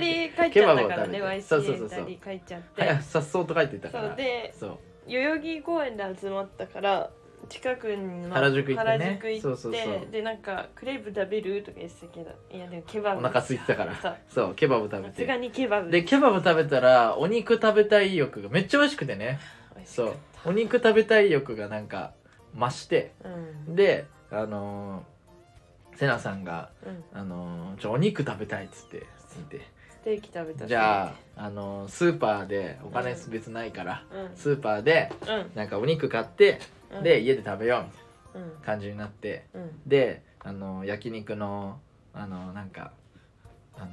Speaker 1: 人
Speaker 2: て
Speaker 1: 帰っちゃったからね
Speaker 2: ケバブを食べて
Speaker 1: YCA2
Speaker 2: そうそうそう
Speaker 1: 人帰っちゃっ
Speaker 2: は
Speaker 1: て
Speaker 2: や [LAUGHS] さっそうと書いてたか
Speaker 1: そう
Speaker 2: ら
Speaker 1: で
Speaker 2: そう
Speaker 1: 代々木公園で集まったから近くの
Speaker 2: 原宿行ってね
Speaker 1: 原宿行って
Speaker 2: そうそうそう
Speaker 1: でなんかクレープ食べるとか言ってたけどいやでもケバブ
Speaker 2: お腹空いてたから
Speaker 1: そう
Speaker 2: そうケバブ食べ
Speaker 1: さすが
Speaker 2: て
Speaker 1: にケバブ
Speaker 2: でケバブ食べたらお肉食べたい欲がめっちゃ美味しくてね
Speaker 1: 美味しか
Speaker 2: そ
Speaker 1: っ
Speaker 2: うお肉食べたい欲がなんか増して
Speaker 1: たうん
Speaker 2: であのー瀬名さんが
Speaker 1: うん
Speaker 2: 「あのーちょお肉食べたい」っつってつって
Speaker 1: ステーキ食べた
Speaker 2: じゃあ、あのスーパーでお金
Speaker 1: うん
Speaker 2: 別ないから、
Speaker 1: あうん
Speaker 2: スーパーで
Speaker 1: うん
Speaker 2: なんかお肉買って、
Speaker 1: うん
Speaker 2: で家で食べようみたい
Speaker 1: うん
Speaker 2: な感じになって
Speaker 1: うん
Speaker 2: で、あの焼肉の、あのなんかあの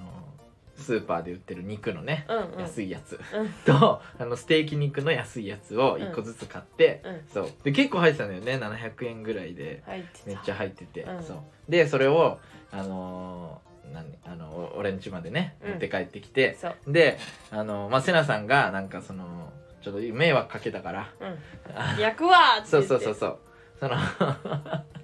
Speaker 2: スーパーで売ってる肉のね
Speaker 1: うんうん
Speaker 2: 安いやつ、
Speaker 1: うん
Speaker 2: とあのステーキ肉の安いやつを1個ずつ買って、
Speaker 1: うんうん
Speaker 2: そうで結構入ってたんだよね700円ぐらいで
Speaker 1: 入ってた
Speaker 2: めっちゃ入ってて、
Speaker 1: うん
Speaker 2: そうでそれをあのー何あのお俺ん家までね
Speaker 1: うん
Speaker 2: 持って帰ってきて、
Speaker 1: そう
Speaker 2: であのまあ瀬名さんがなんかそのちょっと迷惑かけたから [LAUGHS]
Speaker 1: うん焼くわーって
Speaker 2: そ
Speaker 1: 言
Speaker 2: う
Speaker 1: って
Speaker 2: そうそうそうその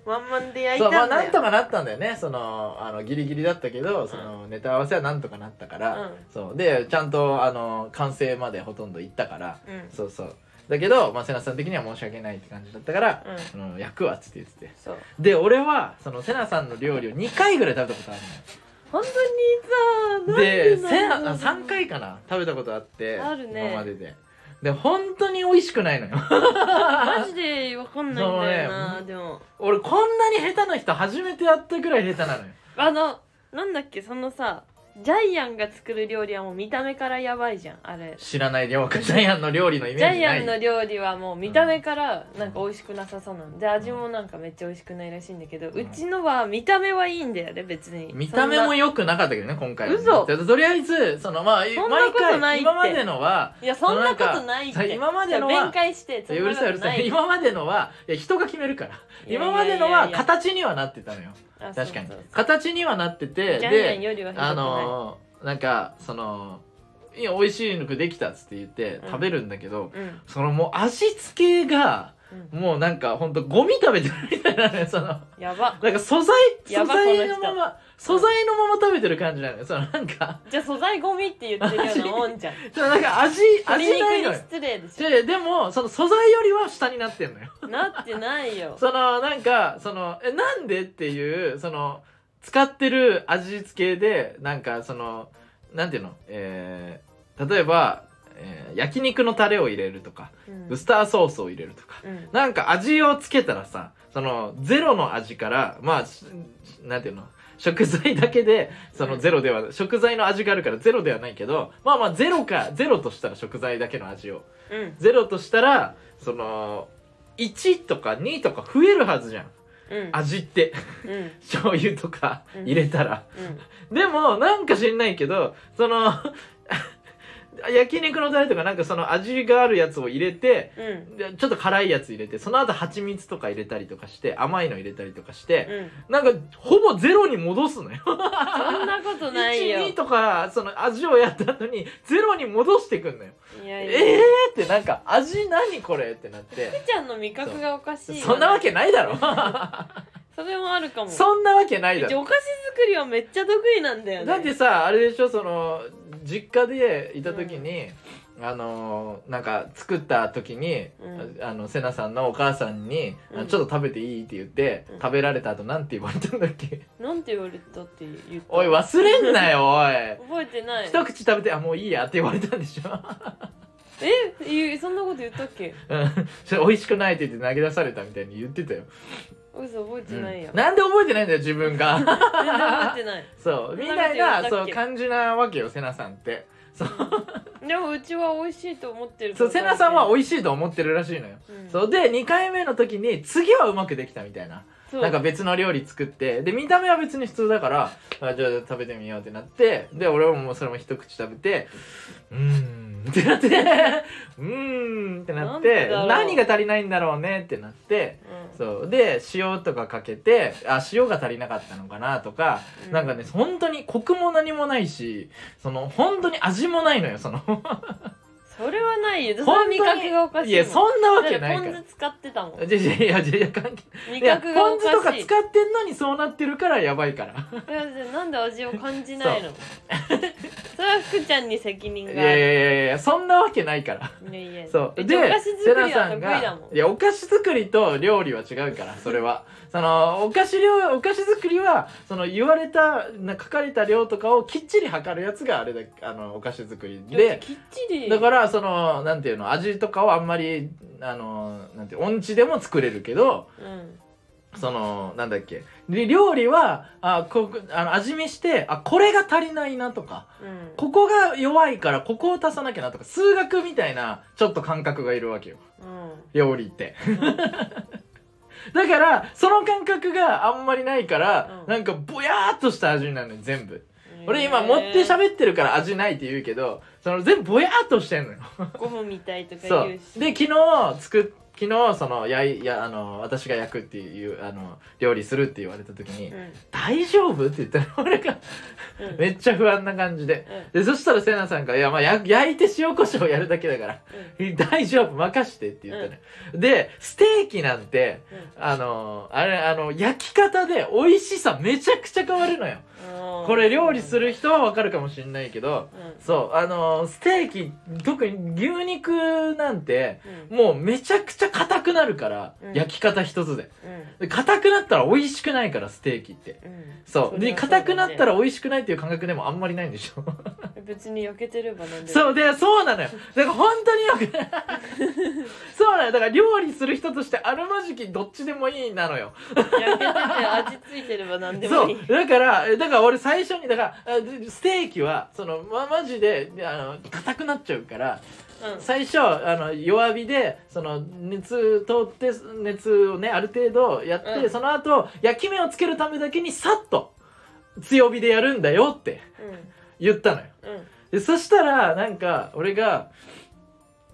Speaker 1: まんまんで焼い
Speaker 2: そ
Speaker 1: た
Speaker 2: うまあ
Speaker 1: んだ
Speaker 2: なん
Speaker 1: よ
Speaker 2: とかなったんだよねそのあのギリギリだったけどそのネタ合わせはなんとかなったから、
Speaker 1: うん
Speaker 2: そうでちゃんとあの完成までほとんど行ったから
Speaker 1: うんうん
Speaker 2: そうそうだけど、まあ、瀬名さん的には申し訳ないって感じだったから、その焼くわっつって言ってて
Speaker 1: そう
Speaker 2: で俺はその瀬名さんの料理を2回ぐらい食べたことあるのよ
Speaker 1: 本当にさ
Speaker 2: で
Speaker 1: なん
Speaker 2: せ
Speaker 1: なんだろ
Speaker 2: あ
Speaker 1: う
Speaker 2: 3回かな食べたことあって
Speaker 1: あるね
Speaker 2: 今まででで本当に美味しくないのよ [LAUGHS]
Speaker 1: マジでわかんないんだよな、
Speaker 2: そうね
Speaker 1: でも
Speaker 2: 俺こんなに下手な人初めて会ったぐらい下手なのよ
Speaker 1: あのなんだっけそのさジャイアンが作る料理はもう見た目からやばいじゃんあれ
Speaker 2: 知らない料理ジャイアンの料理のイ
Speaker 1: ジ
Speaker 2: メー
Speaker 1: ャ
Speaker 2: ジ
Speaker 1: イ
Speaker 2: な
Speaker 1: アンの
Speaker 2: い
Speaker 1: 料理はもう見た目からなんか美味しくなさそうなので味もなんかめっちゃ美味しくないらしいんだけど、
Speaker 2: う
Speaker 1: うんちのは見た目はいいんだよね別に
Speaker 2: 見た目
Speaker 1: そ
Speaker 2: も
Speaker 1: んな
Speaker 2: 良くなかったけどね今回はね
Speaker 1: 嘘
Speaker 2: とりあえずそのまあ
Speaker 1: そんな
Speaker 2: 毎
Speaker 1: ことないって
Speaker 2: 回今までのはい
Speaker 1: やそんなことないっ
Speaker 2: その
Speaker 1: て
Speaker 2: んか今までのは
Speaker 1: 弁解して
Speaker 2: いやうるさいうるさい今までのはいや人が決めるから
Speaker 1: いやいや
Speaker 2: 今までのは形にはなってたのよ確
Speaker 1: 確
Speaker 2: かに形にはなってて
Speaker 1: ジャイア
Speaker 2: で
Speaker 1: ンよりはひどくない、
Speaker 2: あのーなんかその「いや美味しい肉できた」っつって言って
Speaker 1: うん
Speaker 2: 食べるんだけど、
Speaker 1: うん
Speaker 2: そのもう味付けが
Speaker 1: うん
Speaker 2: もうなんかほんとゴミ食べてるみたいなねその
Speaker 1: やば
Speaker 2: なんか素材素
Speaker 1: やばこの
Speaker 2: 材
Speaker 1: 人
Speaker 2: のまま素材のまま食べてる感じなのよそのなんか
Speaker 1: じゃあ素材ゴミって言ってるようなもんじゃん
Speaker 2: そのなんか味 [LAUGHS]
Speaker 1: 鶏
Speaker 2: 味ない
Speaker 1: 肉
Speaker 2: の
Speaker 1: に
Speaker 2: よ
Speaker 1: 失礼でし
Speaker 2: ででもその素材よりは下になってんのよ
Speaker 1: ょなってないよ
Speaker 2: そのなんかそのえなんでっていうその使ってる味付けでなんかそのなんていうの、えー例えば、えー焼肉のタレを入れるとか、
Speaker 1: うん
Speaker 2: ウスターソースを入れるとか
Speaker 1: うん
Speaker 2: なんか味をつけたらさそのゼロの味からまあしなんていうの食材だけでそのゼロでは、食材の味があるからゼロではないけどまあまあゼロかゼロとしたら食材だけの味を
Speaker 1: うん
Speaker 2: ゼロとしたらその1とか2とか増えるはずじゃん
Speaker 1: うん
Speaker 2: 味って [LAUGHS]
Speaker 1: うんうん
Speaker 2: 醤油とか入れたら、
Speaker 1: うん
Speaker 2: でもなんか知んないけどその [LAUGHS] 焼肉のタレとかなんかその味があるやつを入れて
Speaker 1: うん
Speaker 2: でちょっと辛いやつ入れてその後蜂蜜とか入れたりとかして甘いの入れたりとかして、
Speaker 1: うん
Speaker 2: なんかほぼゼロに戻すのよ
Speaker 1: そんなこと [LAUGHS] ないよ
Speaker 2: 12とかその味をやった後にゼロに戻してくんのよ
Speaker 1: いやいや
Speaker 2: えーってなんか味何これってなって
Speaker 1: ちゃんの味覚がおかしいよ
Speaker 2: そんなわけないだろ
Speaker 1: それもあるかも
Speaker 2: そんなわけな
Speaker 1: う
Speaker 2: いだ
Speaker 1: ち
Speaker 2: ろ
Speaker 1: お菓子作りはめっちゃ得意なんだよね
Speaker 2: だってさあれでしょその実家でいた時に、あのなんか作った時に、
Speaker 1: う
Speaker 2: あの瀬名さんのお母さんに、あ
Speaker 1: うん
Speaker 2: ちょっと食べていい?」って言って、
Speaker 1: うん
Speaker 2: 食べられた後なんて言われたんだっけ
Speaker 1: なんて言われたって言った
Speaker 2: おい忘れんな
Speaker 1: [LAUGHS]
Speaker 2: よおい
Speaker 1: 覚えてない
Speaker 2: 一口食べて「あもういいや」って言われたんでしょ
Speaker 1: えいそんなこと言ったっけ
Speaker 2: うん [LAUGHS] それ美味しくないって言って投げ出されたみたいに言ってたよ、
Speaker 1: 嘘覚えて
Speaker 2: うん
Speaker 1: ないよ、
Speaker 2: なんで覚えてないんだよ自分が
Speaker 1: [LAUGHS] 全然覚えてない
Speaker 2: そうみ
Speaker 1: み
Speaker 2: た
Speaker 1: ん
Speaker 2: い
Speaker 1: な
Speaker 2: な
Speaker 1: で言ったっけ
Speaker 2: そう感じなわけよセナさんって
Speaker 1: でもうちは美味しいと思ってる
Speaker 2: そうセナさんは
Speaker 1: おい、
Speaker 2: 美味しいと思ってるらしいのよ、
Speaker 1: うん
Speaker 2: そうで2回目の時に次はうまくできたみたいな
Speaker 1: そう
Speaker 2: なんか別の料理作ってで見た目は別に普通だからあじゃあ食べてみようってなってで俺ももうそれも一口食べてうーんってなってうーんってなっ
Speaker 1: なん
Speaker 2: て
Speaker 1: でだろう
Speaker 2: 何が足りないんだろうねってなって
Speaker 1: うん
Speaker 2: そうで塩とかかけてあ塩が足りなかったのかなとか、
Speaker 1: うん
Speaker 2: なんかね本当にコクも何もないしその本当に味もないのよその
Speaker 1: それはないよその味覚がおかしいもん
Speaker 2: いやそんなわけ
Speaker 1: だっ
Speaker 2: ない
Speaker 1: て
Speaker 2: か
Speaker 1: ポン酢使ってたもん
Speaker 2: らいやいやいやいやいや関係
Speaker 1: 味
Speaker 2: いや
Speaker 1: 覚が
Speaker 2: ポ
Speaker 1: お
Speaker 2: ン酢と
Speaker 1: か
Speaker 2: か
Speaker 1: しい
Speaker 2: 使ってんのにそうなってる
Speaker 1: [LAUGHS]
Speaker 2: からやばいから
Speaker 1: いやじゃあなんで味を感じないの [LAUGHS] それは福ちゃんに責任があ
Speaker 2: い
Speaker 1: る
Speaker 2: やいやいやいやそんなわけないから
Speaker 1: いやいや
Speaker 2: そう
Speaker 1: でお菓子
Speaker 2: セ
Speaker 1: 作
Speaker 2: ナ
Speaker 1: りは
Speaker 2: さ
Speaker 1: 得
Speaker 2: ん
Speaker 1: 意
Speaker 2: が
Speaker 1: だもん
Speaker 2: いやお菓子作りと料理は違うからそれはそのお菓子料お菓子作りはその言われたな書かれた量とかをきっちり測るやつがあれだあのお菓子作り
Speaker 1: だって
Speaker 2: で
Speaker 1: きっちり
Speaker 2: だからそのなんていうの味とかをあんまりあのなんて音痴でも作れるけど
Speaker 1: うん
Speaker 2: そのなんだっけで料理はあこうあの味見してあこれが足りないなとか
Speaker 1: うん
Speaker 2: ここが弱いからここを足さなきゃなとか数学みたいなちょっと感覚がいるわけよ
Speaker 1: うん
Speaker 2: 料理
Speaker 1: [LAUGHS]
Speaker 2: って。だからその感覚があんまりないから、
Speaker 1: うん
Speaker 2: なんかぼやーっとした味になるのよ全部。
Speaker 1: い
Speaker 2: 俺今持って
Speaker 1: べ
Speaker 2: 喋ってるから味ないって言うけどその全部ぼやっとしてんのよ
Speaker 1: ゴムみたいとか
Speaker 2: そ
Speaker 1: 言う
Speaker 2: う
Speaker 1: し
Speaker 2: で昨日作っ昨日そのやいやあの私が焼くっていうあの料理するって言われた時に
Speaker 1: うんうん
Speaker 2: 「大丈夫?」って言ったら俺が
Speaker 1: うん
Speaker 2: めっちゃ不安な感じで
Speaker 1: うん
Speaker 2: でそしたらせなさんから「いやまあや焼いて塩コショウやるだけだから大丈夫任して」って言ったね、でステーキなんて
Speaker 1: うん
Speaker 2: あのあれあの焼き方で美味しさめちゃくちゃ変わるのよ
Speaker 1: うん
Speaker 2: これ料理する人はわかるかもしんないけど
Speaker 1: うん
Speaker 2: そうあのステーキ特に牛肉なんて
Speaker 1: うん
Speaker 2: もうめちゃくちゃ硬くなるから、
Speaker 1: うん
Speaker 2: 焼き方一つで
Speaker 1: うん
Speaker 2: で硬くなったら美味しくないからステーキって
Speaker 1: うん
Speaker 2: そう
Speaker 1: れ
Speaker 2: で
Speaker 1: は
Speaker 2: 硬くなった
Speaker 1: だ
Speaker 2: ら美味しくないっていう感覚でもあんまりないん
Speaker 1: [LAUGHS]
Speaker 2: でしょ
Speaker 1: ね別に焼けてればなんでも
Speaker 2: そうでそうなのよだから本当によくそうなのよだから料理する人としてあるまじきどっちでもいいなのよ
Speaker 1: 焼けてて味ついてればなんでも
Speaker 2: そ
Speaker 1: いいう
Speaker 2: だからえだから俺最初にだからあでステーキはそのまマジでであの硬くなっちゃうから
Speaker 1: うん
Speaker 2: 最初あの弱火でその熱通って熱をねある程度やって、
Speaker 1: うん
Speaker 2: その後焼き目をつけるためだけにさっと強火でやるんだよって言ったのよ
Speaker 1: うんうん
Speaker 2: でそしたらなんか俺が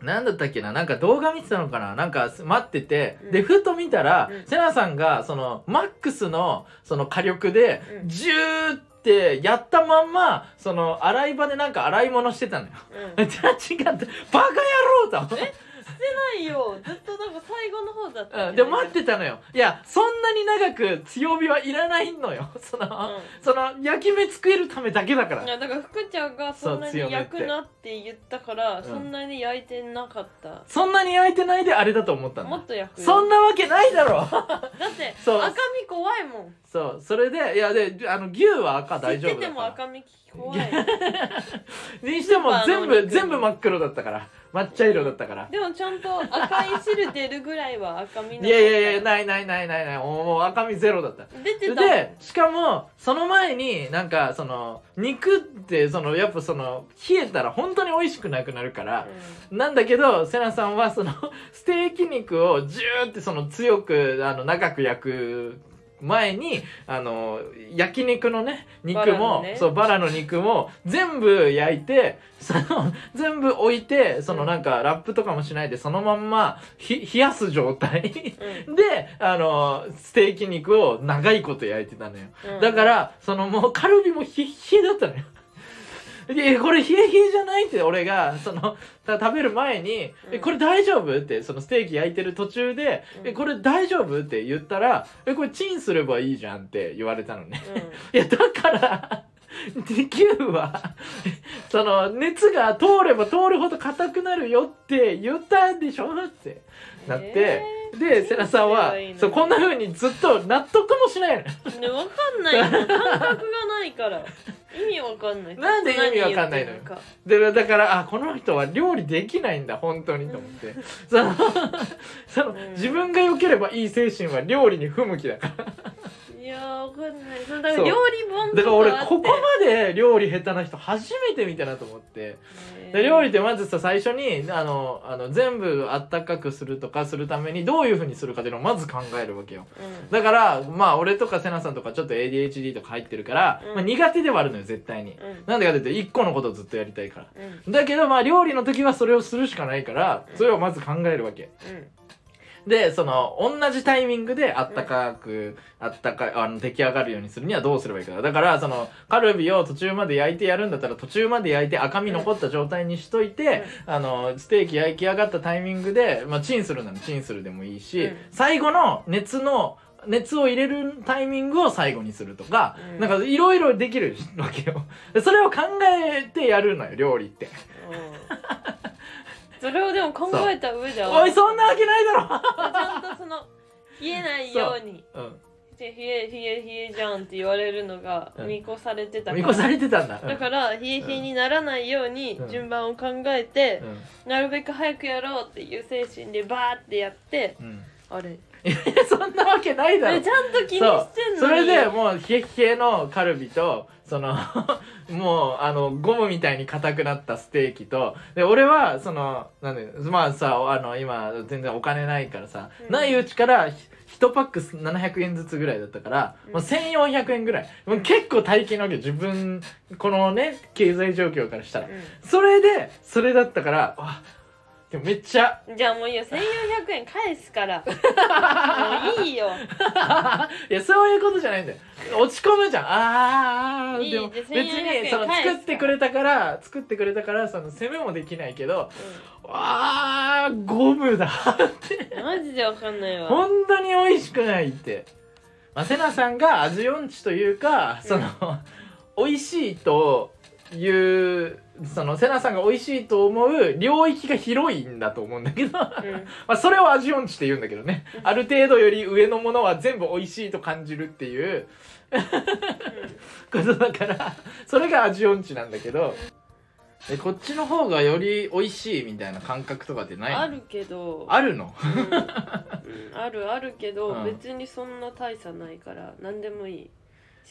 Speaker 2: 何だったっけななんか動画見てたのかななんか待ってて、
Speaker 1: うん
Speaker 2: でふと見たら、
Speaker 1: うん
Speaker 2: セナさんがそのマックスのその火力で
Speaker 1: うん
Speaker 2: ジューってやったまんまその洗い場でなんか洗い物してたのよ。
Speaker 1: うん
Speaker 2: 違ったバカ野郎だ
Speaker 1: えないよずっとなんか最後の方だった
Speaker 2: うん、で待っ
Speaker 1: って
Speaker 2: たのよいやそんなに長く強火はいらないのよその、
Speaker 1: う
Speaker 2: その焼き目作るためだけだから
Speaker 1: ん、いやだから福ちゃんがそんなに
Speaker 2: そう強めっ
Speaker 1: 焼
Speaker 2: て
Speaker 1: くなって言ったから
Speaker 2: ん
Speaker 1: そんなに焼いてなかった、
Speaker 2: そんなに焼いてないであれだと思った
Speaker 1: も
Speaker 2: の
Speaker 1: っと焼くよ
Speaker 2: そんなわけないだろ
Speaker 1: だって
Speaker 2: そう
Speaker 1: 赤身怖いもん
Speaker 2: そうそれでいやであの牛は赤大丈
Speaker 1: 知っ
Speaker 2: 夫
Speaker 1: てて
Speaker 2: だ
Speaker 1: も
Speaker 2: か
Speaker 1: 赤身怖い
Speaker 2: らにしても
Speaker 1: スーパーの
Speaker 2: 全
Speaker 1: お
Speaker 2: 部
Speaker 1: 肉
Speaker 2: 全部真っ黒だったから抹茶色だったから
Speaker 1: でもちゃんと赤い汁出るぐらいは赤身
Speaker 2: いやいやいや
Speaker 1: な
Speaker 2: ないないないないないもうもう赤身ゼロだった
Speaker 1: 出てた
Speaker 2: でしかもその前になんかその肉ってそのやっぱその冷えたら本当に美味しくなくなるから、なんだけど、セナさんはその [LAUGHS] ステーキ肉をジューってその強く、あの、長く焼く前に、あの、焼肉のね、
Speaker 1: バ
Speaker 2: 肉
Speaker 1: ラの
Speaker 2: も、
Speaker 1: ね
Speaker 2: そう、バラの肉も全部焼いて、その、全部置いて、そのなんかラップとかもしないで、そのまんまひ冷やす状態 [LAUGHS]
Speaker 1: うんうん
Speaker 2: で、あの、ステーキ肉を長いこと焼いてたのよ。
Speaker 1: うん
Speaker 2: だから、そのもうカルビもひっひだ
Speaker 1: [LAUGHS]
Speaker 2: ったのよ。いやこれ冷え冷えじゃないって俺がそのた食べる前に「
Speaker 1: うん
Speaker 2: えこれ大丈夫?」ってそのステーキ焼いてる途中で
Speaker 1: う
Speaker 2: 「
Speaker 1: ん
Speaker 2: えこれ大丈夫?」って言ったら「えこれチンすればいいじゃん」って言われたのね。
Speaker 1: うん
Speaker 2: いやだから牛はその熱が通れば通るほど硬くなるよって言ったんでしょってなって、
Speaker 1: えー
Speaker 2: でセナさんは
Speaker 1: チンすればいいのに
Speaker 2: そうこんな風にずっと納得もしないの。
Speaker 1: ね、わかんないの感覚がないから意味わかんない
Speaker 2: なんで意味わかんな
Speaker 1: 何言
Speaker 2: いのよ
Speaker 1: ってるか
Speaker 2: でだからあこの人は料理できないんだ本当にと思って
Speaker 1: [LAUGHS]
Speaker 2: そのその、
Speaker 1: うん
Speaker 2: 自分が良ければいい精神は料理に不向きだから
Speaker 1: いやーわかんないそのだか
Speaker 2: そ
Speaker 1: ら
Speaker 2: う
Speaker 1: 料理本と
Speaker 2: だか
Speaker 1: から
Speaker 2: 俺
Speaker 1: あって
Speaker 2: ここまで料理下手な人初めて見たなと思って、
Speaker 1: ね
Speaker 2: で料理ってまずさ最初にあのあの全部あったかくするとかするためにどういうふうにするかっていうのをまず考えるわけよ
Speaker 1: う
Speaker 2: だからまあ俺とかセナさんとかちょっと ADHD とか入ってるから、
Speaker 1: うん
Speaker 2: まあ、苦手ではあるのよ絶対に
Speaker 1: んうん
Speaker 2: なんでかって言って1個のことをずっとやりたいから
Speaker 1: うん
Speaker 2: だけどまあ料理の時はそれをするしかないからそれをまず考えるわけ
Speaker 1: うん
Speaker 2: でその同じタイミングであったかくあったかいあの出来上がるようにするにはどうすればいいかだからそのカルビを途中まで焼いてやるんだったら途中まで焼いて赤身残った状態にしといて、あのステーキ焼き上がったタイミングで、まあ、チンするならチンするでもいいし、
Speaker 1: うん
Speaker 2: 最後の熱の熱を入れるタイミングを最後にするとか、
Speaker 1: うん
Speaker 2: なんかいろいろできるわけよでそれを考えてやるのよ料理って
Speaker 1: それをでも考えた上では
Speaker 2: おいそんなわけないだろ
Speaker 1: ちゃんとその冷えないように
Speaker 2: う
Speaker 1: で冷え冷え冷えじゃんって言われるのが
Speaker 2: うん
Speaker 1: 見越されてたか
Speaker 2: ん。見
Speaker 1: ら
Speaker 2: 越されてたんだ。うん
Speaker 1: だから冷え冷えにならないように
Speaker 2: うん
Speaker 1: 順番を考えて
Speaker 2: うん
Speaker 1: なるべく早くやろうっていう精神でバーってやって
Speaker 2: うん。
Speaker 1: あれ
Speaker 2: [LAUGHS] そんなわけないだろ
Speaker 1: え。ちゃんと気にしてん
Speaker 2: そ
Speaker 1: の
Speaker 2: う
Speaker 1: に
Speaker 2: それでもう冷え冷えのカルビとその [LAUGHS] もうあのゴムみたいに硬くなったステーキとで俺はそのなんでまあさあの今全然お金ないからさ、
Speaker 1: うん
Speaker 2: ないうちからひ1パック700円ずつぐらいだったから、
Speaker 1: うん
Speaker 2: まあ、1400円ぐらいもう結構大金なわけよ自分このね経済状況からしたらそれでそれだったからわでもめっちゃ [LAUGHS]
Speaker 1: うんじゃあもういいよ1400円返すからもういいよ
Speaker 2: いやそういうことじゃないんだよ落ち込むじゃんああ
Speaker 1: いい
Speaker 2: でも
Speaker 1: じゃあ
Speaker 2: 別にその
Speaker 1: 1400円返すから
Speaker 2: 作ってくれたから作ってくれたからその責めもできないけどわあゴムだって
Speaker 1: うんマジでわかんないわ
Speaker 2: 本当に美味しくないって、まあ、セナさんが味音痴というかその、美味しいというそのセナさんが美味しいと思う領域が広いんだと思うんだけど、ま
Speaker 1: うん
Speaker 2: あ、それを味音痴って言うんだけどね
Speaker 1: うん
Speaker 2: ある程度より上のものは全部美味しいと感じるっていうことだからそれが味音痴なんだけどえこっちの方がより美味しいみたいな感覚とかってないの
Speaker 1: あるけど
Speaker 2: あるの
Speaker 1: うんうんあるあるけど、
Speaker 2: うん
Speaker 1: 別にそんな大差ないから何でもいい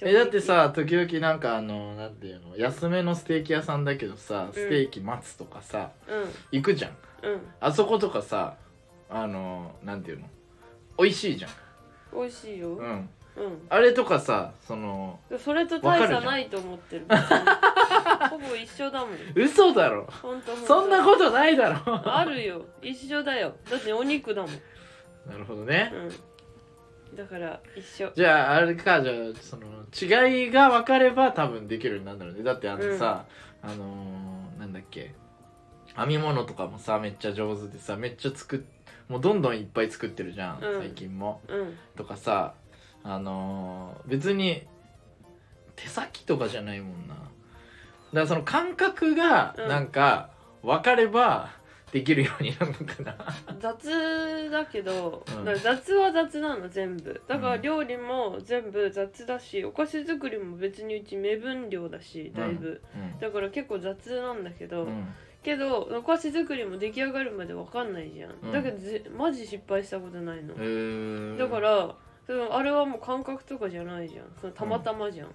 Speaker 2: えだってさ時々なんかあのなんていうの安めのステーキ屋さんだけどさステーキ待つとかさ、
Speaker 1: う
Speaker 2: 行くじゃん
Speaker 1: んうん
Speaker 2: あそことかさあのなんていうの美味しいじゃん
Speaker 1: 美味しいよ、
Speaker 2: うん
Speaker 1: う
Speaker 2: あれとかさその
Speaker 1: ん、それと大差ないと思ってる別にほぼ一緒だもん
Speaker 2: 嘘だろ
Speaker 1: ほんとほんと
Speaker 2: そんなことないだろ
Speaker 1: あるよ一緒だよだってお肉だもん、う
Speaker 2: なるほどね
Speaker 1: ん、だから一緒
Speaker 2: じゃああれかじゃあその違いが分かれば多分できるようになるんだろうねだってあのさ、あのーなんだっけ編み物とかもさめっちゃ上手でさめっちゃ作っもうどんどんいっぱい作ってるじゃん、
Speaker 1: うん
Speaker 2: 最近も
Speaker 1: うん
Speaker 2: とかさあのー別に手先とかじゃないもんなだからその感覚が
Speaker 1: うん
Speaker 2: なんか分かればできるようになるのかな、
Speaker 1: 雑だけど、
Speaker 2: うん
Speaker 1: だから雑は雑なの全部だから
Speaker 2: うん
Speaker 1: 料理も全部雑だしお菓子作りも別にうち目分量だしだいぶ、だから結構雑なんだけど、
Speaker 2: うんうん
Speaker 1: けどお菓子作りも出来上がるまで分かんないじゃん、
Speaker 2: うん
Speaker 1: だけどぜマジ失敗したことないの、
Speaker 2: うーん
Speaker 1: だからそのあれはもう感覚とかじゃないじゃんそのたまたまじゃん、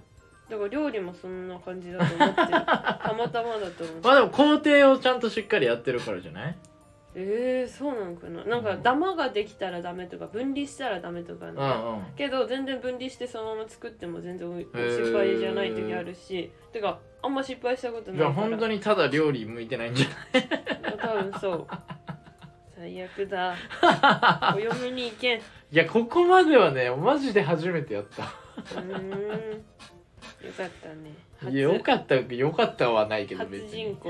Speaker 1: だから料理もそんな感じだと思 [LAUGHS] ってるたまたまだと思って
Speaker 2: まあでも工程をちゃんとしっかりやってるからじゃない
Speaker 1: えー、そうなんかななんかダマができたらダメとか分離したらダメとか、ね
Speaker 2: うんうん
Speaker 1: けど全然分離してそのまま作っても全然お失敗じゃない時あるし、てかあんま失敗したことない
Speaker 2: じ
Speaker 1: から
Speaker 2: ゃあ本当にただ料理向いてないんじゃ
Speaker 1: 多分そう最悪
Speaker 2: [LAUGHS]
Speaker 1: だお嫁に行けんう
Speaker 2: いやここまではねマジで初めてやった
Speaker 1: ーんよかったね
Speaker 2: いやよ
Speaker 1: 初
Speaker 2: かったよかったはないけど別
Speaker 1: 初人
Speaker 2: に
Speaker 1: 口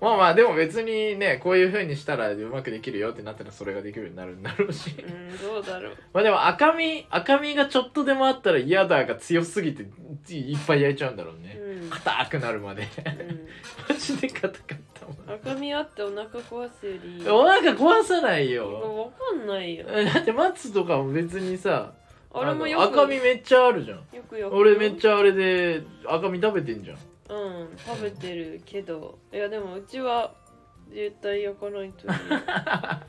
Speaker 2: まあまあでも別にねこういう風にしたらうまくできるよってなったらそれができるようになるんだろうし [LAUGHS]
Speaker 1: うんどうだろう
Speaker 2: まあでも赤身赤身がちょっとでもあったら嫌だが強すぎていっぱい焼いちゃうんだろう
Speaker 1: う
Speaker 2: ね
Speaker 1: ん、
Speaker 2: 硬くなるまで [LAUGHS]
Speaker 1: う
Speaker 2: マジで硬かったもん
Speaker 1: ん、赤身あってお腹壊すより
Speaker 2: お腹壊さないよ
Speaker 1: わかんないよ
Speaker 2: だって松とかも別にさ
Speaker 1: 俺もよ
Speaker 2: あ
Speaker 1: く
Speaker 2: の赤身めっちゃあるじゃん
Speaker 1: よくよく
Speaker 2: 俺めっちゃあれで赤身食べてんじゃん
Speaker 1: うん食べてるけどいやでもうちは絶対焼か
Speaker 2: [LAUGHS]
Speaker 1: ないとあ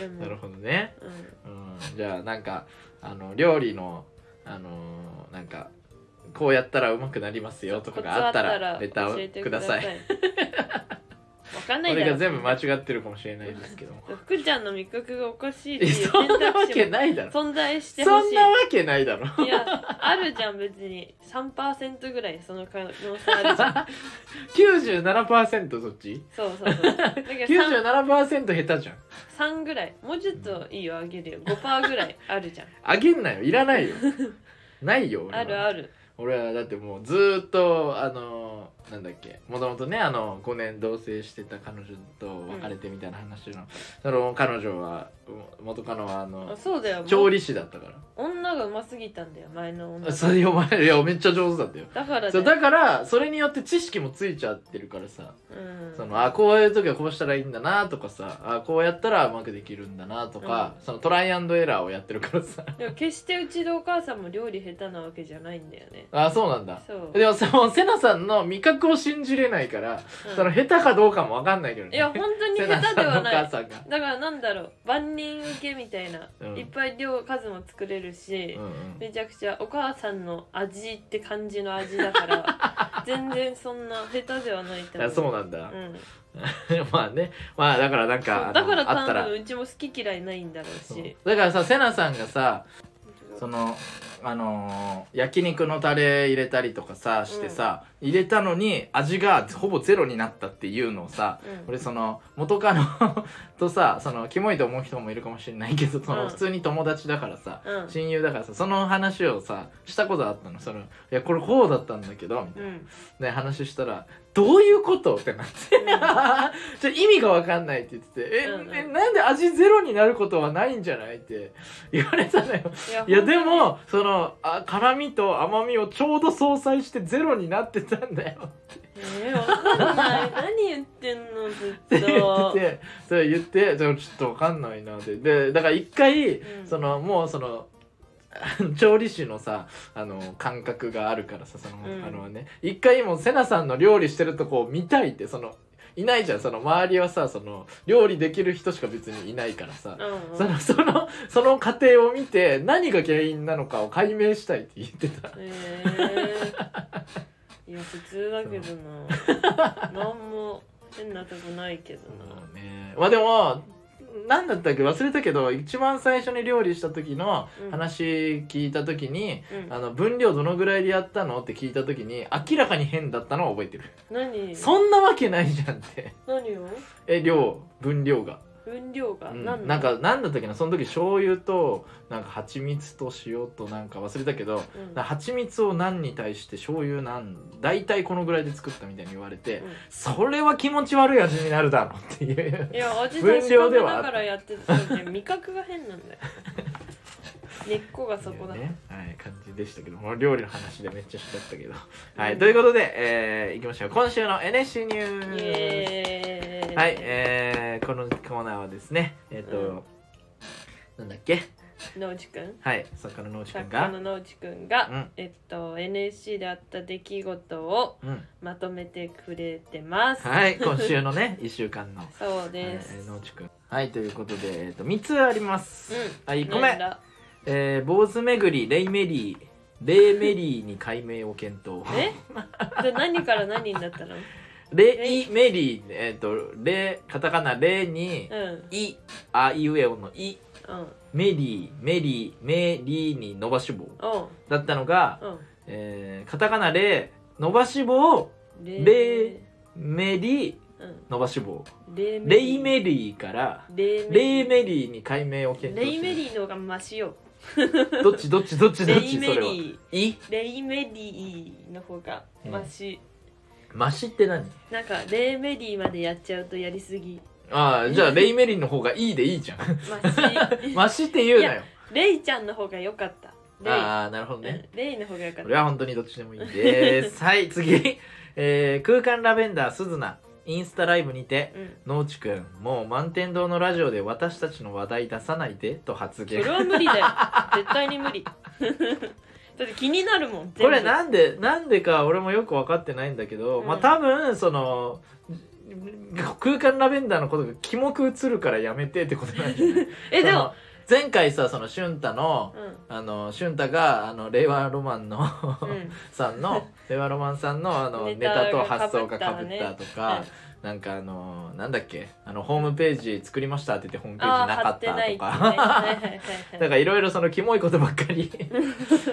Speaker 1: れも
Speaker 2: なるほどね、
Speaker 1: うん
Speaker 2: うん、じゃあなんかあの料理のあのーなんかこうやったらうまくなりますよとかがあったらレタ
Speaker 1: コツあ
Speaker 2: ー
Speaker 1: った
Speaker 2: をください
Speaker 1: 教えてくださいわかんないだ
Speaker 2: 俺
Speaker 1: ろ
Speaker 2: が全部間違ってるかもしれないですけども
Speaker 1: 福ちゃんの味覚がおかしいって
Speaker 2: え
Speaker 1: いう
Speaker 2: そんなわけ
Speaker 1: も
Speaker 2: ないだろ
Speaker 1: 存在して
Speaker 2: そ
Speaker 1: ほし
Speaker 2: んなわ
Speaker 1: い
Speaker 2: けないだろ
Speaker 1: いやあるじゃん別に3%ぐらいその可能性あるじゃ
Speaker 2: [LAUGHS]
Speaker 1: ん
Speaker 2: 97%そっち
Speaker 1: そうそうそうだけど3
Speaker 2: 97%下手じゃん
Speaker 1: 3ぐらいもうちょっといいよあげるよ5%ぐらいあるじゃん
Speaker 2: あげんなよいら
Speaker 1: [LAUGHS]
Speaker 2: ないよないよ俺は
Speaker 1: あるある
Speaker 2: 俺はだってもうずーっとあのなんだっけもともとねあの5年同棲してた彼女と別れてみたいな話の、その彼女は元カノはあ
Speaker 1: あ
Speaker 2: の
Speaker 1: そうだよ
Speaker 2: 調理師だったから
Speaker 1: 女がうますぎたんだよ前の女
Speaker 2: あそれお前いやめっちゃ上手だったよ
Speaker 1: だから
Speaker 2: そう
Speaker 1: だよ
Speaker 2: だからそれによって知識もついちゃってるからさ、
Speaker 1: うん
Speaker 2: そのあこういう時はこうしたらいいんだなとかさあこうやったらうまくできるんだなとか、そのトライアンドエラーをやってるからさ
Speaker 1: でも決してうちのお母さんも料理下手なわけじゃないんだよね
Speaker 2: あそうなんだ
Speaker 1: そう、
Speaker 2: でもそのセナさんの味覚を信じれないから
Speaker 1: うん
Speaker 2: その下手かどうかもわかんないけどね。
Speaker 1: いや本当に
Speaker 2: セナ
Speaker 1: 下
Speaker 2: さん
Speaker 1: 手では
Speaker 2: のお
Speaker 1: ない
Speaker 2: [LAUGHS] 母
Speaker 1: だ
Speaker 2: さんが。
Speaker 1: からなんだろう万人受けみたいな、
Speaker 2: うん
Speaker 1: いっぱい量数も作れるし、
Speaker 2: うんうん
Speaker 1: めちゃくちゃお母さんの味って感じの味だから
Speaker 2: [LAUGHS]
Speaker 1: 全然そんな下手ではないと思
Speaker 2: あそうなんだ
Speaker 1: う、ん、
Speaker 2: [LAUGHS] まあねまあだからなん
Speaker 1: そ
Speaker 2: か
Speaker 1: うだから
Speaker 2: あのあった
Speaker 1: 多
Speaker 2: ら
Speaker 1: 分うちも好き嫌いないんだろう
Speaker 2: そう
Speaker 1: し
Speaker 2: だからさセナさんがさそのあのー焼肉のタレ入れたりとかさしてさ、入れたのに味がほぼゼロになったっていうのをさ
Speaker 1: うん
Speaker 2: 俺その元カノ [LAUGHS] とさそのキモいと思う人もいるかもしれないけどその、
Speaker 1: うん
Speaker 2: 普通に友達だからさ、
Speaker 1: うん
Speaker 2: 親友だからさその話をさしたことあったのそのいやこれこうだったんだけどみたいな
Speaker 1: う。ん
Speaker 2: ね、話したら「どういうこと?」ってなって [LAUGHS] 「ちょ意味が分かんない」って言ってて「え,、
Speaker 1: うんうん
Speaker 2: えなんで味ゼロになることはないんじゃない?」って言われたのよ。
Speaker 1: [LAUGHS]
Speaker 2: いやでもそのあ辛みと甘みをちょうど相殺してゼロになってたんだよ
Speaker 1: えー、わかんない何言ってんのず
Speaker 2: って
Speaker 1: っ
Speaker 2: [LAUGHS] 言っ
Speaker 1: と
Speaker 2: ててそれ言ってでもちょっと分かんないなってでだから一回、
Speaker 1: うん
Speaker 2: そのもうその [LAUGHS] あの調理師のさあの感覚があるからさその、
Speaker 1: うん
Speaker 2: あのね一回もうセナさんの料理してるとこを見たいってそのいないじゃんその周りはさその料理できる人しか別にいないからさ、
Speaker 1: うんう
Speaker 2: そ
Speaker 1: ん
Speaker 2: のそのその過程を見て何が原因なのかを解明したいって言ってた
Speaker 1: えー、いや普通だけどな何も変なとこないけどな
Speaker 2: そうねまあでも何だったっけ忘れたけど一番最初に料理した時の話聞いた時に、
Speaker 1: うん
Speaker 2: あの分量どのぐらいでやったのって聞いた時に明らかに変だったのを覚えてる、
Speaker 1: 何
Speaker 2: そんなわけないじゃんって [LAUGHS]
Speaker 1: 何を
Speaker 2: え量分量が、
Speaker 1: 分量が、
Speaker 2: うん、
Speaker 1: 何の
Speaker 2: なんか何だったっけなその時醤油となんか蜂蜜と塩となんか忘れたけど
Speaker 1: うん
Speaker 2: なんか蜂蜜を何に対して醤油なん大体このぐらいで作ったみたいに言われて、
Speaker 1: うん
Speaker 2: それは気持ち悪い味になるだろうっていう
Speaker 1: いや味
Speaker 2: 分
Speaker 1: 確
Speaker 2: 量
Speaker 1: か
Speaker 2: で
Speaker 1: め
Speaker 2: はあ
Speaker 1: な
Speaker 2: った
Speaker 1: がらやってた時味覚が変なんだよ根っこがそこだ、
Speaker 2: ね、はい、感じでしたけど、もう料理の話でめっちゃしちゃったけど。はい、
Speaker 1: うん
Speaker 2: ということで、えー、いきましょう。今週の NSC ニュ
Speaker 1: イ
Speaker 2: ース。
Speaker 1: エーイ
Speaker 2: はい、えー、このコーナーはですね、えっ、と、なんだっけ
Speaker 1: 野内くん
Speaker 2: はい、作家の農地君
Speaker 1: 作家
Speaker 2: が
Speaker 1: の。野内くんが、
Speaker 2: うん
Speaker 1: えっと NSC であった出来事を
Speaker 2: うん、
Speaker 1: まとめてくれてます、
Speaker 2: はい、今週のね、1週 [LAUGHS] 間の、はい
Speaker 1: そう
Speaker 2: え
Speaker 1: です、
Speaker 2: ー、農地君。はい、ということで、えっ、と、3つあります。はい、1個
Speaker 1: なん
Speaker 2: 目、
Speaker 1: だ
Speaker 2: えー、坊主巡り、レイメリー。レイメリーに改名を検討。
Speaker 1: え [LAUGHS] じゃあ何から何になったの
Speaker 2: レイメリー、えっ、と、レイ、カタカナレイに、
Speaker 1: うんうん
Speaker 2: い、あいうえおのい、メリー、メリー、メリーに伸ばし棒
Speaker 1: おう
Speaker 2: だったのが、
Speaker 1: おう
Speaker 2: えー、カタカナレー、伸ばし棒、
Speaker 1: レ
Speaker 2: レメリー、
Speaker 1: うん
Speaker 2: 伸ばし棒。
Speaker 1: レイメ
Speaker 2: レイ
Speaker 1: リー
Speaker 2: メリーから、
Speaker 1: レイ
Speaker 2: レイ
Speaker 1: メ
Speaker 2: メリーに改名を
Speaker 1: リー
Speaker 2: 検討
Speaker 1: レイメ
Speaker 2: し
Speaker 1: リーの方がマシよ
Speaker 2: てどっちどっちどっちどっ
Speaker 1: レイ
Speaker 2: ち
Speaker 1: メ
Speaker 2: それは。
Speaker 1: リ
Speaker 2: い、
Speaker 1: ーレイメリーの方がマシ、
Speaker 2: マシって何
Speaker 1: なんかレイメリーまでやっちゃうとやりすぎ
Speaker 2: ああ、じゃあレイメリーの方がいいでいいじゃん。
Speaker 1: マシ
Speaker 2: マシって言うなよ。
Speaker 1: レイちゃんの方が良かったレ
Speaker 2: ああ、なるほど
Speaker 1: イ、
Speaker 2: ね。
Speaker 1: うんレイの方が良かっ
Speaker 2: こ
Speaker 1: た
Speaker 2: れは本当にどっちでもいいです。はい、次。えー空間ラベンダーすずな、インスタライブにて、
Speaker 1: うん
Speaker 2: 農地くん、もう満天堂のラジオで私たちの話題出さないで、と発
Speaker 1: それ
Speaker 2: 言。
Speaker 1: は無理だよ絶対に無理 [LAUGHS] だって気になるもん
Speaker 2: これ
Speaker 1: 全部
Speaker 2: なんで、なんでか俺もよく分かってないんだけど、
Speaker 1: うん
Speaker 2: まあ多分、その、空間ラベンダーのことがキモく映るからやめてってことなんじゃない
Speaker 1: [LAUGHS] えで
Speaker 2: そ
Speaker 1: も
Speaker 2: の、前回さ、その、俊太の、 [LAUGHS]
Speaker 1: うん
Speaker 2: あの、俊太が、あの、令和ロマンの、
Speaker 1: うん
Speaker 2: [LAUGHS] さんの令和ロマンさんのあのネ
Speaker 1: ネ
Speaker 2: タ
Speaker 1: タ
Speaker 2: と
Speaker 1: が
Speaker 2: 発想がかぶっ
Speaker 1: 被ったた
Speaker 2: とか、なんかあのなんだっけあのホームページ作りましたって言ってホームページなか
Speaker 1: 貼
Speaker 2: っ
Speaker 1: ってないってね
Speaker 2: た
Speaker 1: はい
Speaker 2: と
Speaker 1: は
Speaker 2: か。
Speaker 1: いはいはい
Speaker 2: [LAUGHS] なんかいろいろそのキモいことばっか
Speaker 1: [LAUGHS]
Speaker 2: り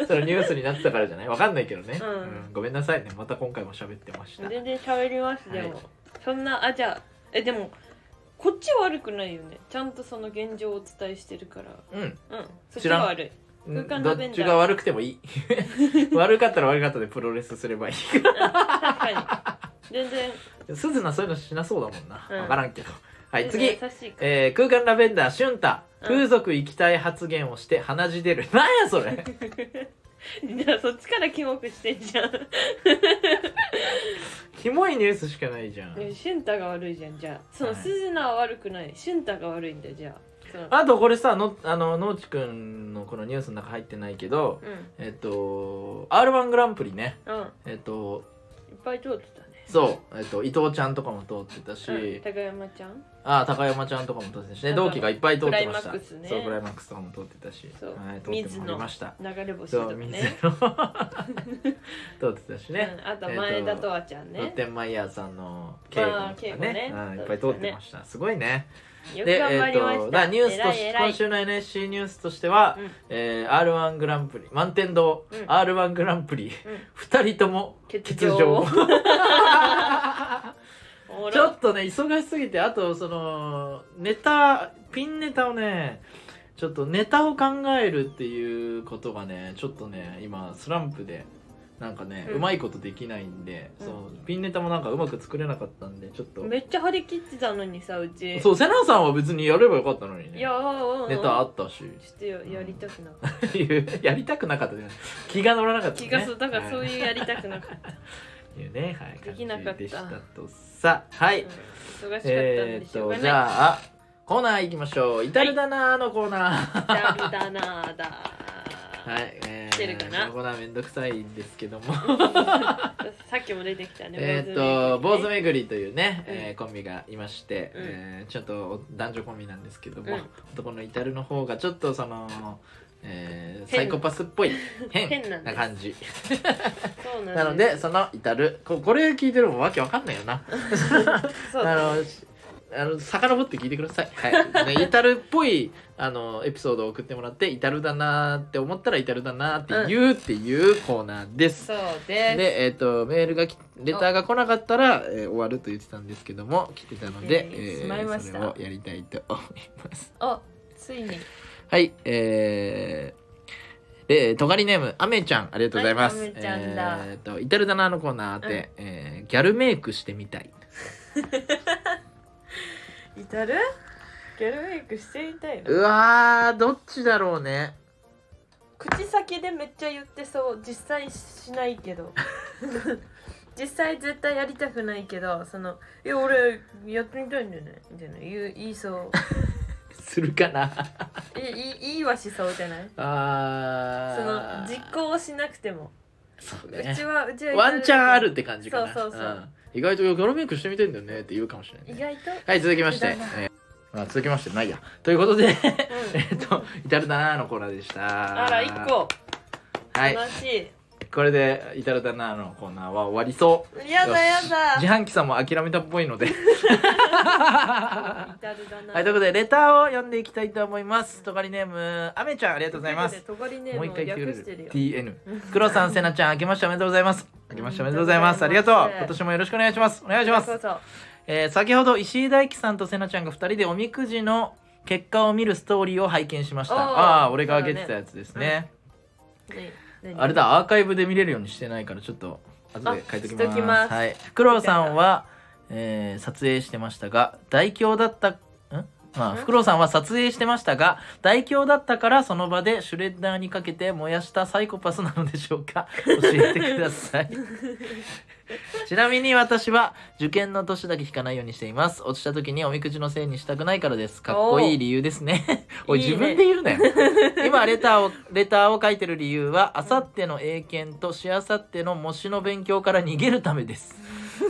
Speaker 2: そのニュースになってたからじゃないわかんないけどね、
Speaker 1: うん
Speaker 2: ごめんなさいねまた今回も喋ってました
Speaker 1: 全然喋りますでも、
Speaker 2: はい
Speaker 1: そんなあじゃあえでもこっちは悪くないよねちゃんとその現状をお伝えしてるから
Speaker 2: うん
Speaker 1: うんそっ
Speaker 2: 知
Speaker 1: ち
Speaker 2: らん
Speaker 1: は悪い空間
Speaker 2: ど
Speaker 1: ラ
Speaker 2: っ
Speaker 1: ベンダー
Speaker 2: ちが悪くても
Speaker 1: [LAUGHS]
Speaker 2: いい悪かったら悪かったでプロレスすればいい
Speaker 1: 確か
Speaker 2: [LAUGHS]
Speaker 1: に全然
Speaker 2: すずなそういうのしなそうだもんな、
Speaker 1: うん
Speaker 2: わからんけどはい次
Speaker 1: 全然優しいから
Speaker 2: えー空間ラベンダー俊太
Speaker 1: うん
Speaker 2: 風俗行きたい発言をして鼻血出るなんや
Speaker 1: [LAUGHS]
Speaker 2: それ
Speaker 1: [LAUGHS] じゃあそっちからキモくしてんじゃん
Speaker 2: キモいニュースしかないじゃん
Speaker 1: でも俊太が悪いじゃんじゃあそ
Speaker 2: は
Speaker 1: の
Speaker 2: い
Speaker 1: 鈴菜は悪くない俊太が悪いんだよじゃあその
Speaker 2: あとこれさのあの農地くんのこのニュースの中入ってないけど
Speaker 1: う
Speaker 2: えっと r 1グランプリね
Speaker 1: んうん
Speaker 2: えっと
Speaker 1: いっぱい通ってたね
Speaker 2: そう、えっと、伊藤ちゃんとかも通ってたし、
Speaker 1: うん高山ちゃん
Speaker 2: あああ高山ちゃんとかも当選してね
Speaker 1: なん
Speaker 2: 同
Speaker 1: か
Speaker 2: 期がいっぱい通って
Speaker 1: ク
Speaker 2: ま
Speaker 1: ラ
Speaker 2: し
Speaker 1: イマ
Speaker 2: た
Speaker 1: ックスね
Speaker 2: そうクライマックスとかも通ってたし、
Speaker 1: そう
Speaker 2: はい、通ってもらいました
Speaker 1: 流れ星
Speaker 2: そ
Speaker 1: とか
Speaker 2: う水
Speaker 1: ね
Speaker 2: 野 [LAUGHS] 通ってたしね、
Speaker 1: うん、あと前田とわちゃん
Speaker 2: ロッ
Speaker 1: ね、
Speaker 2: テンマイヤーさんの稽古
Speaker 1: あー稽
Speaker 2: とか
Speaker 1: 古
Speaker 2: ね
Speaker 1: ね
Speaker 2: うんいっぱい通ってました、すごいね
Speaker 1: よく
Speaker 2: で
Speaker 1: 頑張りま
Speaker 2: えー
Speaker 1: した、
Speaker 2: とだニュースとし
Speaker 1: 偉い偉
Speaker 2: 今
Speaker 1: い
Speaker 2: 週の NSC ニュースとしては、
Speaker 1: うん
Speaker 2: えー、r 1グランプリ満天堂、
Speaker 1: うん
Speaker 2: r 1グランプリ、二人とも
Speaker 1: 欠
Speaker 2: 欠
Speaker 1: 場
Speaker 2: 場
Speaker 1: おもろ
Speaker 2: ちょっとね忙しすぎてあとそのネタピンネタをねちょっとネタを考えるっていうことがねちょっとね今スランプでなんかね、
Speaker 1: う
Speaker 2: うんまいことできないんで、
Speaker 1: うん
Speaker 2: そのピンネタもなんかうまく作れなかったんでちょっと
Speaker 1: めっちゃ張り切ってたのにさうち
Speaker 2: そうセナさんは別にやればよかったのにね
Speaker 1: いやーうん
Speaker 2: ネタあったし
Speaker 1: ちょっとややりたくなかっ
Speaker 2: [LAUGHS] やりたくなかったじゃない気が乗らなかったた、ね、
Speaker 1: 気がするだからそう
Speaker 2: [LAUGHS] は
Speaker 1: いうやりたくなかった、
Speaker 2: いいうね、はい、
Speaker 1: できなかった
Speaker 2: 感じでしたとさはい、
Speaker 1: うん忙しかったん
Speaker 2: え
Speaker 1: で
Speaker 2: ーっ
Speaker 1: しょう
Speaker 2: と
Speaker 1: が
Speaker 2: じ
Speaker 1: ない
Speaker 2: ゃあコーナー行きましょう「イタルだな」のコーナー
Speaker 1: ダルダナーだ
Speaker 2: はい、え
Speaker 1: 来てるかな
Speaker 2: このコーナーめんどくさいんですけども
Speaker 1: さっきも出てきたね
Speaker 2: えーっと
Speaker 1: 坊
Speaker 2: 坊
Speaker 1: 主
Speaker 2: 主
Speaker 1: め
Speaker 2: めぐりというね、
Speaker 1: うん
Speaker 2: えーコンビがいまして、
Speaker 1: うん
Speaker 2: えーちょっと男女コンビなんですけども、
Speaker 1: うん
Speaker 2: 男のイタルの方がちょっとその、えー
Speaker 1: 変
Speaker 2: サイコパスっぽい変
Speaker 1: 変なんです
Speaker 2: な感じ
Speaker 1: そう
Speaker 2: な
Speaker 1: な
Speaker 2: の
Speaker 1: んです
Speaker 2: でその至るここれ聞いてるのもわけわかんないよな
Speaker 1: そう
Speaker 2: あ
Speaker 1: だ
Speaker 2: のしあの遡って聞いてくださいはい、ね、至るっぽいあのエピソードを送ってもらって至るだなーって思ったら至るだなーって言う、っていうコーナーです
Speaker 1: そうです
Speaker 2: でえっ、とメールがきレターが来なかったら、えー終わると言ってたんですけども来てたので、
Speaker 1: えーしまいまし
Speaker 2: そ
Speaker 1: た
Speaker 2: れをやりたいと思います
Speaker 1: あついに
Speaker 2: はいえーえー、とがりネームあめちゃんありがとうございます。
Speaker 1: はいあめちゃんだ
Speaker 2: えー、と至るだなのコーナーで、えーギャルメイクしてみたい。
Speaker 1: 至るギャルメイクしてみたいな
Speaker 2: うわーどっちだろうね。
Speaker 1: 口先でめっちゃ言ってそう実際しないけ
Speaker 2: [LAUGHS]
Speaker 1: ど実際絶対やりたくないけどその「いや俺やってみたいんだよね」みたいな言う言いそう
Speaker 2: するかな。
Speaker 1: いいいいいはしそうじゃないその
Speaker 2: あー
Speaker 1: 実行をしなくても、
Speaker 2: そう
Speaker 1: うち
Speaker 2: ね。
Speaker 1: はうちは
Speaker 2: ワンチャンあるって感じかな。
Speaker 1: そうそうそうん
Speaker 2: 意外とギャルメイクしてみたいんだよねって言うかもしれない、
Speaker 1: 意
Speaker 2: ね。
Speaker 1: 外と、
Speaker 2: はい続きまして、
Speaker 1: だな
Speaker 2: えーあ続きましてないや。ということで
Speaker 1: うん
Speaker 2: えっ
Speaker 1: [LAUGHS]
Speaker 2: と至るだなのコーナーでした。
Speaker 1: あら一個
Speaker 2: はい
Speaker 1: 悲し
Speaker 2: これで至るだなのコーナーは終わりそう。
Speaker 1: い、やだやだ
Speaker 2: 自販機さんも諦めたっぽいので
Speaker 1: [LAUGHS]
Speaker 2: は
Speaker 1: 至るだな、
Speaker 2: いということでレターを読んでいきたいと思いますとがりネームあめちゃんありがとうございます
Speaker 1: とこりね
Speaker 2: もう一回来てくれ
Speaker 1: 略してる
Speaker 2: る
Speaker 1: よ
Speaker 2: TN 黒さんせなちゃん明けましておめでとうございます明けましておめでとうございます
Speaker 1: お
Speaker 2: あ
Speaker 1: め
Speaker 2: り
Speaker 1: でと
Speaker 2: がと
Speaker 1: う
Speaker 2: う
Speaker 1: ございます
Speaker 2: 今年もよろしくお願いしますお願いしま
Speaker 1: そう
Speaker 2: す、
Speaker 1: そう
Speaker 2: えー先ほど石井大樹さんとせなちゃんが2人でおみくじの結果を見るストーリーを拝見しました
Speaker 1: おー
Speaker 2: ああー俺が上げてたやつですね
Speaker 1: ね何
Speaker 2: あれだアーカイブで見れるようにしてないからちょっと後で書いておきま
Speaker 1: あしときま
Speaker 2: す
Speaker 1: す
Speaker 2: はい、フクロウさんは、えー撮影してましたが大凶だったんまあ、
Speaker 1: ん
Speaker 2: フクロウさんは撮影してましたが大凶だったからその場でシュレッダーにかけて燃やしたサイコパスなのでしょうか教えてくださ
Speaker 1: [LAUGHS]
Speaker 2: いちなみに私は受験の年だけ引かないようにしています落ちた時におみくじのせいにしたくないからですかっこいい理由ですねおい
Speaker 1: いいね
Speaker 2: 自分で言うな [LAUGHS] よ今レターをレターを書いてる理由はあさっての英検としあさっての模試の勉強から逃げるためです。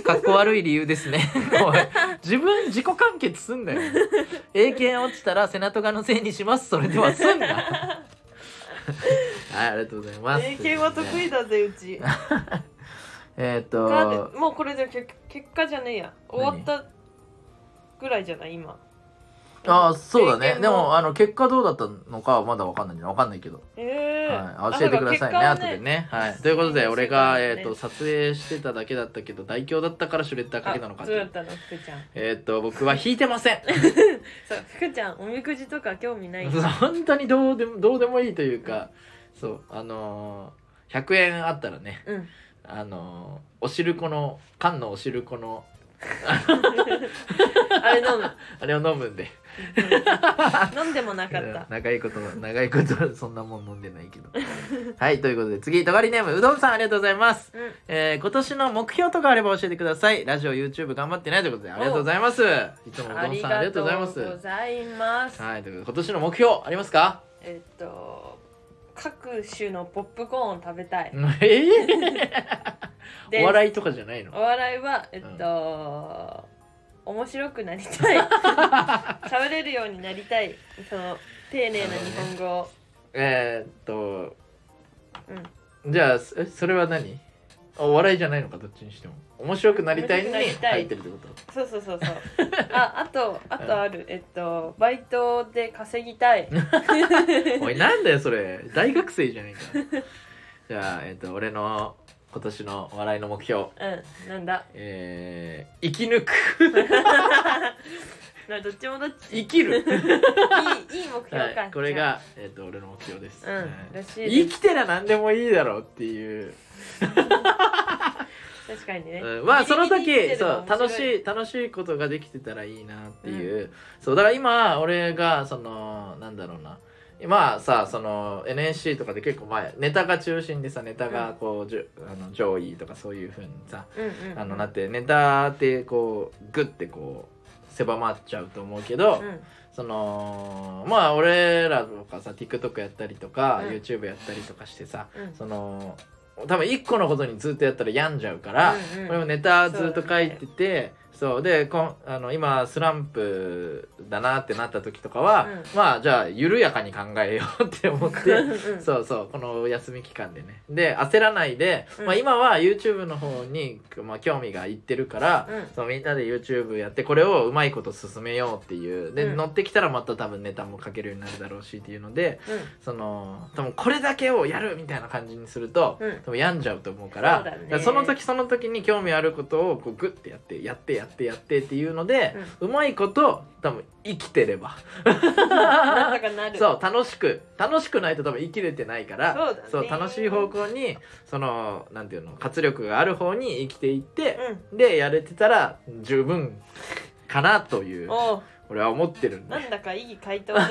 Speaker 2: かっこ悪い理由です [LAUGHS] ね。おい自分自己完結すんだよ。英検落ちたらセナトガのせいにします。それではすんな。はい、ありがとうございます。
Speaker 1: 英検は得意だぜうち
Speaker 2: えーっ
Speaker 1: だっ
Speaker 2: と
Speaker 1: て、もうこれで結結果じゃねえや終わったぐらいじゃない今
Speaker 2: あー、そうだね。
Speaker 1: 経験
Speaker 2: でも、あの、結果どうだったのかはまだわかんないんでわかんないけど。
Speaker 1: ええ
Speaker 2: はい、教えてくださいね
Speaker 1: あ
Speaker 2: 後でね、はい、ということで俺
Speaker 1: 教
Speaker 2: が、
Speaker 1: え
Speaker 2: え
Speaker 1: てく
Speaker 2: ー、
Speaker 1: だ
Speaker 2: と撮影してただけだったけど大凶だったからシュレッダーかけたのか
Speaker 1: あ
Speaker 2: っ
Speaker 1: そうだ
Speaker 2: て
Speaker 1: ったの福ちゃん
Speaker 2: えっ、と僕は引いてません
Speaker 1: そう福ちゃんおみくじとか興味ない
Speaker 2: [LAUGHS] 本当にどうでもどうでもいいというかそうあのー、100円あったらね
Speaker 1: うん
Speaker 2: あのー、お汁粉の缶のお汁粉の
Speaker 1: あれ飲む
Speaker 2: あれを飲むんで
Speaker 1: 飲んでもなかっ
Speaker 2: うん
Speaker 1: た
Speaker 2: 長 [LAUGHS] いこと長いことそんなもん飲んでないけどはいということで次とがりネームうどんさんありがとうございます
Speaker 1: うん
Speaker 2: えー今年の目標とかあれば教えてくださいラジオ YouTube 頑張ってないということでありがとうございますいつもう
Speaker 1: あ
Speaker 2: どん
Speaker 1: り
Speaker 2: さんあ
Speaker 1: が
Speaker 2: りがと
Speaker 1: と
Speaker 2: う
Speaker 1: う
Speaker 2: ご
Speaker 1: ご
Speaker 2: ざ
Speaker 1: ざ
Speaker 2: い
Speaker 1: い
Speaker 2: ま
Speaker 1: ますす
Speaker 2: はいということで今年の目標ありますか
Speaker 1: えっと各種のポップコーンを食べたい
Speaker 2: え
Speaker 1: [LAUGHS] で
Speaker 2: えお笑いとかじゃないの
Speaker 1: お笑いはえっと、面白くなりたい
Speaker 2: [LAUGHS]
Speaker 1: 喋れるようになりたいその丁寧な日本語を、
Speaker 2: えー、っと
Speaker 1: うん、
Speaker 2: じゃあそえそれは何あお笑いじゃないのかどっちにしても面白くなりたいに
Speaker 1: 面白くなりたい
Speaker 2: 入ってるってこと
Speaker 1: そうそうそうそうああとあとあるえっとバイトで稼ぎたい
Speaker 2: おいなんだよそれ大学生じゃないかじゃあえっ、と俺の今年の笑いの目標
Speaker 1: うんなんだ
Speaker 2: えー、生き抜
Speaker 1: [LAUGHS]
Speaker 2: く
Speaker 1: などっちもどっ
Speaker 2: [LAUGHS]
Speaker 1: ちいい
Speaker 2: 生きる、
Speaker 1: いい目標か、
Speaker 2: はい、これが、えっと俺の目標です、
Speaker 1: うん
Speaker 2: はい
Speaker 1: らしい
Speaker 2: 生きてら何でもいいだろうっていう、
Speaker 1: 確かにね、
Speaker 2: うんまあその
Speaker 1: ギリギリ生きて
Speaker 2: 時
Speaker 1: るの
Speaker 2: そ
Speaker 1: 面
Speaker 2: う楽
Speaker 1: 白
Speaker 2: しい楽しいことができてたらいいなっていう、そうだから今俺がそのなんだろうな今さその NSC とかで結構前ネタが中心でさネタがこう、じゅあの上位とかそういうふうにさ
Speaker 1: うんうん
Speaker 2: あのなってネタってこうグッてこう狭まっちゃうと思うけど、
Speaker 1: うん
Speaker 2: そのまあ俺らとかさ TikTok やったりとか、
Speaker 1: うん
Speaker 2: YouTube やったりとかしてさ
Speaker 1: うん
Speaker 2: その多分一個のことにずっとやったら病んじゃうから、
Speaker 1: うんうん
Speaker 2: 俺もネタずっと書いててそう,、でこんあの今スランプだなってなった時とかは、
Speaker 1: うん
Speaker 2: まあじゃあ緩やかに考えようって思って
Speaker 1: うん
Speaker 2: そうそうこの休み期間でねで焦らないで、
Speaker 1: うん
Speaker 2: まあ、今は YouTube の方に、まあ、興味がいってるから、
Speaker 1: うん
Speaker 2: そのみんなで YouTube やってこれをうまいこと進めようっていうで、
Speaker 1: うん
Speaker 2: 乗ってきたらまた多分ネタも書けるようになるだろうしっていうので
Speaker 1: うん
Speaker 2: その多分これだけをやるみたいな感じにすると、
Speaker 1: うん
Speaker 2: 多分病んじゃうと思うから
Speaker 1: そうだね
Speaker 2: からその時その時に興味あることをこうグッてやってやってやってやってっていうので、うまいこと多分生きてれば。
Speaker 1: なんとかなる
Speaker 2: そう楽しく楽しくないと多分生きれてないから
Speaker 1: そうだね
Speaker 2: 楽しい方向にそのなんていうの活力がある方に生きていって、
Speaker 1: う
Speaker 2: でやれてたら十分かなというん
Speaker 1: おう
Speaker 2: 俺は思ってるんで [LAUGHS]
Speaker 1: なんだかいい回答です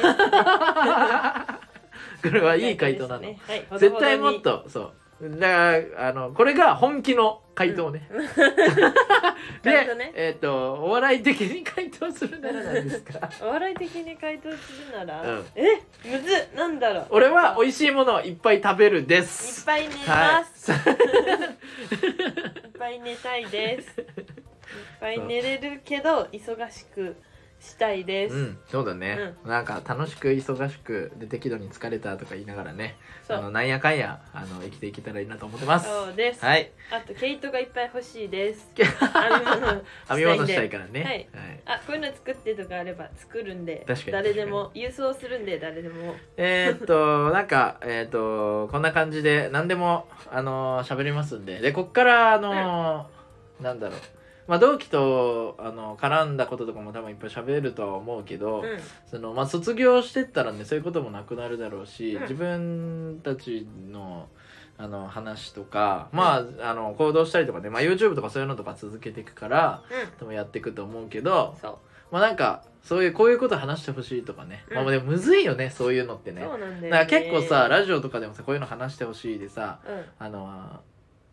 Speaker 2: これ [LAUGHS] はいい回答なの、
Speaker 1: ねはいほど
Speaker 2: 絶
Speaker 1: ほどに
Speaker 2: 対もっとそうだからあのこれが本気の回
Speaker 1: [LAUGHS]
Speaker 2: 答ね、で、
Speaker 1: 回答ね
Speaker 2: えっ、とお笑い的に回答するなら何です
Speaker 1: [LAUGHS]
Speaker 2: か
Speaker 1: お笑い的に回答するなら、
Speaker 2: うん
Speaker 1: えむずっなんだろう
Speaker 2: 俺は美
Speaker 1: いっ
Speaker 2: 味しいものをいっぱい食べるで
Speaker 1: いっ
Speaker 2: す
Speaker 1: ぱ [LAUGHS] い寝ま
Speaker 2: はい
Speaker 1: す、いっぱい寝たいです。いっぱい寝れるけど忙しくしたいです。
Speaker 2: うん、そうだね、なんか楽しく忙しくで適度に疲れたとか言いながらね
Speaker 1: そ
Speaker 2: あの
Speaker 1: う。
Speaker 2: なんやかんやあの生きていけたらいいなと思ってます
Speaker 1: そうです。
Speaker 2: はい
Speaker 1: あと毛糸がいっぱい欲しいです。編み物。
Speaker 2: 編み物したいからね
Speaker 1: はいあ、こういうの作ってとかあれば作るんで、
Speaker 2: 確かに
Speaker 1: 誰でも郵送するんで誰でも。
Speaker 2: えー、っと [LAUGHS] なんかえー、っとこんな感じで何でもあの喋りますんででこっからあの、なんだろうまあ、同期とあの絡んだこととかも多分いっぱい喋るとは思うけど、
Speaker 1: うん。
Speaker 2: そのまあ、卒業してったらねそういうこともなくなるだろうし、
Speaker 1: うん
Speaker 2: 自分たちのあの話とか、まああの行動したりとかね、まあ、YouTube とかそういうのとか続けていくから
Speaker 1: う
Speaker 2: でもやっていくと思うけど
Speaker 1: ん。そう。
Speaker 2: まあなんかそういうこういうこと話してほしいとかね、
Speaker 1: うん
Speaker 2: まあでもむずいよねそういうのってね
Speaker 1: そうなんだよ、ね。
Speaker 2: だから結構さラジオとかでもさこういうの話してほしいでさ
Speaker 1: うん。
Speaker 2: あの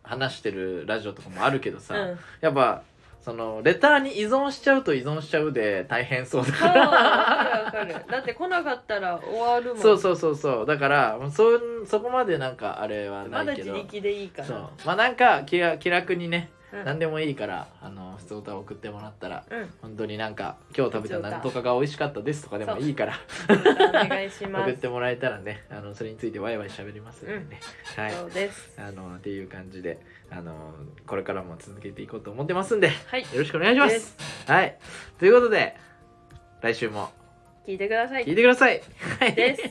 Speaker 2: 話してるラジオとかもあるけどさ、
Speaker 1: うん、
Speaker 2: やっぱそのレターに依存しちゃうと依存しちゃうで大変そう
Speaker 1: そ
Speaker 2: だ
Speaker 1: う
Speaker 2: か
Speaker 1: わ
Speaker 2: ら。
Speaker 1: かるわか [LAUGHS] るだって来なかったら終わるもん
Speaker 2: そうそうそうそうだからもうそんそこまでなんかあれはな
Speaker 1: まだ
Speaker 2: いけ
Speaker 1: 自
Speaker 2: ど、
Speaker 1: 力でいいから
Speaker 2: そうまあなんか気が気楽にね、
Speaker 1: うん
Speaker 2: 何でもいいからあの普通歌を送ってもらったら
Speaker 1: うん
Speaker 2: 本当になんか今日食べたなんとかが美味しかったですとかでもいいから
Speaker 1: お願いしま
Speaker 2: 送っ
Speaker 1: す
Speaker 2: てもらえたらねあのそれについてワイワイ喋りますんでね、はい
Speaker 1: そうです
Speaker 2: あのっていう感じであのこれからも続けていこうと思ってますんでよ
Speaker 1: はい
Speaker 2: ろしくお願いしま
Speaker 1: です
Speaker 2: はいということで来週も
Speaker 1: 聞いてください
Speaker 2: 聞いてください、はい [LAUGHS]
Speaker 1: です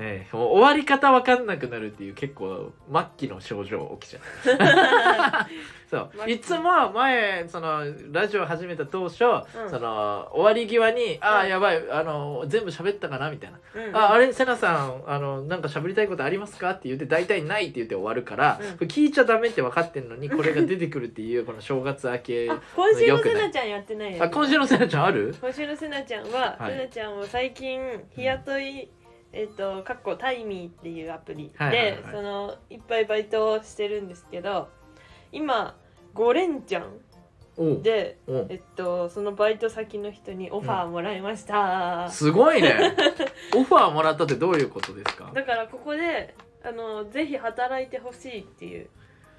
Speaker 2: ええもう終わり方わかんなくなるっていう結構末期の症状起きちゃう
Speaker 1: [LAUGHS] 末
Speaker 2: そう
Speaker 1: 期
Speaker 2: いつも前そのラジオ始めた当初、
Speaker 1: ん
Speaker 2: その終わり際に「
Speaker 1: う
Speaker 2: ああ
Speaker 1: ん
Speaker 2: やばいあの全部喋ったかな」みたいな「
Speaker 1: うん
Speaker 2: ああれセナさんあのなんか喋りたいことありますか?」って言って大体「ない」って言って終わるから、
Speaker 1: うん
Speaker 2: これ聞いちゃダメって分かってん
Speaker 1: [LAUGHS]
Speaker 2: のにこれが出てくるっていうこの正月明け
Speaker 1: あ今週のせなちゃんやってないよ、ね、
Speaker 2: あ今週のセナちゃんある
Speaker 1: 今週のせなちゃんは、
Speaker 2: はい
Speaker 1: せなちゃんは最近日雇いえっ、とかっこタイミーっていうアプリで、
Speaker 2: はいはいはい
Speaker 1: そのいっぱいバイトをしてるんですけど今5連チャン
Speaker 2: おう
Speaker 1: で
Speaker 2: おう
Speaker 1: えっとそのバイト先の人にオファーもらいました、
Speaker 2: すごい
Speaker 1: [LAUGHS]
Speaker 2: ねオファーもらったってどういうことですか
Speaker 1: だからここであのぜひ働いてほしいっていう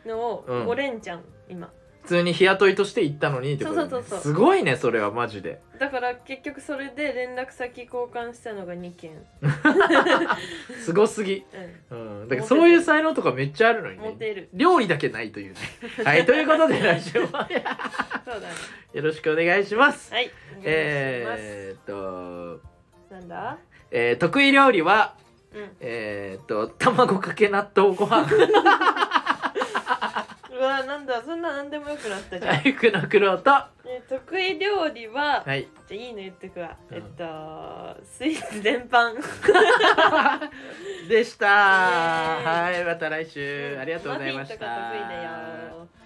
Speaker 1: のを
Speaker 2: うん
Speaker 1: 5連チャン今
Speaker 2: 普通に日雇いとして行ったのにってことだよね
Speaker 1: そうそうそうそ
Speaker 2: すごいねそれはマジで
Speaker 1: だから結局それで連絡先交換したのが2件、
Speaker 2: すごすぎ、
Speaker 1: う
Speaker 2: うん、だからそういう才能とかめっちゃあるのに
Speaker 1: ん、持っ
Speaker 2: ね
Speaker 1: ている
Speaker 2: 料理だけない
Speaker 1: [LAUGHS]
Speaker 2: というねはいということで来週も
Speaker 1: そうだね
Speaker 2: よろしくお願いします
Speaker 1: はいお願いし
Speaker 2: えー、っと、
Speaker 1: ますなんだ
Speaker 2: えー得意料理は
Speaker 1: うん
Speaker 2: えー、っと卵かけ納豆ご飯
Speaker 1: うわなんだそんな何でもよくなったじゃん、
Speaker 2: 大工の苦労とは
Speaker 1: え得意料理は、
Speaker 2: い
Speaker 1: じゃあいいの言ってくわ、
Speaker 2: うん
Speaker 1: えっとスイーツ全般
Speaker 2: でした
Speaker 1: イエーイ
Speaker 2: はいまた来週ありがとうございました
Speaker 1: マフィンとか得意だよ